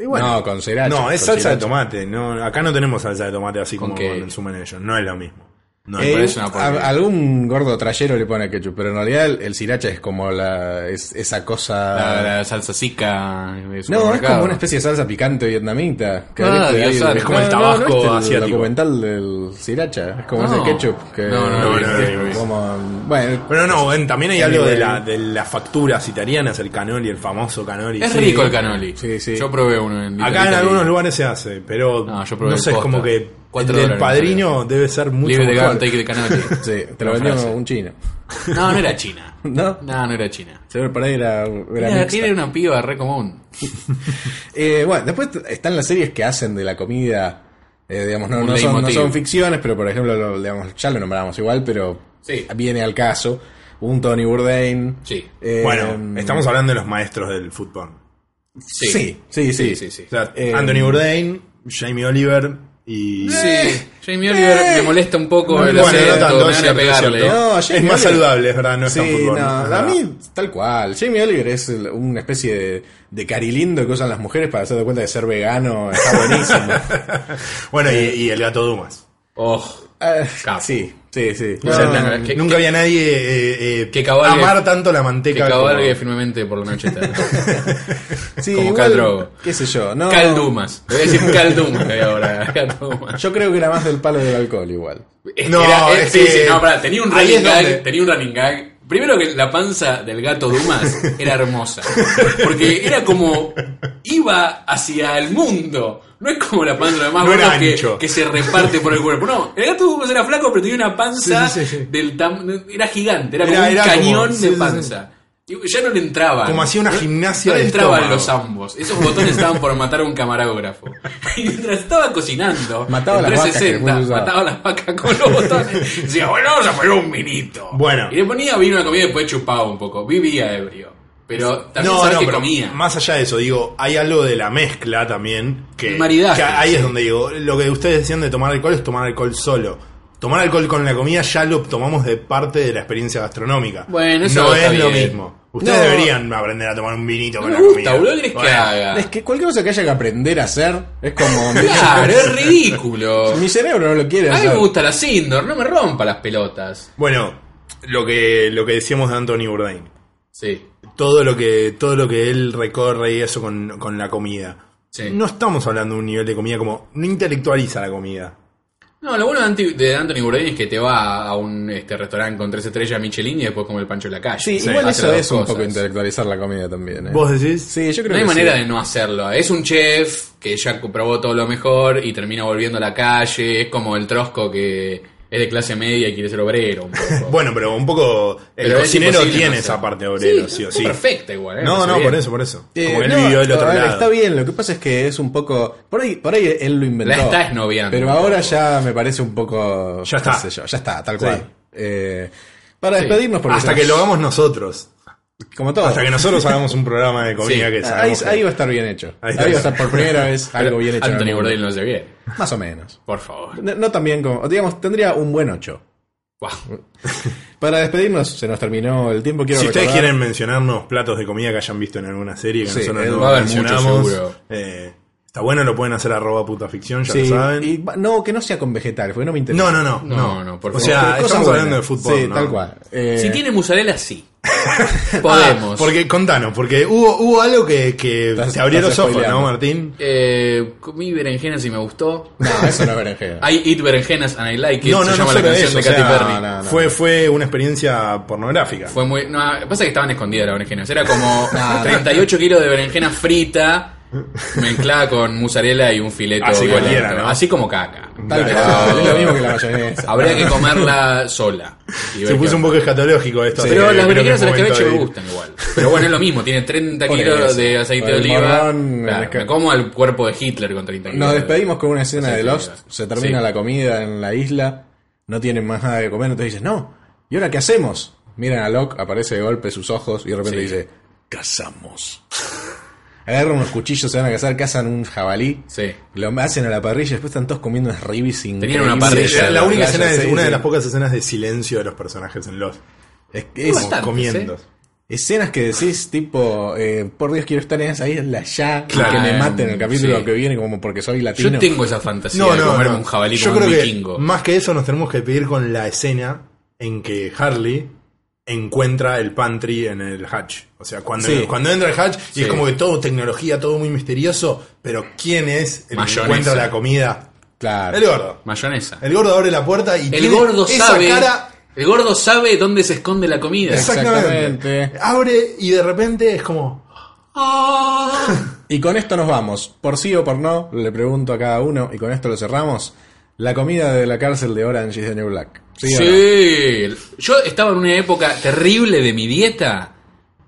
Speaker 4: Y bueno,
Speaker 3: No, con sriracha,
Speaker 4: No, es
Speaker 3: con
Speaker 4: salsa de
Speaker 3: sriracha.
Speaker 4: tomate. No, acá no tenemos salsa de tomate así
Speaker 5: ¿Con
Speaker 4: como
Speaker 5: qué?
Speaker 4: consumen ellos. No es lo mismo. No,
Speaker 5: Me
Speaker 3: Eh,
Speaker 5: parece una
Speaker 3: a-
Speaker 5: porquería.
Speaker 3: algún gordo trayero le pone ketchup, pero en realidad el, el sriracha es como la es- esa cosa
Speaker 4: Ah.
Speaker 5: La, la salsa zika de
Speaker 3: No, es
Speaker 5: supermercado.
Speaker 3: como una especie de salsa picante vietnamita. Que
Speaker 5: Ah,
Speaker 3: viste
Speaker 5: Dios
Speaker 3: ahí.
Speaker 5: santo.
Speaker 4: Es como el tabasco
Speaker 3: ¿viste
Speaker 4: asiático.
Speaker 3: El documental del sriracha. Es como
Speaker 5: No.
Speaker 3: ese ketchup. Que
Speaker 5: No, no,
Speaker 4: no,
Speaker 3: que-
Speaker 4: no, no, no.
Speaker 3: como- bueno,
Speaker 4: Pero no, en- también hay algo
Speaker 3: Anyway.
Speaker 4: de, la, de las facturas italianas, el canoli, el famoso canoli.
Speaker 5: Es
Speaker 4: Sí.
Speaker 5: rico el canoli.
Speaker 3: Sí, sí.
Speaker 5: Yo probé uno en
Speaker 4: Acá en
Speaker 5: Italia.
Speaker 4: algunos lugares se hace, pero
Speaker 5: No,
Speaker 4: no,
Speaker 5: yo probé el
Speaker 4: sé, es como
Speaker 5: posta.
Speaker 4: que
Speaker 5: Cuatro
Speaker 4: el del
Speaker 5: dólares me
Speaker 4: padrino debe ser mucho
Speaker 5: Live de
Speaker 4: mejor.
Speaker 5: gun, take de canoli.
Speaker 3: sí, te lo vendió un chino.
Speaker 5: No, no era China.
Speaker 3: ¿No?
Speaker 5: No, no era China.
Speaker 3: Seguro por ahí era, era
Speaker 5: Era,
Speaker 3: mixta.
Speaker 5: era una piba re común.
Speaker 3: Eh, bueno, después t- están las series que hacen de la comida, eh, digamos, no,
Speaker 5: Un
Speaker 3: no son, no
Speaker 5: leitmotiv.
Speaker 3: son ficciones, pero por ejemplo, lo- digamos, ya lo nombramos igual, pero
Speaker 5: Sí.
Speaker 3: viene al caso. Un Tony Bourdain.
Speaker 5: Sí.
Speaker 3: eh,
Speaker 4: Bueno, estamos hablando de los maestros del fútbol.
Speaker 5: Sí.
Speaker 3: Sí, sí, sí.
Speaker 5: sí, sí.
Speaker 4: O sea,
Speaker 3: Eh,
Speaker 4: Anthony Bourdain, Jamie Oliver y...
Speaker 5: Sí, Jamie Oliver me molesta un poco
Speaker 4: Bueno,
Speaker 5: el
Speaker 4: no
Speaker 5: acento,
Speaker 4: tanto,
Speaker 5: me
Speaker 4: es
Speaker 5: van a
Speaker 4: cierto, es
Speaker 5: pegarle.
Speaker 4: cierto.
Speaker 3: No,
Speaker 4: es
Speaker 3: Jamie
Speaker 4: más
Speaker 3: Oliver-
Speaker 4: saludable, es verdad, no es tan
Speaker 3: Sí,
Speaker 4: fútbol.
Speaker 3: no,
Speaker 4: es
Speaker 3: a
Speaker 4: verdad.
Speaker 3: mí tal cual. Jamie Oliver es el- una especie de, de carilindo que usan las mujeres para hacer de cuenta de ser vegano. Está buenísimo.
Speaker 4: Bueno, y, y el gato Dumas.
Speaker 5: Oh,
Speaker 3: Ah,
Speaker 5: Capo.
Speaker 3: sí, sí, sí.
Speaker 4: O sea,
Speaker 5: No,
Speaker 4: na-
Speaker 5: no, no, que-
Speaker 4: nunca
Speaker 5: que-
Speaker 4: había nadie eh, eh,
Speaker 5: que cabalgue-
Speaker 4: amar tanto la
Speaker 5: que
Speaker 4: manteca.
Speaker 5: cabalgue
Speaker 4: como-
Speaker 5: firmemente por la noche.
Speaker 3: Sí,
Speaker 5: Como
Speaker 3: igual,
Speaker 5: Khal Drogo.
Speaker 3: Qué sé yo. No,
Speaker 5: Caldumas. Le voy a decir Caldumas de ahora. Khal Dumas.
Speaker 3: Yo creo que era más del palo del alcohol igual.
Speaker 4: No,
Speaker 5: Era- eh,
Speaker 4: es
Speaker 5: sí,
Speaker 4: que-
Speaker 5: sí, no, pará, tenía un
Speaker 4: ahí
Speaker 5: running
Speaker 4: es donde-
Speaker 5: gag, tenía un running gag. Primero que la panza del gato Dumas era hermosa, porque era como iba hacia el mundo. No es como la panza de los demás
Speaker 4: No era
Speaker 5: gordos que,
Speaker 4: ancho.
Speaker 5: que se reparte por el cuerpo. No, el gato Dumas era flaco, pero tenía una panza
Speaker 4: Sí, sí, sí, sí.
Speaker 5: del tam- era gigante, era como
Speaker 4: Era-
Speaker 5: un
Speaker 4: era como-
Speaker 5: cañón
Speaker 4: sí,
Speaker 5: de
Speaker 4: sí, sí.
Speaker 5: panza. Y ya no le entraba.
Speaker 4: Como hacía una gimnasia
Speaker 5: No le
Speaker 4: de
Speaker 5: entraban
Speaker 4: estómago.
Speaker 5: los ambos. Esos botones estaban por matar a un camarógrafo. Y mientras estaba cocinando,
Speaker 3: Mataba
Speaker 5: en
Speaker 3: las vacas que
Speaker 5: 360,
Speaker 3: después usaba.
Speaker 5: mataba las vacas con los botones. Y Decía, bueno, vamos a poner un vinito.
Speaker 4: Bueno.
Speaker 5: Y le ponía vino a la comida y después chupaba un poco. Vivía ebrio. Pero también
Speaker 4: No,
Speaker 5: sabés
Speaker 4: no,
Speaker 5: que
Speaker 4: pero
Speaker 5: comía.
Speaker 4: más allá de eso, digo, hay algo de la mezcla también. Que,
Speaker 5: El maridaje,
Speaker 4: que ahí
Speaker 5: sí.
Speaker 4: es donde digo, lo que ustedes decían de tomar alcohol es tomar alcohol solo. Tomar alcohol con la comida ya lo tomamos de parte de la experiencia gastronómica.
Speaker 5: Bueno, eso
Speaker 4: no
Speaker 5: está
Speaker 4: es lo
Speaker 5: bien.
Speaker 4: mismo. Ustedes
Speaker 3: No.
Speaker 4: deberían aprender a tomar un vinito
Speaker 5: no
Speaker 4: con
Speaker 5: me
Speaker 4: la
Speaker 5: gusta,
Speaker 4: comida.
Speaker 5: boludo, ¿qué querés que
Speaker 4: Bueno,
Speaker 5: haga?
Speaker 3: Es que cualquier cosa que haya que aprender a hacer es como.
Speaker 5: Claro, es ridículo.
Speaker 3: Mi cerebro no lo quiere
Speaker 5: A mí
Speaker 3: hacer.
Speaker 5: me gusta la Sindor, no me rompa las pelotas.
Speaker 4: Bueno, lo que, lo que decíamos de Anthony Bourdain.
Speaker 5: Sí,
Speaker 4: Todo lo que, todo lo que él recorre y eso con, con la comida.
Speaker 5: sí.
Speaker 4: No estamos hablando de un nivel de comida como. No intelectualiza la comida.
Speaker 5: No, lo bueno de Anti- de Anthony Bourdain es que te va a un este, restaurante con tres estrellas Michelin y después come el pancho de la calle.
Speaker 3: Sí,
Speaker 5: O sea,
Speaker 3: igual
Speaker 5: hace
Speaker 3: eso
Speaker 5: las
Speaker 3: es un
Speaker 5: cosas.
Speaker 3: poco intelectualizar la comida también. ¿eh?
Speaker 4: ¿Vos decís?
Speaker 3: Sí, yo creo
Speaker 5: No hay
Speaker 3: que
Speaker 5: manera
Speaker 3: sí.
Speaker 5: de no hacerlo. Es un chef que ya probó todo lo mejor y termina volviendo a la calle. Es como el trosco que es de clase media y quiere ser obrero. un poco.
Speaker 4: Bueno, pero un poco. El
Speaker 5: Pero es
Speaker 4: cocinero
Speaker 5: imposible
Speaker 4: tiene
Speaker 5: no
Speaker 4: esa
Speaker 5: hacer.
Speaker 4: parte de obrero, sí, o sí.
Speaker 5: Perfecta igual. ¿eh?
Speaker 4: No,
Speaker 5: Está
Speaker 4: no,
Speaker 5: bien.
Speaker 4: por eso, por eso.
Speaker 3: Eh,
Speaker 4: Como que él
Speaker 3: no,
Speaker 4: vivió del otro
Speaker 3: a ver,
Speaker 4: lado.
Speaker 3: Está bien, lo que pasa es que es un poco. Por ahí, por ahí él lo inventó.
Speaker 5: La está esnoviando.
Speaker 3: Pero ahora ya me parece un poco.
Speaker 4: Ya
Speaker 3: no
Speaker 4: está.
Speaker 3: sé yo, ya está, tal
Speaker 4: Sí.
Speaker 3: cual. Eh, para
Speaker 5: Sí.
Speaker 3: despedirnos, porque
Speaker 4: Hasta
Speaker 3: se
Speaker 4: que
Speaker 3: nos-
Speaker 4: lo hagamos nosotros.
Speaker 3: Como todo. Ah,
Speaker 4: Hasta que nosotros hagamos un programa de comida
Speaker 5: Sí.
Speaker 4: que
Speaker 3: ahí,
Speaker 4: sabemos.
Speaker 3: ahí
Speaker 4: que-
Speaker 3: va a estar bien hecho. Ahí,
Speaker 4: Ahí está.
Speaker 3: va a estar por primera vez algo bien hecho. en el
Speaker 5: Anthony
Speaker 3: mundo.
Speaker 5: Bourdain no se bien.
Speaker 3: Más o menos.
Speaker 5: Por favor.
Speaker 3: No, no tan bien como. Digamos, tendría un buen 8.
Speaker 5: Wow.
Speaker 3: Para despedirnos, se nos terminó el tiempo. Quiero
Speaker 4: si ustedes
Speaker 3: recordar-
Speaker 4: quieren mencionarnos platos de comida que hayan visto en alguna serie que
Speaker 3: Sí,
Speaker 4: nosotros
Speaker 3: eh,
Speaker 4: no
Speaker 5: va a haber mucho,
Speaker 4: mencionamos,
Speaker 5: seguro.
Speaker 4: eh, está bueno, lo pueden hacer arroba puta ficción, ya
Speaker 3: Sí,
Speaker 4: lo saben.
Speaker 3: y va- no, que no sea con vegetales, porque no me interesa.
Speaker 4: No, no, no,
Speaker 5: No,
Speaker 4: no.
Speaker 5: no, por
Speaker 4: o
Speaker 5: favor.
Speaker 4: sea,
Speaker 3: Pero cosas
Speaker 4: estamos hablando de
Speaker 3: buenas.
Speaker 4: fútbol.
Speaker 3: Sí,
Speaker 4: ¿no?
Speaker 3: tal cual. Eh,
Speaker 5: Si tiene musarela, sí.
Speaker 4: Ah,
Speaker 5: Podemos.
Speaker 4: porque contanos, porque hubo, hubo algo que, que
Speaker 3: Estás-
Speaker 4: te abrió
Speaker 3: estás
Speaker 4: los ojos, ¿no,
Speaker 3: spoileando.
Speaker 4: Martín?
Speaker 5: Eh, comí berenjenas y me gustó.
Speaker 3: No, eso no es berenjena.
Speaker 5: I eat berenjenas and I like it.
Speaker 4: No,
Speaker 5: se
Speaker 4: no, no
Speaker 5: llama la
Speaker 4: solo
Speaker 5: canción
Speaker 4: eso,
Speaker 5: de
Speaker 4: o
Speaker 5: Katy
Speaker 4: sea,
Speaker 5: Perry.
Speaker 3: no, no.
Speaker 4: Fue, fue una experiencia pornográfica.
Speaker 5: Fue muy. No, pasa que estaban escondidas las berenjenas. Era como 38 kilos de berenjena frita mezclada con mozzarella y un filete.
Speaker 4: Así
Speaker 5: violento.
Speaker 4: cualquiera, ¿no?
Speaker 5: Así como caca.
Speaker 3: Tal
Speaker 5: Pero
Speaker 3: cual, es lo mismo que la mayonesa.
Speaker 5: Habría que comerla sola. y ver
Speaker 4: Se
Speaker 5: qué
Speaker 4: puso un
Speaker 5: onda.
Speaker 4: poco escatológico esto. así
Speaker 5: Pero
Speaker 4: que
Speaker 5: las
Speaker 4: creo que es
Speaker 5: berenjenas a las que me
Speaker 4: momento
Speaker 5: me
Speaker 4: de-
Speaker 5: gustan igual. Pero bueno, es lo mismo. Tiene 30
Speaker 3: Por
Speaker 5: kilos
Speaker 3: eso.
Speaker 5: de aceite
Speaker 3: Por
Speaker 5: de
Speaker 3: el
Speaker 5: oliva.
Speaker 3: morrón,
Speaker 5: Claro,
Speaker 3: es que-
Speaker 5: me como al cuerpo de Hitler con 30 kilos.
Speaker 3: este Nos despedimos con una escena
Speaker 5: Sí,
Speaker 3: de
Speaker 5: sí,
Speaker 3: Lost.
Speaker 5: sí.
Speaker 3: Se termina
Speaker 5: Sí.
Speaker 3: la comida en la isla. No tienen más nada que comer. Entonces dices, no. ¿Y ahora qué hacemos? Miran a Locke, aparece de golpe sus ojos y de repente
Speaker 5: Sí.
Speaker 3: dice, cazamos. Agarran unos cuchillos, se van a cazar, cazan un jabalí.
Speaker 5: Sí.
Speaker 3: Lo hacen a la parrilla, después están todos comiendo unas ribis sin
Speaker 5: Tenían una parrilla.
Speaker 4: La, la única
Speaker 3: playa,
Speaker 4: escena es
Speaker 3: sí,
Speaker 4: una de
Speaker 3: sí.
Speaker 4: las pocas escenas de silencio de los personajes en Lost.
Speaker 3: Es, es-
Speaker 5: Bastante,
Speaker 4: comiendo.
Speaker 5: ¿sí?
Speaker 3: Escenas que decís, tipo, eh, por Dios, quiero estar en esa isla ya,
Speaker 4: Claro.
Speaker 3: que me maten el capítulo
Speaker 5: Sí.
Speaker 3: que viene, como porque soy
Speaker 5: Yo
Speaker 3: latino.
Speaker 5: tengo esa fantasía
Speaker 4: No,
Speaker 5: de
Speaker 4: no,
Speaker 5: comerme
Speaker 4: no.
Speaker 5: un jabalí
Speaker 4: Yo
Speaker 5: como
Speaker 4: creo
Speaker 5: un
Speaker 4: que
Speaker 5: vikingo.
Speaker 4: más que eso nos tenemos que pedir con la escena en que Harley encuentra el pantry en el hatch. O sea, cuando,
Speaker 3: Sí.
Speaker 4: cuando entra el hatch y
Speaker 5: Sí.
Speaker 4: es como que todo tecnología, todo muy misterioso, pero ¿quién es el
Speaker 5: Mayonesa.
Speaker 4: que encuentra la comida?
Speaker 3: Claro.
Speaker 4: El gordo.
Speaker 5: Mayonesa.
Speaker 4: El gordo abre la puerta y
Speaker 5: El
Speaker 4: tiene
Speaker 5: gordo
Speaker 4: esa
Speaker 5: sabe.
Speaker 4: cara
Speaker 5: El gordo sabe dónde se esconde la comida.
Speaker 4: exactamente.
Speaker 3: Exactamente.
Speaker 4: Abre y de repente es como "Ah,
Speaker 3: Y con esto nos vamos. Por sí o por no, le pregunto a cada uno, y con esto lo cerramos. La comida de la cárcel de Orange is the New Black.
Speaker 5: Sí.
Speaker 3: ¿Sí o no?
Speaker 5: Yo estaba en una época terrible de mi dieta.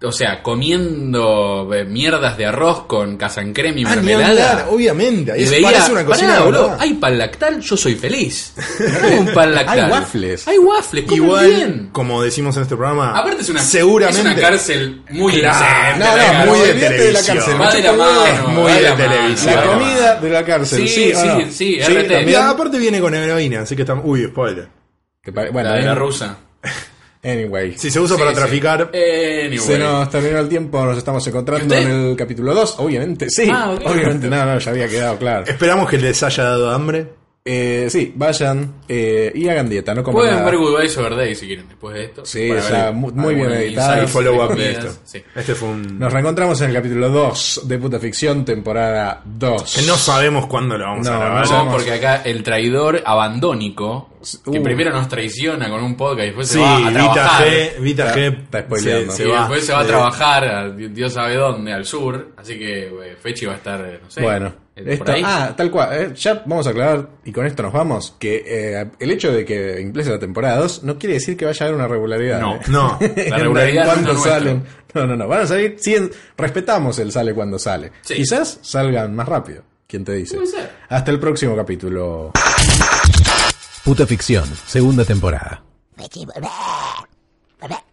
Speaker 5: O sea, comiendo eh, mierdas de arroz con casancreme y
Speaker 4: Ah, ni
Speaker 5: mermelada.
Speaker 4: hablar, obviamente.
Speaker 5: Y
Speaker 4: Eso
Speaker 5: veía,
Speaker 4: parece una cocina
Speaker 5: pará,
Speaker 4: de
Speaker 5: boludo,
Speaker 4: verdad.
Speaker 5: hay pan lactal, yo soy feliz. Hay un pan lactal.
Speaker 3: Hay waffles.
Speaker 5: Hay waffles, comen
Speaker 4: Igual,
Speaker 5: bien.
Speaker 4: como decimos en este programa,
Speaker 5: Aparte es una,
Speaker 4: seguramente
Speaker 5: es una cárcel muy
Speaker 4: Claro,
Speaker 5: inocente,
Speaker 3: no,
Speaker 5: la
Speaker 3: no,
Speaker 5: cárcel.
Speaker 3: muy
Speaker 4: de
Speaker 3: olvídate de la
Speaker 4: televisión.
Speaker 3: cárcel.
Speaker 5: Va
Speaker 3: me
Speaker 5: de
Speaker 3: chupa
Speaker 5: la
Speaker 3: un
Speaker 5: mano.
Speaker 3: huevo.
Speaker 4: es muy
Speaker 5: va
Speaker 4: de
Speaker 5: la mano, va
Speaker 4: televisión.
Speaker 3: La
Speaker 5: de la
Speaker 3: comida
Speaker 5: mano.
Speaker 3: de la cárcel.
Speaker 5: Sí,
Speaker 3: Sí, o
Speaker 5: sí,
Speaker 3: no?
Speaker 5: sí,
Speaker 3: Sí,
Speaker 5: RT.
Speaker 4: Y
Speaker 3: también.
Speaker 4: aparte viene con heroína, así que estamos. Uy, spoiler.
Speaker 3: Que pare- Bueno, eh,
Speaker 5: La de la
Speaker 3: anyway.
Speaker 5: rusa.
Speaker 3: anyway.
Speaker 4: Si se usa
Speaker 5: Sí,
Speaker 4: para
Speaker 5: sí. Eh,
Speaker 4: traficar,
Speaker 5: Anyway.
Speaker 3: Se nos terminó el tiempo, nos estamos encontrando
Speaker 5: ¿Y usted?
Speaker 3: en el capítulo 2, obviamente, sí.
Speaker 5: Ah, ok.
Speaker 3: Obviamente, no, no, ya había quedado claro.
Speaker 4: esperamos que les haya dado hambre.
Speaker 3: Eh, sí, vayan eh, y hagan dieta, no coman
Speaker 5: Pueden
Speaker 3: nada.
Speaker 5: ver Goodbye Over Day si quieren después de esto.
Speaker 3: Sí,
Speaker 5: Para
Speaker 3: o sea,
Speaker 5: ver
Speaker 3: mu- muy bien
Speaker 5: algún
Speaker 3: editado.
Speaker 5: insight
Speaker 4: El follow-up
Speaker 5: comidas,
Speaker 4: de esto.
Speaker 5: sí.
Speaker 4: Este fue un.
Speaker 3: Nos reencontramos en el capítulo 2 de Puta Ficción, temporada 2.
Speaker 4: Que no sabemos cuándo lo vamos
Speaker 3: No,
Speaker 4: a
Speaker 3: no
Speaker 4: grabar.
Speaker 5: No,
Speaker 3: sabemos.
Speaker 5: porque acá el traidor abandónico, que
Speaker 3: Uh.
Speaker 5: primero nos traiciona con un podcast y después
Speaker 4: Sí,
Speaker 5: se va a
Speaker 4: Vita
Speaker 5: trabajar.
Speaker 4: G, Vita
Speaker 3: Está-
Speaker 4: G
Speaker 3: está spoileando.
Speaker 5: y después
Speaker 4: Eh,
Speaker 5: se va a trabajar a di- Dios sabe dónde, al sur. Así que eh, Fechi va a estar, eh, no sé.
Speaker 3: Bueno,
Speaker 5: eh,
Speaker 3: esto-
Speaker 5: por ahí.
Speaker 3: ah, tal cual. eh, ya vamos a aclarar, y con esto nos vamos, que eh, el hecho de que empiece la temporada 2 no quiere decir que vaya a haber una regularidad.
Speaker 5: No,
Speaker 3: eh.
Speaker 4: No,
Speaker 5: La
Speaker 3: En
Speaker 5: regularidad
Speaker 3: cuánto
Speaker 5: no es lo
Speaker 3: salen. No, no, no. Van a salir. sí, en- respetamos el sale cuando sale.
Speaker 5: Sí.
Speaker 3: Quizás salgan más rápido. ¿Quién te dice?
Speaker 5: Puede ser.
Speaker 3: Hasta el próximo capítulo.
Speaker 1: Puta Ficción, segunda temporada.
Speaker 2: Vete, volvé. Volvé.